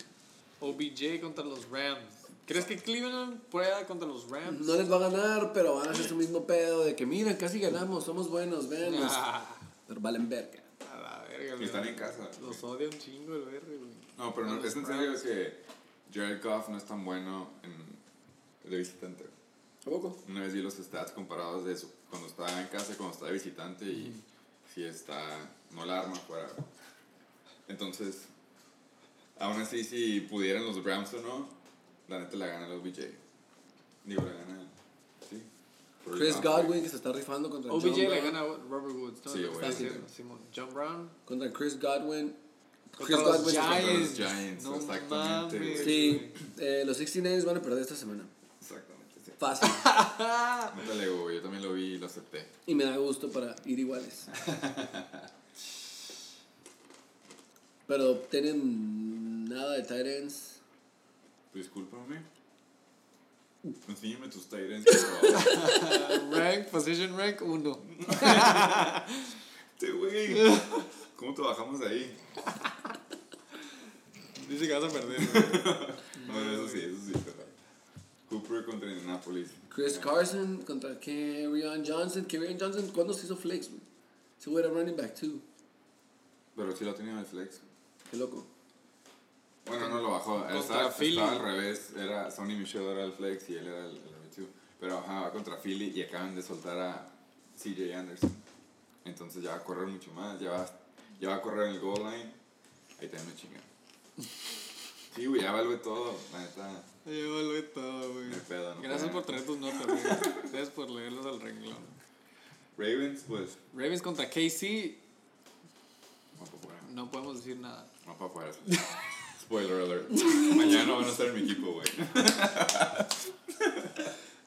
OBJ contra los Rams. ¿Crees que Cleveland pueda contra los Rams?
No les va a ganar, pero van a hacer su mismo pedo de que, mira, casi ganamos, somos buenos, vean.
Ah,
Pero valen verga.
a la verga,
Y
güey.
están en casa.
Los odia un chingo el verga, güey.
No, pero no-
Los
es en serio que Jared Goff no es tan bueno en, de visitante.
¿A poco?
Una vez vi los stats comparados de eso, cuando estaba en casa, y cuando estaba de visitante y si está, no la arma fuera. Entonces, aún así, si pudieran los Browns o no, la neta la gana los BJ. Digo, la gana, sí. Por el
Ah.
Chris
Goff,
Godwin que se está rifando contra John
OBJ le
Brown.
gana a Robert Woods. ¿no?
Sí,
Lo que
güey,
está
sí.
diciendo, Simón. John Brown.
Contra Chris Godwin.
Contra
Chris
los
Godwin.
contra los
Giants.
Giants,
No
exactamente,
mames,
güey.
Sí, eh, los 69 van a perder esta semana.
Exactamente, sí.
Fácil.
No te lego, yo también lo vi y lo acepté.
Y me da gusto para ir iguales. Pero tienen nada de Tyrants.
Discúlpame.
Uh.
Enséñame tus Tyrants, por favor.
Rank, position rank 1.
Este güey. ¿Cómo trabajamos ahí?
Dice que vas a perder. güey.
Bueno, eso sí, eso sí. pero- Cooper contra Indianapolis.
Chris Carson contra Kerryon Johnson. Kerryon Johnson, ¿cuándo se hizo flex, güey? Se era running back, too.
Pero sí lo tenía en el flex.
Qué loco.
Bueno, no lo bajó. Él
Contra
Estaba,
Philly.
estaba al revés. Era Sonny Michel era el flex y él era el, el RB2. Pero ajá, va contra Philly y acaban de soltar a CJ Anderson. Entonces ya va a correr mucho más. Ya va, ya va a correr en el goal line. Ahí también me chingan. Sí, güey, ya valve todo. La neta,
Ya evalué todo, güey.
no hay pedo. No
Gracias
pueden.
por traer tus notas, güey. Gracias por leerlos al renglón.
Ravens, pues.
Ravens contra KC,
No para afuera.
no podemos decir nada.
No para afuera. Spoiler alert. Mañana no van a estar en mi equipo, güey.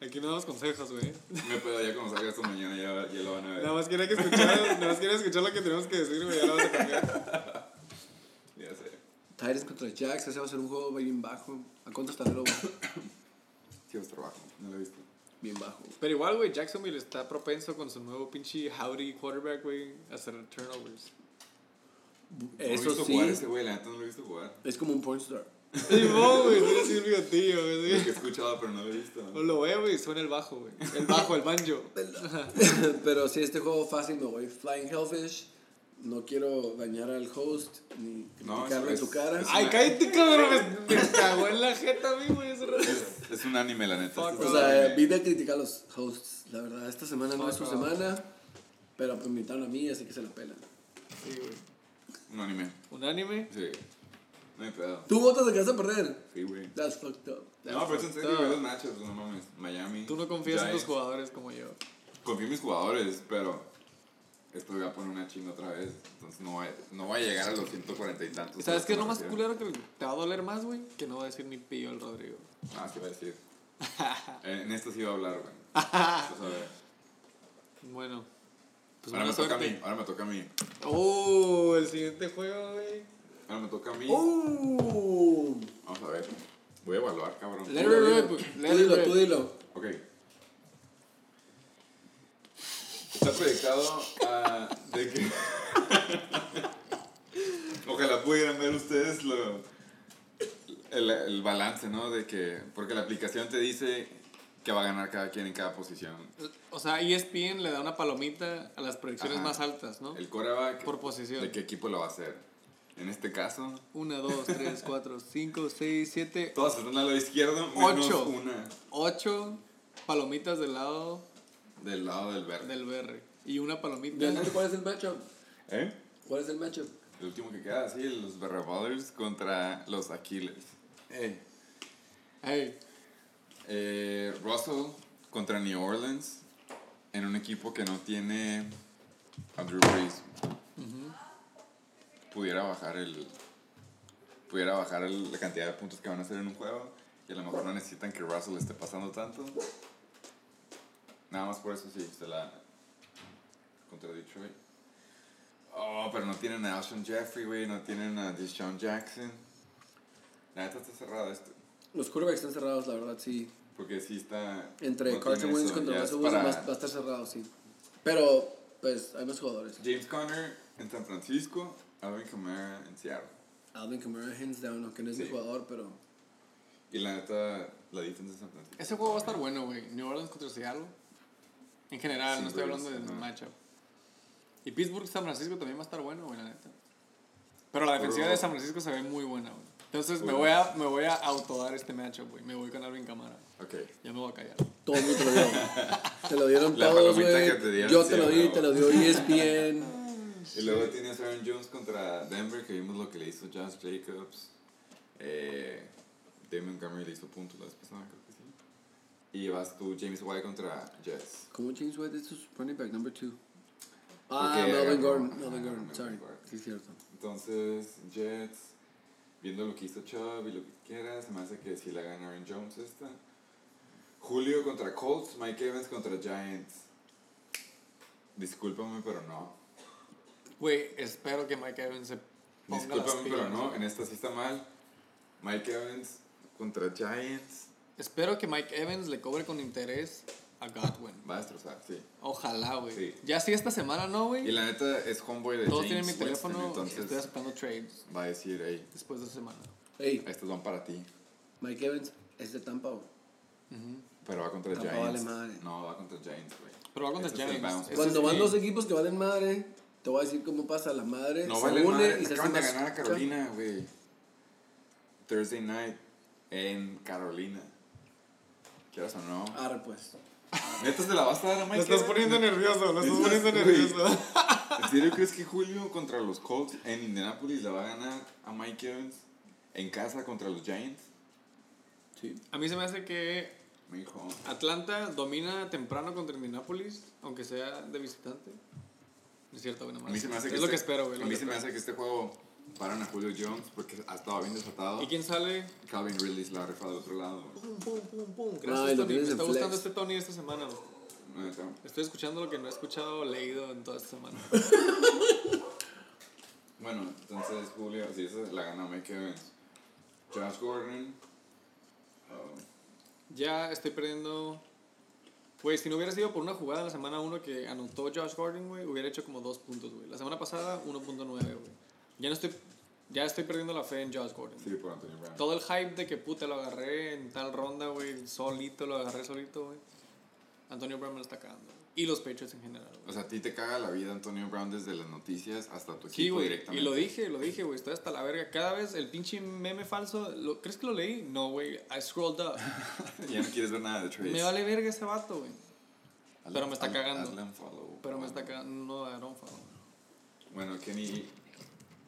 Aquí no damos consejos, güey.
Me pedo ya cuando salga esto mañana, ya, ya lo van a ver.
Nada más quería que escuchar, nada más quería escuchar lo que tenemos que decir, güey. Ya lo vas a cambiar.
Ya sé.
Tyrants contra Jacks, ese va a ser un juego bien bajo. ¿A cuánto está Globo?
Sí, os trabajo. No lo he visto.
Bien bajo.
Pero igual, güey, Jacksonville está propenso con su nuevo pinche howdy quarterback, güey, a hacer turnovers.
no lo he
Eso
visto
sí,
jugar este. ese güey, la neta no lo he visto jugar.
es como un pornstar.
Sí, no, güey, sí, sí, mi tío, güey.
Lo
sí.
que he escuchado, pero no lo he visto.
O lo veo, güey, suena el bajo, güey. El bajo, el banjo.
Pero sí, este juego fácil me voy. Flying Hellfish. No quiero dañar al host ni
No,
criticarlo en
es-
tu cara.
es-
Ay, cállate, cabrón. Me, me cagó en la jeta a mí, güey, ese rato.
Es, es un anime, la neta.
Fuck,
Es un
O sea,
anime.
vine a criticar a los hosts. La verdad, esta semana no es su
Fuck off.
semana. Pero pues me invitaron a mí, así que se la pelan.
Sí, güey.
Un anime.
Un anime.
Sí. No hay pedo.
Tú votas de que vas a perder.
Sí, güey.
That's fucked up.
No, pero es en serio,
No.
güey, los matchups, no mames. Miami.
Tú no confías en tus
Giants.
jugadores como yo.
Confío en mis jugadores, pero esto voy a poner una chinga otra vez. Entonces no va, no va a llegar a los 140 y tantos.
¿Y sabes qué es lo
No
más
refiero.
culero que te va a doler más, güey? Que no va a decir ni pío el Rodrigo.
Ah, sí, va a decir. Eh, en esto sí va a hablar, güey. Pues a ver.
Bueno. Pues
ahora,
buena
me toca a mí,
suerte.
ahora me toca a mí.
Oh, el siguiente juego, güey.
Ahora me toca a mí.
Uh.
¡Oh!
Vamos a ver. Voy a evaluar, cabrón.
Le-
Tú
Let it
dilo,
rip,
güey.
let
Tú
it
dilo,
rip.
tú dilo.
Ok. Está proyectado a. de que. Ojalá pudieran ver ustedes lo. El, el balance, ¿no? De que. Porque la aplicación te dice que va a ganar cada quien en cada posición.
O sea, E ESPN le da una palomita a las proyecciones
Ajá.
más altas, ¿no?
El coreback.
Por posición.
De qué equipo lo va a hacer. En este caso,
1, 2, 3, 4, 5, 6, 7,
todas están al lado izquierdo, menos
Ocho.
una
8 palomitas del lado
del lado del verde.
del BR. Y una palomita.
Ya sabes ¿Cuál es el matchup?
¿Eh?
¿Cuál es el matchup?
El último que queda, sí, los Barraballers contra los Aquiles. Eh.
Ey,
Eh, Russell contra New Orleans en un equipo que no tiene a Drew Brees. Pudiera bajar el pudiera bajar el- la cantidad de puntos que van a hacer en un juego y a lo mejor no necesitan que Russell esté pasando tanto. Nada más por eso sí se la contra Detroit. Oh, pero no tienen a Alshon Jeffrey, güey, no tienen a Deshaun Jackson. La neta está cerrada este. esto.
Los quarterbacks están cerrados, la verdad, sí.
Porque sí está.
Entre
no
Carson
tiene
Wentz
eso,
contra
ya
Russell
es
Wilson va,
para
a- va a estar cerrado, sí. Pero, pues, hay más jugadores.
James Conner en San Francisco, Alvin Kamara en Seattle.
Alvin Kamara, hands down, aunque no es mi
Sí.
jugador, pero...
Y la neta, la defensa de San Francisco.
ese juego va a estar bueno, güey. New Orleans contra Seattle. En general,
Sí,
no estoy
güey,
hablando del
ajá.
matchup. Y Pittsburgh, San Francisco también va a estar bueno, güey, la neta. Pero la defensiva
Puro-
de San Francisco se ve muy buena, güey. Entonces me
Puro-
voy, a, me voy a autodar este matchup, güey. Me voy con Alvin Camara.
Ok.
Ya me voy a callar.
Todo el mundo te lo dio. Te lo dieron
La
todos,
palomita que te
güey.
dieron,
Yo
sí,
te lo di,
huevo.
te lo dio E ESPN.
Y luego tienes a Aaron Jones contra Denver, que vimos lo que le hizo Josh Jacobs. Eh, Damon Montgomery le hizo puntos la vez pasada, creo que sí. Y vas tú, James White contra Jets.
¿Cómo James White es su running back number two? Ah,
Porque-
Melvin
Ah,
Gordon, Melvin
Melvin
Gordon, sorry.
Gordon.
Sí, es cierto.
Entonces, Jets, viendo lo que hizo Chubb y lo que quieras, se me hace que si la gana Aaron Jones esta. Julio contra Colts, Mike Evans contra Giants. Discúlpame, pero no.
Güey, espero que Mike Evans se ponga las
Discúlpame,
pilas.
pero no. En esta sí está mal. Mike Evans contra Giants.
Espero que Mike Evans le cobre con interés a Godwin.
Va a destrozar, sí.
Ojalá, güey.
Sí.
Ya si esta semana no,
Y
güey.
la neta es homeboy de
Todos tienen
James
mi
Winston,
teléfono. Estoy
entonces
aceptando trades
va a decir, hey,
después de esta semana.
Ey,
estos van para ti.
Mike Evans es de Tampa, güey.
Pero va contra
Tampa
Giants.
vale madre.
No, va contra Giants, güey.
Pero va contra
Este es el
Giants.
bounce.
Ese
Cuando
es
van
mi-
dos equipos que valen madre, te voy a decir cómo pasa la madre.
No
se
vale
une
madre.
y se
Acaban de
hace más-
ganar a Carolina, güey. Thursday night en Carolina. ¿Quieras o no?
Arre, pues.
¿Neta se la vas a dar a Mike?
Lo estás
Evans?
poniendo nervioso, lo estás
Estás-
poniendo
güey.
nervioso.
¿En serio crees que Julio contra los Colts en Indianapolis la va a ganar a Mike Evans en casa contra los Giants?
Sí.
A mí se me hace que
Me dijo.
Atlanta domina temprano contra Indianapolis, aunque sea de visitante. Es cierto, bueno,
A mí se me hace
es lo
este-
que espero, güey.
A
lo
mí
que
se me
espero.
hace que este juego paran a Julio Jones porque ha estado bien desatado.
¿Y quién sale?
Calvin Ridley se la rifa del otro lado. güey.
Pum, pum, pum, pum.
Ay,
Gracias, Tony.
lo
Me
tienes en
está gustando
flex.
este Tony esta semana. güey.
Neta.
Estoy escuchando lo que no he escuchado o leído en toda esta semana.
Bueno, entonces Julio, si esa la gana Mike Evans. Josh Gordon. oh,
Ya estoy perdiendo. Güey, si no hubiera sido por una jugada la semana 1 que anotó Josh Gordon, güey, hubiera hecho como 2 puntos, güey. La semana pasada, 1.9, güey. Ya no estoy. Ya estoy perdiendo la fe en Josh Gordon.
sí, por Antonio Brown.
Todo el hype de que puta lo agarré en tal ronda, güey, solito, lo agarré solito, güey. Antonio Brown me lo está cagando. güey. Y los Patriots en general, güey.
O sea, a ti te caga la vida Antonio Brown desde las noticias hasta tu equipo
Sí, güey. Y
directamente.
lo dije, lo dije, güey. Estoy hasta la verga. Cada vez el pinche meme falso. ¿lo- ¿Crees que lo leí? No, güey. I scrolled up.
ya no quieres ver nada de Trace.
me vale verga ese vato, güey.
Hazle-
pero me está
hazle-
cagando.
hazle un follow.
Pero me está cagando. No, I don't follow.
Bueno, Kenny.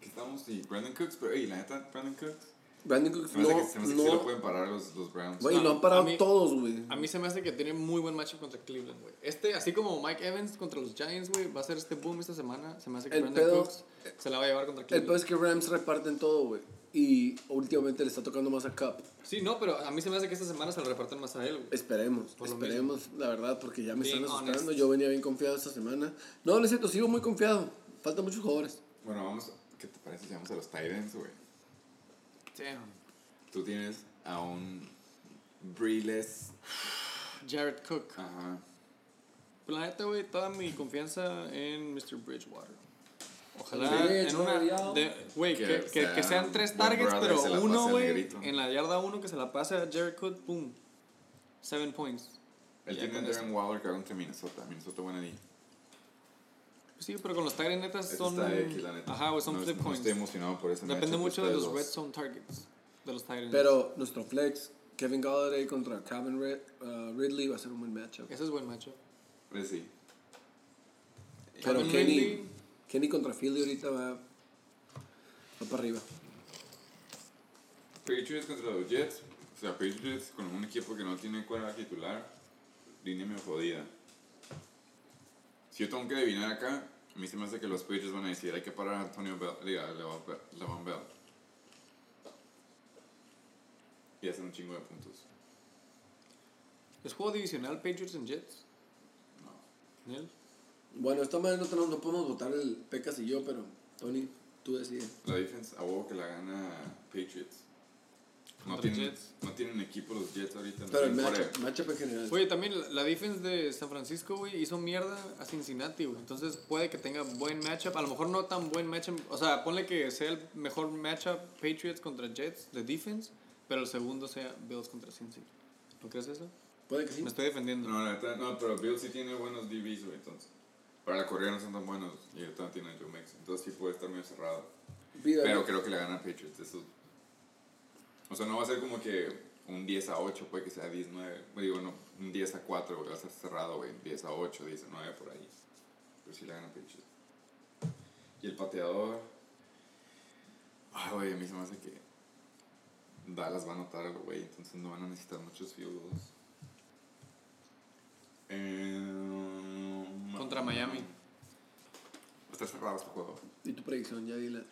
¿Qué estamos? Y Brandon Cooks, pero, ey, la neta, Brandon Cooks.
Brandon Cooks
Se me hace que-
no.
se me hace que sí lo
no
pueden parar los, los Browns.
güey,
No,
lo han parado
a mí-
todos, güey.
A mí se me hace que tiene muy buen matchup contra Cleveland, güey. Este, así como Mike Evans contra los Giants, güey, va a ser este boom esta semana. Se me hace que
El
Brandon
pedo-
Cooks se la va a llevar contra
El
Cleveland.
peor es que Rams reparten todo, güey. Y últimamente le está tocando más a Cup.
Sí, no, pero a mí se me hace que esta semana se lo reparten más a él, güey.
Esperemos,
Por lo
esperemos, la verdad, porque ya me
Being
están asustando.
honest.
Yo venía bien confiado esta semana. No, no es cierto, sigo muy confiado. Faltan muchos jugadores.
Bueno, vamos. ¿Qué te parece si vamos a los Titans, güey?
Damn.
Tú tienes a un. Breeless.
Jared Cook.
Ajá.
Pues la neta, güey, toda mi confianza en Mr. Bridgewater. Ojalá en
Bridgewater,
una.
ya.
de- Güey,
Que
que, que,
sea
que sean tres
buen
targets,
brother,
pero
se la pase
uno,
al
güey,
negrito.
en la yarda uno que se la pase a Jared Cook, boom. Seven points.
Él
Ya
tiene a
con
Darren Waller que va contra Minnesota. Minnesota buena ahí.
Sí, pero con los targets netas
Eso
son.
está X, la neta.
Ajá, güey, son
no,
flip
no
points.
estoy emocionado por pues, ese
Depende
matchup
mucho de los red
ustedes
zone targets de los Titans.
Pero nuestro flex, Kevin Galladay contra Calvin Rid- uh, Ridley, va a ser un buen matchup.
Ese es buen matchup.
dos. Eh, Sí.
Pero
Calvin
Kenny,
Ridley.
Kenny contra Philly ahorita va, va para arriba.
Patriots contra los Jets. O sea, Patriots con un equipo que no tiene cuerda titular. Línea medio jodida. Si yo tengo que adivinar acá, a mí se me hace que los Patriots van a decir: hay que parar a Antonio Bell. Diga, Levan Bell. Levan Bell. Y hacen un chingo de puntos.
¿Es juego divisional Patriots and Jets? No. ¿Nel?
Bueno, de esta manera no, tenemos- no podemos votar el Pecas y yo, pero Tony, tú decides.
La defensa a huevo que la gana Patriots. No
Contra
tienen,
Jets.
no tienen equipo los Jets ahorita. no
Pero el
tienen
matchup,
core.
matchup en general.
Oye, también la- la defense de San Francisco, güey, hizo mierda a Cincinnati, güey. Entonces puede que tenga buen matchup. A lo mejor no tan buen matchup. O sea, ponle que sea el mejor matchup Patriots contra Jets de defense, pero el segundo sea Bills contra Cincy. ¿No crees eso?
Puede que sí.
Me estoy defendiendo.
No, la neta, no, pero Bill sí tiene buenos DBs, güey, entonces. Para la corrida no son tan buenos y ahorita tiene a Joe Mixon, entonces sí puede estar medio cerrado.
Vida,
Pero creo que le gana Patriots, eso. O sea, no va a ser como que un 10 a 8, puede que sea 19, digo, no, un 10 a 4, güey, va a ser cerrado, güey, 10 a 8, 19 por ahí. Pero sí le gana Patriots. Y el pateador. Ay, güey, a mí se me hace que. Dallas va a anotar, güey, entonces no van a necesitar muchos field goals. Em,
Contra Miami.
Va a estar cerrado este juego.
Y tu predicción, ya dila.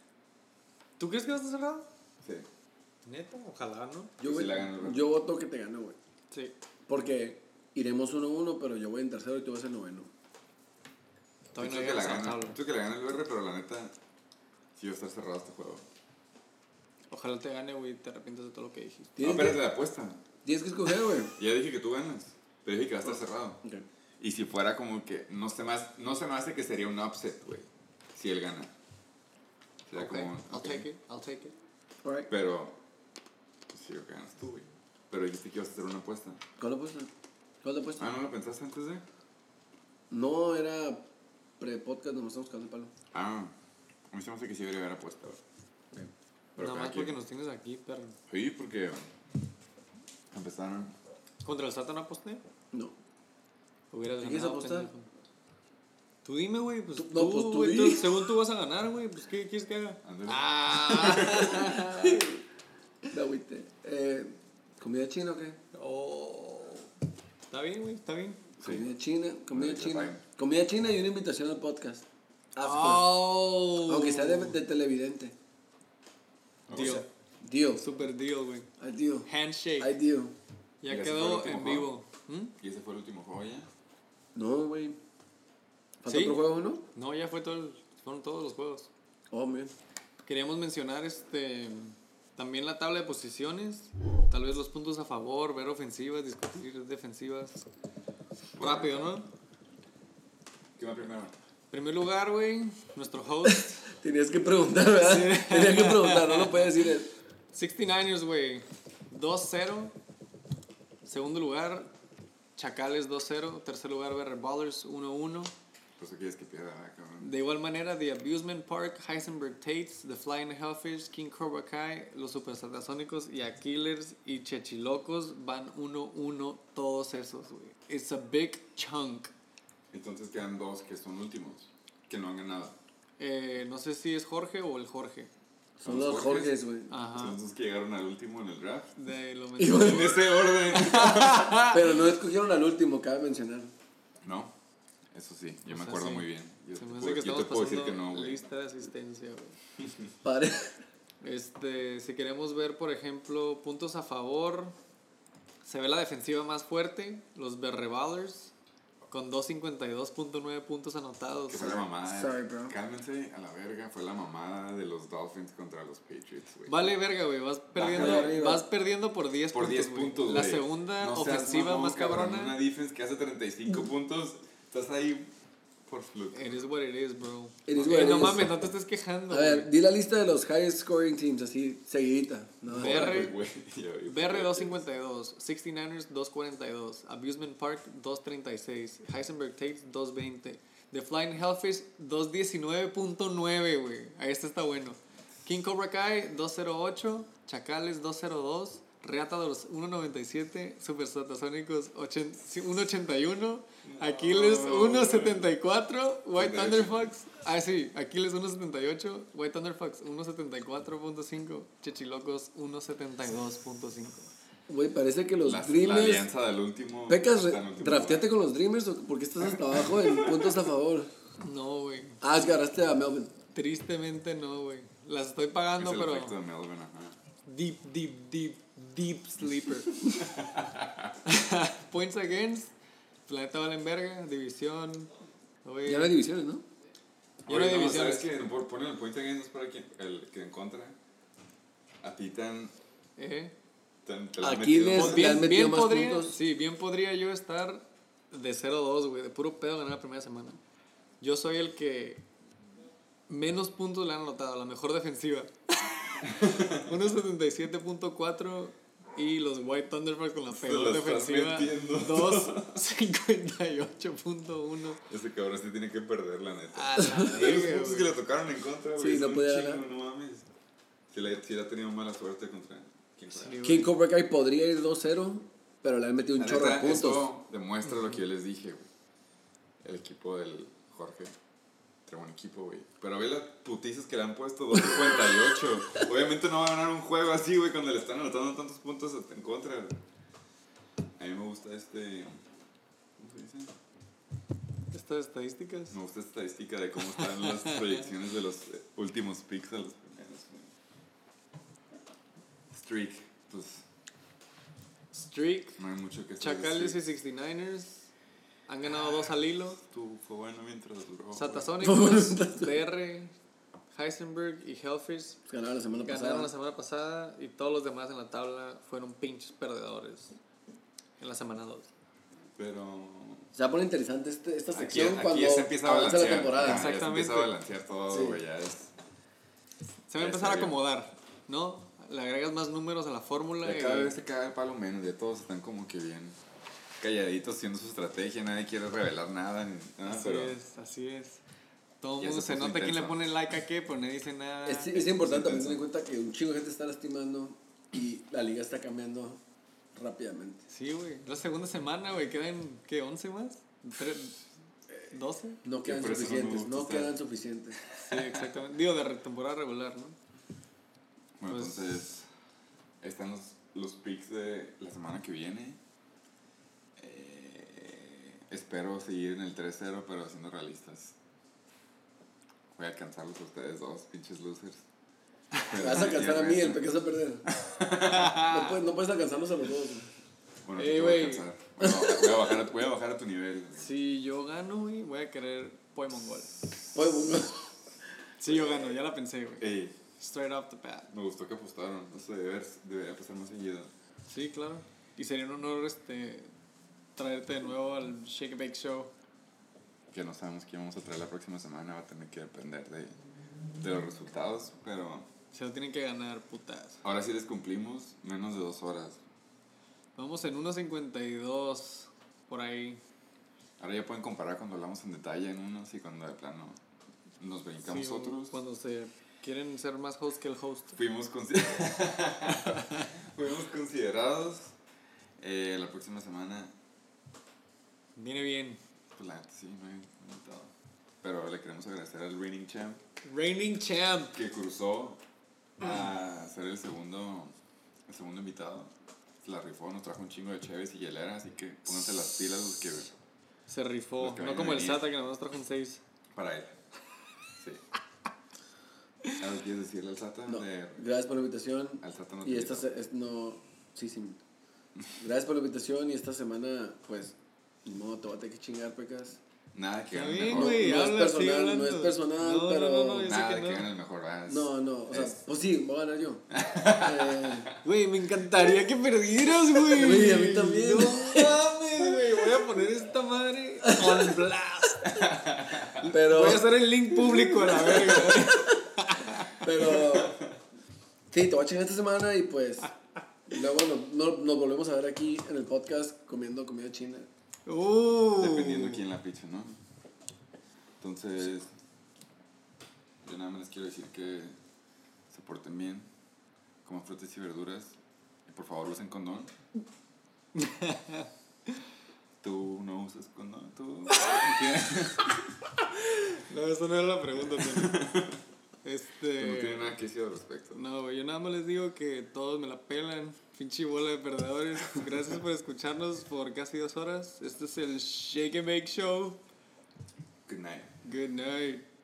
¿Tú crees que va a estar cerrado?
Sí.
Neta, ojalá, ¿no?
Yo,
Sí,
voy-
la gana el Rams.
yo voto que te gano, güey.
Sí.
Porque iremos 1-1, pero yo voy en tercero y tú vas en noveno.
Yo
Todavía no
creo que la
llegamos al
gana,
tabla.
yo creo que la gana el BR, pero la neta, sí va a estar cerrado este juego.
Ojalá te gane, güey, te arrepientes de todo lo que dijiste.
No,
Tienes,
espérate
que,
la apuesta.
tienes que escoger, güey.
Ya dije que tú ganas, pero dije que va a estar cerrado. Y si fuera como que, no se me hace, no se me hace que sería un upset, güey, si él gana. Sería
Ok,
como,
I'll
ok.
take it, I'll take it.
Alright.
Pero, pues sí, que ganas tú, güey. Pero dijiste que ibas a hacer una apuesta.
¿Cuál la apuesta? ¿Cuál la
Ah,
apuesta?
¿no lo pensaste antes de?
No, era pre-podcast, nomás estamos cagando el palo.
Ah, a mí se me hace que sí debería haber apuesta, güey. Pero
Nada
cada
más porque
quien.
nos tienes aquí, perro.
Sí, porque empezaron.
¿Contra el Satan aposté?
No.
Hubieras
¿Quieres
ganado,
apostar?
pendejo. Tú dime, güey. Pues,
Tú-
tú,
no, pues tú
güey,
di.
tú- según tú vas a ganar, güey. Pues, ¿qué quieres que haga?
Ándale.
¡Ah!
La agüite. Eh, ¿Comida china o qué?
Oh. Está bien, güey, está bien.
Sí.
Comida china, comida
Comida
china.
china.
Comida china y una invitación al podcast. After.
¡Oh!
Aunque sea de, de televidente.
Deal.
Dio.
Super deal, güey.
Ay, Dio.
Handshake.
Ay, Dio.
Y
ya
ese
quedó
fue el
en
último
vivo. ¿Mm?
Y ese fue el último juego ya.
No, güey. Falta
¿Sí?
otro juego, ¿no?
No, ya fue todo el- fueron todos los juegos.
Oh, man.
Queríamos mencionar este también la tabla de posiciones, tal vez los puntos a favor, ver ofensivas, discutir defensivas. Rápido, ¿no?
¿Qué va primero?
En primer lugar, güey, nuestro host,
Tenías que preguntar, ¿verdad? Tenías que preguntar, no lo puedes decir. él.
69ers, güey, 2-0. Segundo lugar, Chacales 2-0. Tercer lugar, BR Ballers 1-1.
Pues tú quieres que pierda, ¿verdad, cabrón.
De igual manera, The Abusement Park, Heisenberg Tates, The Flying Hellfish, King Cobra Kai, Los Supersatasónicos y Aquilers y Chechilocos van 1-1 todos esos, güey. It's a big chunk.
Entonces quedan dos que son últimos, que no han ganado.
Eh, no sé si es Jorge o el Jorge.
Son los Jorges, güey.
Son
Ajá.
los dos que llegaron al último en el draft.
De lo men-
Iba-
En ese orden.
Pero no escogieron al último, cabe mencionar.
no, eso sí, yo
O sea,
me acuerdo
sí.
muy bien. Yo
Se
te
me
puedo,
hace que
yo
estamos
te puedo
pasando
decir que no, güey.
lista de asistencia, güey.
Padre.
Este, si queremos ver, por ejemplo, puntos a favor, se ve la defensiva más fuerte, los Berreballers, con 252.9 puntos anotados.
Que fue la mamada.
Sorry, bro.
Cálmense a la verga, fue la mamada de los Dolphins contra los Patriots, güey.
Vale, verga, güey, vas
Bájale
perdiendo,
arriba.
vas perdiendo por 10
Por 10
güey.
puntos,
La
güey.
segunda
No seas
ofensiva
mamón,
más
cabrón,
cabrona.
Una defense que hace 35 puntos, estás ahí por fluke.
It is what it is, bro.
It is
Eh,
what it
no
is.
mames, no te estés quejando.
A
güey.
ver, di la lista de los highest scoring teams, así, seguidita. No,
Ver- BR.
Güey, ya vi.
BR 252, 69ers 242, Abusement Park 236, Heisenberg Tates 220, The Flying Hellfish 219.9, güey. Ahí este está bueno. King Cobra Kai 208, Chacales 202, Reata de los 197, Super Satasónicos 80 181, Aquiles 174, White Thunder Fox, ah sí, Aquiles 178, White Thunder Fox 174.5, Chichilocos 172.5.
Güey, parece que los
Las- la
Dreamers.
alianza del último.
Pecas,
hasta el último
drafteate con los Dreamers o porque estás hasta abajo en puntos a favor.
No, güey.
Ah, agarraste a Melvin.
Tristemente no, güey. Las estoy
Es
pagando,
el
pero
efecto de Melvin, ajá.
deep, deep, deep, deep sleeper. Points against, Planeta Valenverga, División. güey.
Ya no hay divisiones, ¿no?
Y
Oye,
ahora
no,
divisiones.
¿sabes que por poner el point against para que el que en contra a ti tan
Eh.
tan te la han
Aquiles.
metido.
Pues
le
bien,
han metido
bien
más
podría,
puntos.
Sí, bien podría yo estar de 0-2, güey. De puro pedo ganar la primera semana. Yo soy el que menos puntos le han anotado, la mejor defensiva. 1.77.4 y los White Thunderbirds con la peor
lo estás
defensiva.
metiendo.
2.58.1.
Este cabrón se tiene que perder la neta.
A la
Y los
verga,
puntos que
güey.
le tocaron en contra, güey.
Ah, Sí, no
son un
podía
chingo,
ganar.
No mames. Si la, si la ha tenido mala suerte contra quien fuera.
Sí, güey.
King Cobra Kai podría ir 2-0, pero le han metido un
La
chorro de
neta,
puntos.
esto demuestra lo que yo les dije, güey. El equipo del Jorge. Trae buen equipo, güey. Pero ve las putizas que le han puesto 2.58. Obviamente no va a ganar un juego así, güey, cuando le están anotando tantos puntos hasta en contra. A mí me gusta este. ¿Cómo se dice?
Estas estadísticas.
Me gusta esta estadística de cómo están las proyecciones de los eh, últimos picks a los primeros, güey. Streak, pues.
streak.
No hay mucho que hacer.
Chacales y
sí.
69ers han ganado dos al hilo.
Tú fue bueno mientras duró. güey.
Satasónicos, DR, Heisenberg y Hellfish
Ganaron la semana
ganaron la
pasada.
semana pasada y todos los demás en la tabla fueron pinches perdedores en la semana 2.
Pero.
Se va a poner interesante este- esta
Aquí,
sección
aquí
cuando
ya se empieza a
avance la
balancear.
temporada.
Ajá, ya se empieza
Exactamente.
a balancear todo,
Sí.
güey. Ya es.
Se va a
Ya
empezar a
está bien.
acomodar, ¿no? Le agregas más números a la fórmula
Ya
y
cada vez se caga el palo menos, ya todos están como que bien calladitos haciendo su estrategia, nadie quiere revelar nada. ni- nada,
así
pero
es, así es. Todo el
Ya
mundo
se
se
puso
nota quién le
intenso.
pone like a qué, pero nadie dice nada.
Es, es importante también
Intenso.
tener en cuenta que un chingo de gente está lastimando y la liga está cambiando rápidamente.
Sí, güey. La segunda semana, güey, quedan, ¿qué? ¿11 más? ¿Tre- ¿12?
No
Que
quedan
por eso no me
suficientes,
gusta
no
estar-
quedan suficientes.
Sí, exactamente. Digo, de re- temporada regular, ¿no?
bueno,
pues-
entonces ahí están los, los picks de la semana que viene. Eh, espero seguir en el 3-0, pero siendo realistas. Voy a alcanzarlos a ustedes dos, pinches losers.
Me vas a alcanzar a mí, el
pequeño
pequeño a perder. No puedes, no puedes alcanzarnos a los dos. güey.
Bueno,
Ey,
te voy a
güey.
alcanzar. Bueno, voy, a bajar, a- voy a bajar a tu nivel. güey.
Si yo gano, güey, voy a querer Pokémon Gol.
Oye, güey,
Si yo gano, ya la pensé, güey.
Ey,
Straight off the bat.
me gustó que apostaron. No sé, deber- debería pasar más seguido.
Sí, claro. Y sería un honor este, traerte de nuevo al Shake and Bake Show.
que no sabemos quién vamos a traer la próxima semana, va a tener que depender de, de los resultados, pero
Se lo tienen que ganar, putas.
ahora sí les cumplimos menos de dos horas.
Vamos en 1.52 por ahí.
Ahora ya pueden comparar cuando hablamos en detalle en unos y cuando de plano nos brincamos
Sí,
otros.
Cuando se quieren ser más host que el host.
Fuimos, consi- Fuimos considerados. Eh, la próxima semana,
Viene bien.
pues la neta sí, no hay no hay todo. Pero le queremos agradecer al Reigning Champ
Reigning champ.
que cruzó a ser el segundo, el segundo invitado. Se La rifó, nos trajo un chingo de cheves y hielera, así que pónganse las pilas los que
Se rifó.
Los que
No
vayan
como
a
el
venir.
Sata que nada más trajo un 6.
para él. Sí. ¿Algo quieres decirle al Sata?
No.
De-
Gracias por la invitación.
al Sata no
Y
te
esta
invitó.
se- es- no. Sí, sí. Gracias por la invitación y esta semana, pues, ni modo, te voy a tener que chingar, pecas.
Nada que
Está
gane el
bien,
mejor.
güey.
No es
habla, sigue
personal, no
hablando.
es personal,
No, no,
pero-
no, no, yo sé
Nada
que
de que
no.
gane el mejor. ¿verdad? Es-
No, no, o sea,
es-
pues sí, voy a ganar yo. Eh,
Güey, me encantaría que perdieras, güey.
Güey, a mí también.
No mames, güey. Voy a poner esta madre on blast.
pero.
Voy a hacer el link público a la verga.
Pero. Sí, te voy a chingar esta semana y pues. Luego no- no- nos volvemos a ver aquí en el podcast comiendo comida china.
Uh.
Dependiendo quién la pizza, ¿no? Entonces, yo nada más les quiero decir que se porten bien, coman frutas y verduras y por favor usen condón. Tú no usas condón, tú. ¿Qué?
No, eso no era la pregunta, Tony.
Tú no tienes
Este.
nada que decir al respecto.
No, güey, yo nada más les digo que todos me la pelan. Pinche bola de perdedores. Gracias por escucharnos por casi dos horas. Este es el Shake and Make Show.
Good night.
Good night.